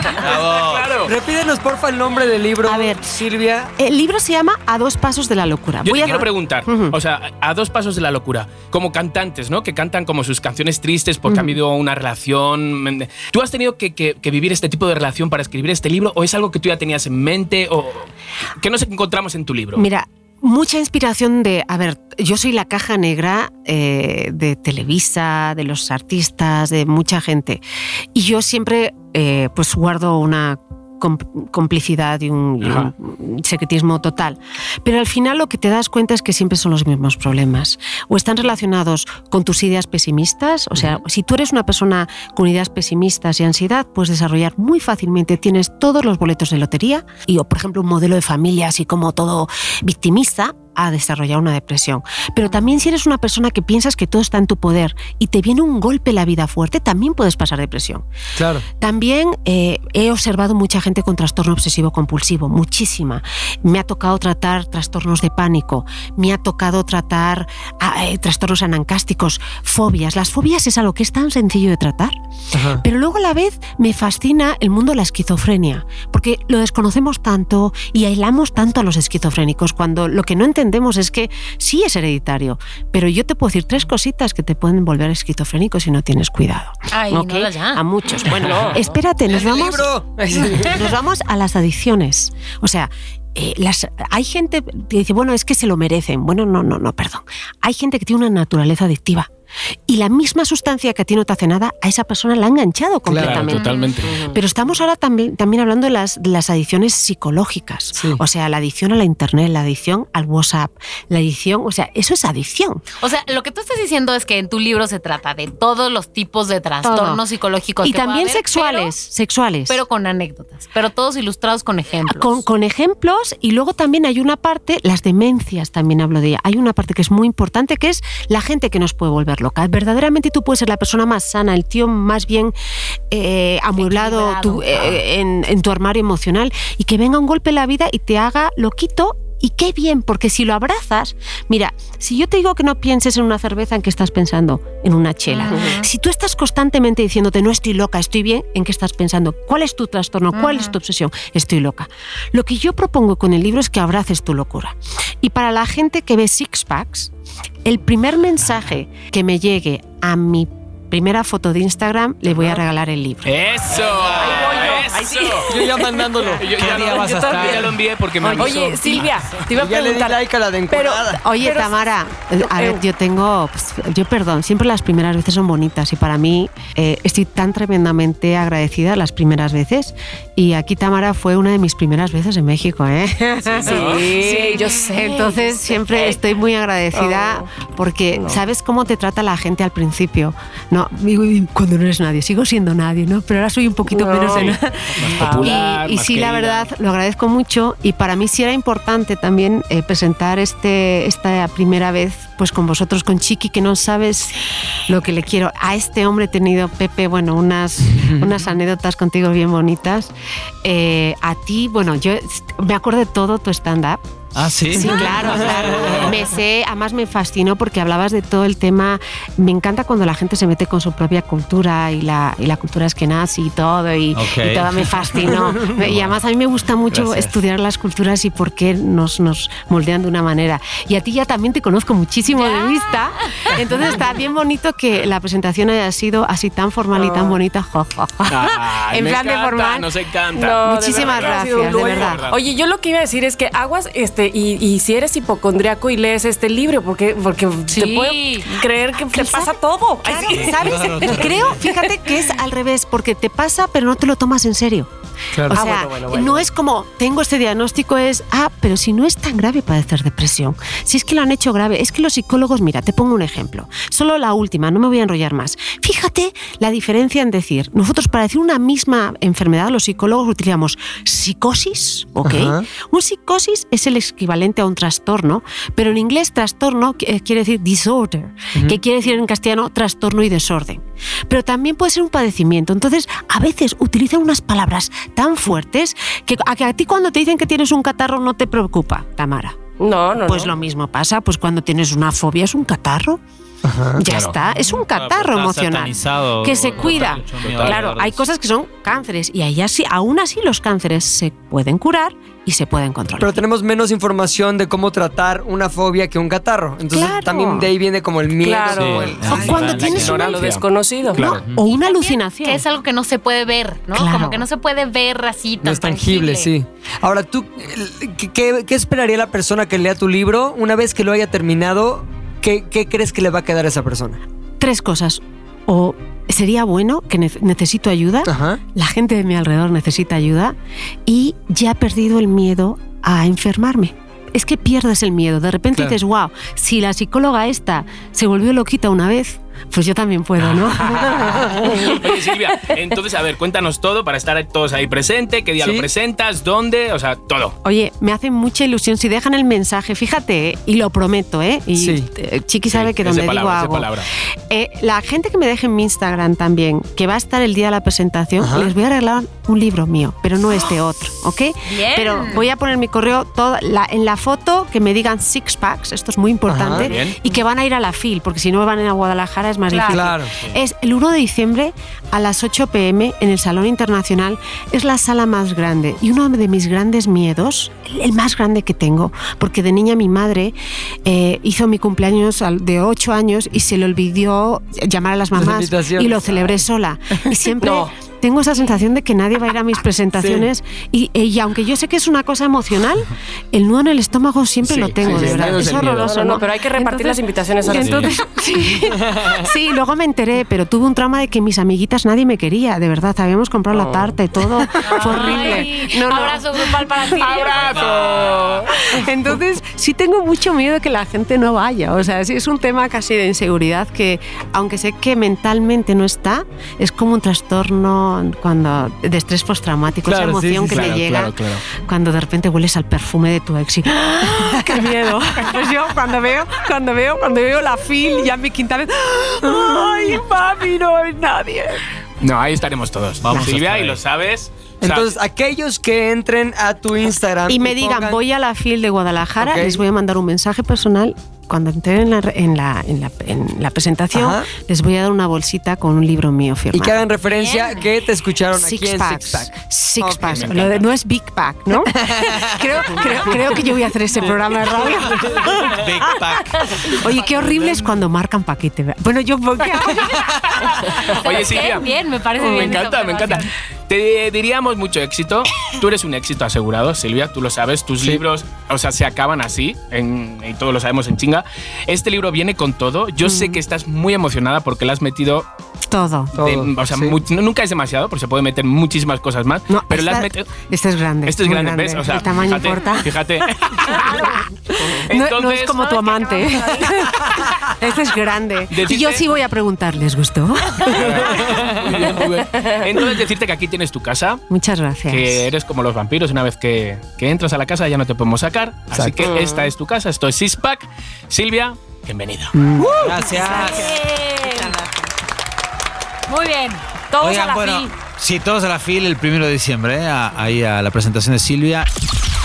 Claro. Repídenos, porfa, el nombre del libro. A ver. Silvia. El libro se llama A dos pasos de la locura. Yo Voy te a- quiero preguntar, Ujú. o sea, a dos pasos de la locura, como cantantes, ¿no? Que cantan como sus canciones tristes porque ha habido una relación. ¿Tú has tenido que, que- que vivir este tipo de relación para escribir este libro o es algo que tú ya tenías en mente o que nos encontramos en tu libro? Mira, mucha inspiración de, a ver, yo soy la caja negra eh, de Televisa, de los artistas, de mucha gente. Y yo siempre eh, pues guardo una com- complicidad y un, y Ajá. un secretismo total. Pero al final lo que te das cuenta es que siempre son los mismos problemas. O están relacionados con tus ideas pesimistas, o sea, si tú eres una persona con ideas pesimistas y ansiedad, puedes desarrollar muy fácilmente, tienes todos los boletos de lotería y, o, por ejemplo, un modelo de familia así como todo victimista a desarrollar una depresión. Pero también si eres una persona que piensas que todo está en tu poder y te viene un golpe en la vida fuerte, también puedes pasar depresión. Claro. También eh, he observado mucha gente con trastorno obsesivo compulsivo, muchísima. Me ha tocado tratar trastornos de pánico, me ha tocado tratar ah, eh, trastornos anancásticos, fobias. Las fobias es algo que es tan sencillo de tratar, Ajá. pero luego a la vez me fascina el mundo de la esquizofrenia, porque lo desconocemos tanto y aislamos tanto a los esquizofrénicos cuando lo que no entendemos es que sí es hereditario, pero yo te puedo decir tres cositas que te pueden volver esquizofrénico si no tienes cuidado. Ay, ¿ok? no las ya. A muchos. Bueno, espérate, nos ¡Lee el vamos, Este libro! nos vamos a las adicciones. O sea, eh, las, hay gente que dice, bueno, es que se lo merecen. Bueno, no, no, no, perdón. Hay gente que tiene una naturaleza adictiva. Y la misma sustancia que a ti no te hace nada, a esa persona la ha enganchado completamente. totalmente. Pero estamos ahora también, también hablando de las, de las adicciones psicológicas. Sí. O sea, la adicción a la internet, la adicción al WhatsApp, la adicción, o sea, eso es adicción. O sea, lo que tú estás diciendo es que en tu libro se trata de todos los tipos de trastornos Todo. psicológicos. Y que pueda también haber, sexuales, sexuales. Pero, pero con anécdotas. Pero todos ilustrados con ejemplos. Con, con ejemplos y luego también hay una parte, las demencias también hablo de ella, hay una parte que es muy importante que es la gente que nos puede volver loca. Verdaderamente tú puedes ser la persona más sana, el tío más bien eh, amueblado Equilibrado. tú, eh, en, en tu armario emocional y que venga un golpe en la vida y te haga loquito. Y qué bien, porque si lo abrazas, mira, si yo te digo que no pienses en una cerveza, ¿en qué estás pensando? En una chela. Ujú. Si tú estás constantemente diciéndote, no estoy loca, estoy bien, ¿en qué estás pensando? ¿Cuál es tu trastorno? ¿Cuál es tu obsesión? Estoy loca. Lo que yo propongo con el libro es que abraces tu locura. Y para la gente que ve Six Packs, el primer mensaje que me llegue a mi primera foto de Instagram, le voy a regalar el libro. ¡Eso! sí. ¡Eso! Yo ya mandándolo. Yo ya día lo- vas a yo también estar? Ya lo envié porque me avisó. Oye, Silvia, te iba a Ya le di preguntar. like a la de pero, encuadrada. Oye, pero- Tamara, a eh, ver, yo tengo. pues, yo, perdón, siempre las primeras veces son bonitas y para mí eh, estoy tan tremendamente agradecida las primeras veces. Y aquí Tamara fue una de mis primeras veces en México, ¿eh? Sí, yo sé. Entonces siempre estoy muy agradecida porque sabes cómo te trata la gente al principio. No, digo, y cuando no eres nadie, sigo siendo nadie, ¿no? Pero ahora soy un poquito menos de nada. popular, y y más sí, la querida. verdad, lo agradezco mucho y para mí sí era importante también eh, presentar este, esta primera vez pues con vosotros, con Chiqui, que no sabes lo que le quiero. A este hombre he tenido, Pepe, bueno, unas, unas anécdotas contigo bien bonitas. Eh, a ti, bueno, yo me acuerdo de todo tu stand-up. Ah, sí. Sí, claro, claro. Me sé, además me fascinó porque hablabas de todo el tema. Me encanta cuando la gente se mete con su propia cultura y la, y la cultura es que nace y todo, y, Ok. y todo me fascinó. Me- y además a mí me gusta mucho Gracias. estudiar las culturas y por qué nos, nos moldean de una manera. Y a ti ya también te conozco muchísimo de vista. Entonces está bien bonito que la presentación haya sido así tan formal y Oh. tan bonita. Jo, jo, jo. Ay, en me plan de encanta, formal. Nos encanta. No, de Muchísimas verdad, ha sido gracias, un de lujo. verdad. Oye, yo lo que iba a decir es que aguas, este, y, y si eres hipocondriaco y lees este libro, porque, porque te Sí. puede creer que te pasa todo. Ay, Claro, sí. ¿sabes? Creo, fíjate que es al revés, porque te pasa, pero no te lo tomas en serio. O Claro. sea, Ah, bueno, bueno, bueno. no es como tengo este diagnóstico, es ah, pero si no es tan grave padecer depresión, si es que lo han hecho grave, es que los psicólogos, mira, te pongo un ejemplo, solo la última, no me voy a enrollar más. Fíjate la diferencia en decir, nosotros para decir una misma enfermedad, los psicólogos utilizamos psicosis, ¿ok? Ajá. Un psicosis es el equivalente a un trastorno, pero en inglés trastorno qui- eh, quiere decir disorder, que quiere decir en castellano trastorno y desorden. Pero también puede ser un padecimiento. Entonces, a veces utilizan unas palabras tan fuertes que a, que a ti cuando te dicen que tienes un catarro no te preocupa, Tamara. No, no, Pues no. lo mismo pasa, pues cuando tienes una fobia es un catarro. ya Claro. está, es un catarro emocional. Que se cuida. Claro, hay cosas que son cánceres y ahí así, aún así los cánceres se pueden curar y se pueden controlar. Pero tenemos menos información de cómo tratar una fobia que un catarro. Entonces Claro. también de ahí viene como el miedo. Claro. como el- Sí. O cuando la tienes una- ignorancia. lo desconocido. Claro. o una También alucinación. Que es algo que no se puede ver, ¿no? Claro. Como que no se puede ver así tan No es tangible, sí. Ahora, ¿tú el- qué- qué, qué esperaría la persona que lea tu libro una vez que lo haya terminado? ¿Qué, qué crees que le va a quedar a esa persona? Tres cosas. O sería bueno que ne- necesito ayuda. Ajá. La gente de mi alrededor necesita ayuda y ya he perdido el miedo a enfermarme. Es que pierdes el miedo. De repente Claro. dices, wow, si la psicóloga esta se volvió loquita una vez, pues yo también puedo, ¿no? Oye, Silvia, entonces, a ver, cuéntanos todo para estar todos ahí presente. ¿Qué día Sí. lo presentas? ¿Dónde? O sea, todo. Oye, me hace mucha ilusión si dejan el mensaje, fíjate, ¿eh? y lo prometo, ¿eh? Y Sí. eh, Chiqui sabe Sí, que es de donde digo palabra, es de hago. palabra. Eh, la gente que me deje en mi Instagram también, que va a estar el día de la presentación, Ajá. les voy a regalar un libro mío, pero no este otro, ¿ok? Bien. Pero voy a poner mi correo toda la- en la foto que me digan six packs, esto es muy importante, Ajá, bien. y que van a ir a la FIL, porque si no van a Guadalajara es más Claro. difícil. Claro. Es el 1 de diciembre a las 8 pm en el Salón Internacional. Es la sala más grande y uno de mis grandes miedos, el- el más grande que tengo, porque de niña mi madre eh, hizo mi cumpleaños al- de 8 años y se le olvidó llamar a las mamás invitaciones. y lo celebré sola. Y siempre No. tengo esa sensación de que nadie va a ir a mis presentaciones y, eh, y aunque yo sé que es una cosa emocional, el nudo en el estómago siempre Sí, lo tengo, sí, sí, de el verdad. miedo es Es el miedo. horroroso. No, no, no, pero hay que repartir las invitaciones ahora sí. entonces- sí. Sí, luego me enteré, pero tuve un trauma de que mis amiguitas nadie me quería, de verdad. Habíamos comprado la Oh. tarta y todo. Fue horrible. No, no. Abrazo grupal para ti. Ah, ¡Abrazo! Entonces, sí tengo mucho miedo de que la gente no vaya. O sea, sí es un tema casi de inseguridad que, aunque sé que mentalmente no está, es como un trastorno cuando, de estrés postraumático, Claro, esa sí, emoción sí, que claro, te llega claro, claro. cuando de repente hueles al perfume de tu ex y ¡Ah, ¡qué miedo! Pues yo cuando veo, cuando veo, cuando veo la fil ya mi quinta vez ¡ah! ¡ay, papi, no hay nadie! No, ahí estaremos todos. Vamos a Silvia, estar y ahí. lo sabes. O sea, Entonces, aquellos que entren a tu Instagram Y me digan, pongan- voy a la fil de Guadalajara, Ok. les voy a mandar un mensaje personal. Cuando entren en la, en la, en la- en la presentación, Ajá. les voy a dar una bolsita con un libro mío firmado. Y que hagan referencia que te escucharon Six aquí en packs. Six Pack. Six Ok, packs. me Lo de- no es Big Pack, ¿no? creo, creo, creo que yo voy a hacer ese programa de radio. Big Pack. Oye, qué horrible es cuando marcan paquete. Bueno, yo. ¿qué hago? Oye, Oye, sí. Silvia. Oh, Bien, bien, me parece me bien. esa encanta, me encanta. observación. Te diríamos mucho éxito. Tú eres un éxito asegurado, Silvia, tú lo sabes. Tus libros, o sea, se acaban así, en- y todos lo sabemos en chinga. Este libro viene con todo. Yo sé que estás muy emocionada porque le has metido Todo. de- Todo, o sea, sí. mu- no- nunca es demasiado, porque se puede meter muchísimas cosas más. No, pero las esta- metes. Este es grande. Esto es muy grande, ¿ves? O sea, El tamaño fíjate, importa. Fíjate. No- no, Entonces, es como tu amante. este es grande. Decirte- Y yo sí voy a preguntar, ¿les gustó? Muy bien, muy bien. Entonces, decirte que aquí tienes tu casa, Muchas gracias. que eres como los vampiros, una vez que, que entras a la casa ya no te podemos sacar. Así Exacto. que esta es tu casa, esto es Sixpack. Silvia, bienvenida. Mm. Gracias. Muy bien. Todos Oigan, a la bueno, fil. sí, todos a la fila el primero de diciembre, ¿eh? A- ahí a la presentación de Silvia.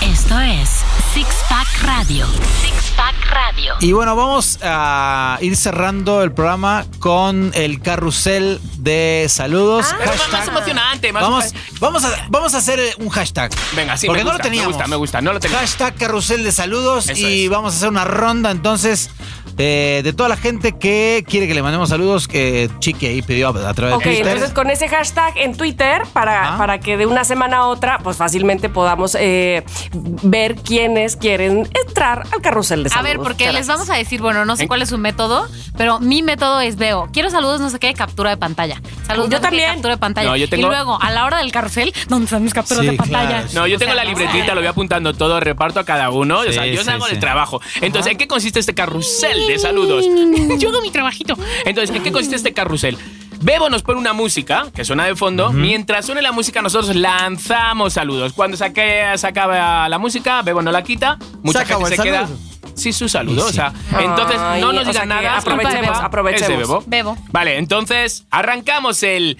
Esto es Six Pack Radio. Six Pack Radio. Y bueno, vamos a ir cerrando el programa con el carrusel de saludos. Ah. Pero Hashtag- más emocionante, más Vamos, vamos, a, vamos a hacer un hashtag. Venga, sí, Porque me no gusta, lo teníamos. me gusta, me gusta, no lo teníamos. Hashtag carrusel de saludos Eso y es. vamos a hacer una ronda entonces eh, de toda la gente que quiere que le mandemos saludos que Chiqui ahí pidió a, a través Ok, de Ah, Twitter. entonces con ese hashtag en Twitter para, Ah. para que de una semana a otra pues fácilmente podamos eh, ver quiénes quieren entrar al carrusel de A saludos. ver, porque Muchas les gracias. vamos a decir, bueno, no sé cuál es su método, pero mi método es veo, quiero saludos, no sé qué, captura de pantalla. Saludos, Yo no sé qué, también. captura de pantalla. No, yo tengo- Y luego, a la hora del carrusel, ¿dónde están mis capturas Sí, de pantalla? claro, sí. No, yo O tengo sea, la no libretita, sé. lo voy apuntando todo, reparto a cada uno. o sea, Sí, yo sí, salgo sí. del trabajo. Entonces, ¿en qué consiste este carrusel de saludos? Yo hago mi trabajito. Entonces, ¿en qué consiste este carrusel? Bebo nos pone una música que suena de fondo. Mientras suene la música, nosotros lanzamos saludos. Cuando saque, se acaba la música, Bebo no la quita. Mucha Se acabó gente se el queda. saludo. Sí, su Y saludo. sí. O sea, entonces Ay, no nos o sea digan que nada. aprovechemos, Bebo, aprovechemos. es de Bebo. Bebo. Vale, entonces arrancamos el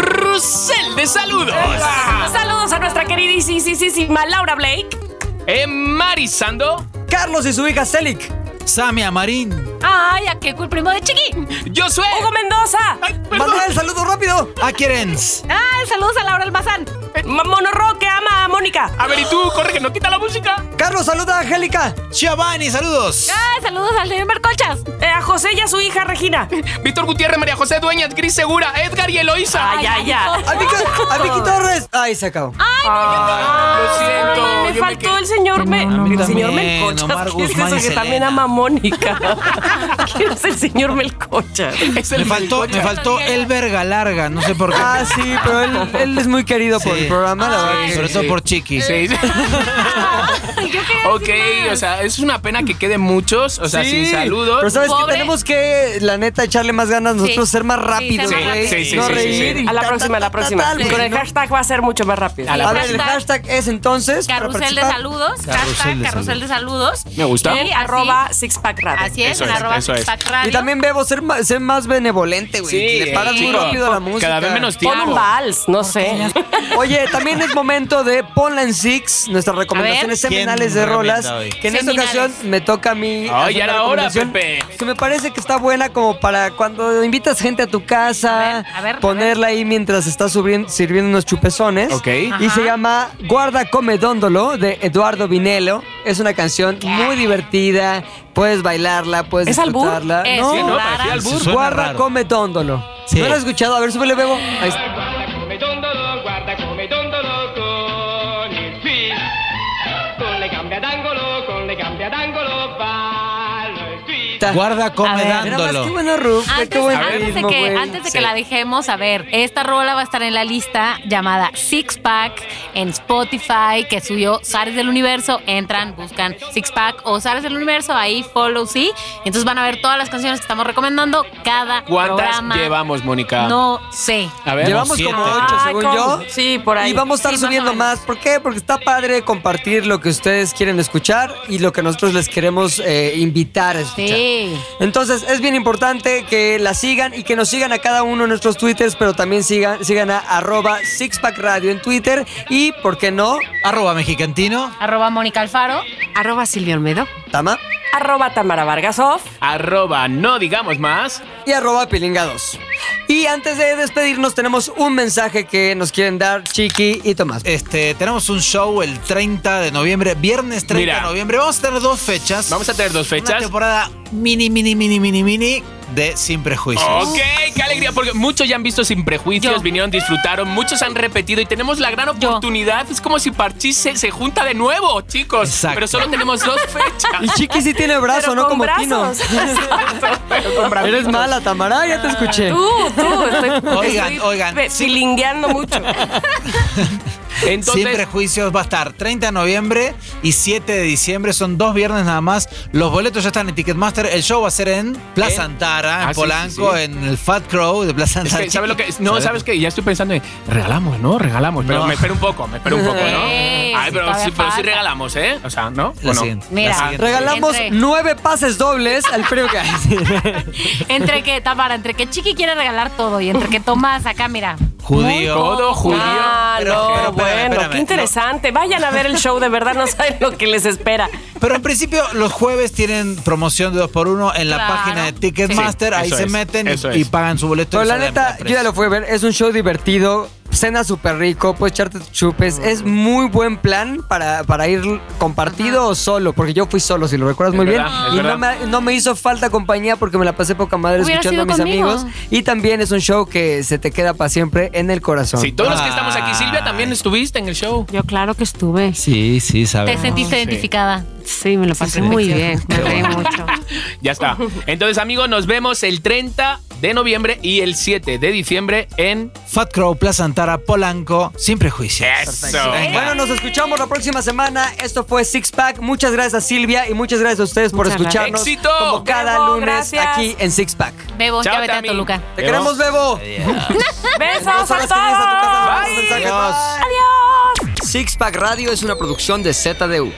carrusel de saludos. Saludos a nuestra queridísima Laura Blake. Eh, Marisando, Carlos y su hija Celic. Samia Amarín. Ay, a Keku, el primo de Chiqui. ¡Yo soy! Hugo Mendoza, ¡Mandar el saludo rápido! A Kierens. Ay, saludos a Laura Almazán. Ma- Monorro que ama a Mónica. A ver, y tú, corre, que no quita la música. ¡Carlos, saluda a Angélica! Giovanni, saludos. Ay, saludos al señor Marcolchas. Eh, a José y a su hija Regina. Víctor Gutiérrez, María José Dueñas, Cris Segura, Edgar y Eloisa. Ay, ay, ay. Ah, ¡A Vicky, a Vicky Torres! ¡Ay, se acabó! Ay, lo siento. Ay, me yo faltó quedé- el señor, me, No, no, el no. señor También, Omar Melcochas. ¿Qué es Guzmán eso y que también Selena. ama a Mónica? ¿Quién es el señor Melcochas? Es Me el faltó, me bizcocho. faltó el verga larga, no sé por qué. Ah, sí, pero él, él es muy querido por Sí. el programa, la verdad. sí, Sobre todo sí. por Chiqui. Sí, sí. ok, o sea, es una pena que queden muchos, o sea, Sí, sin saludos. Pero sabes que Pobre. tenemos que, la neta, echarle más ganas nosotros, Sí. ser más Sí, rápidos, ser más güey. rápidos. Sí, sí, no sí, sí, reír. sí. y A la ta, próxima, a ta, la ta, próxima. tal, güey. Con el hashtag va a ser mucho más rápido. A la A ver, el hashtag es entonces. para Carrusel de participar. saludos. Carrusel Carrusel de carrusel de saludos. Eh, Me gusta. Y En así- arroba Sixpack Radio. Así es, Eso en es, arroba eso es. Sixpack Radio. Y también Bebo, ser más, ser más benevolente, güey. Le eh, paras muy chico, rápido a la música. Cada vez menos Pon un tiempo. vals, no sé. Oye, también es momento de Ponla en Six, nuestras recomendaciones A ver. semanales de ¿Quién rolas. recomienda hoy? Que en esta Seminales. ocasión me toca a mí. Ay, hacer ya la era hora, recomendación, Pepe. Que me parece que está buena como para cuando invitas gente a tu casa, A ver, a ver, a ponerla ahí mientras estás subiendo- sirviendo unos chupezones. Ok. Y Ajá. se llama Guarda Comedóndolo de Eduardo Vinelo. Es una canción muy divertida. Puedes bailarla, puedes ¿Es albur? disfrutarla. Es no, Sí, ¿no? rara. Parecía Sí, albur. suena Guarda raro. Comedóndolo. Sí. ¿No la has escuchado? A ver, súbele, Bebo. Ahí está. Guarda come dondolo, guarda come dondolo con il twist. Con le gambe ad angolo, con le gambe ad angolo, ballo il twist. Guarda come A Mira, más qué dándolo. bueno, Ruf. qué Antes, buen antes de ritmo, que, güey. antes de que Sí. la dejemos, a ver, esta rola va a estar en la lista llamada Six Pack en Spotify, que subió Zares del Universo. Entran, buscan Six Pack o Zares del Universo, ahí follow, sí. Entonces van a ver todas las canciones que estamos recomendando cada ¿Cuántas programa. llevamos, Mónica? No sé. A ver. Llevamos siete. como ocho, Ah, según ¿cómo? yo. Sí, por ahí. Y vamos a estar Sí, más o subiendo menos. más. ¿Por qué? Porque está padre compartir lo que ustedes quieren escuchar y lo que nosotros les queremos eh, invitar a escuchar. Sí. Entonces, es bien importante que la sigan y que nos sigan a cada uno en nuestros twitters, pero también sigan, sigan a arroba Sixpack Radio en Twitter y, ¿por qué no, Arroba mexicantino. Arroba Mónica Alfaro. Arroba Silvia Olmedo. Tama? Arroba Tamara Vargas Off. Arroba, no digamos más. y arroba pilinga2. Y antes de despedirnos, tenemos un mensaje que nos quieren dar Chiqui y Tomás. Este, tenemos un show el 30 de noviembre, viernes 30 Mira. de noviembre. Vamos a tener dos fechas. Vamos a tener dos Una fechas. temporada mini, mini, mini, mini, mini de Sin Prejuicios. Ok, qué alegría, porque muchos ya han visto sin prejuicios, vinieron, disfrutaron, muchos han repetido y tenemos la gran oportunidad. Es como si Parchís se, se junta de nuevo, chicos. Exacto. Pero solo tenemos dos Y fechas. Chiqui sí tiene brazo, Pero no con como Tino. brazos. Eres mala, Tamara, ya te escuché. Tú, tú. Estoy, Oigan, estoy oigan, pe- sí. Pilingueando mucho. Entonces, Sin prejuicios va a estar 30 de noviembre y 7 de diciembre, son dos viernes nada más. Los boletos ya están en Ticketmaster. El show va a ser en Plaza En- Antara, en Ah, sí, sí, Polanco, sí. en el Fat Crow de Plaza es Antara. que, ¿sabes lo que? No, ¿sabes qué? Ya estoy pensando en regalamos, ¿no? Regalamos, pero No. me espero un poco, me espero un poco, ¿no? Eh, Ay, pero todavía sí, pero sí falta. regalamos, ¿eh? O sea, ¿no? La ¿O no? siguiente, la Mira. siguiente. Regalamos Entre. nueve pases dobles al frío que hace. Entre que, Tamara, entre que Chiqui quiere regalar todo y entre que Tomás acá, mira. Judío. Todo judío. Ah, Pero- no, pero espérame, bueno, espérame, qué interesante. Vayan a ver el show, de verdad no saben lo que les espera. Pero en principio los jueves tienen promoción de 2x1 en la Claro. página de Ticketmaster. Sí, ahí eso se es, meten y, eso es. y pagan su boleto. Pero y la salen neta, a yo ya lo fui a ver, es un show divertido, cena súper rico, puedes echarte tus chupes. Mm. Es muy buen plan para, para ir compartido o solo, porque yo fui solo, si lo recuerdas Es muy verdad, bien. es Y no verdad. me, no me hizo falta compañía porque me la pasé poca madre Hubiera escuchando a mis sido conmigo. amigos. Y también es un show que se te queda para siempre en el corazón. Sí, todos los que estamos aquí, Silvia, también Ay. estuviste en el show. Yo claro que estuve. Sí, sí, Te sabemos. sentiste sí. identificada. Sí, me lo pasé muy bien. Me reí mucho. Ya está. Entonces, amigos, nos vemos el 30 de noviembre y el 7 de diciembre en Fat Crow, Plaza Antara, Polanco, sin prejuicios. Eso. Venga. Bueno, nos escuchamos la próxima semana. Esto fue Six Pack. Muchas gracias a Silvia y muchas gracias a ustedes por Muchas gracias. escucharnos ¡Éxito! como cada Bebo, lunes gracias. aquí en Six Pack. Bebo, Chao, ya vete Tami. a Toluca. Te Bebo. queremos, Bebo. Besos a Ahora sí, vienes a tu casa, todos. nos mandas mensajes. Adiós. Adiós. Six Pack Radio es una producción de ZDU.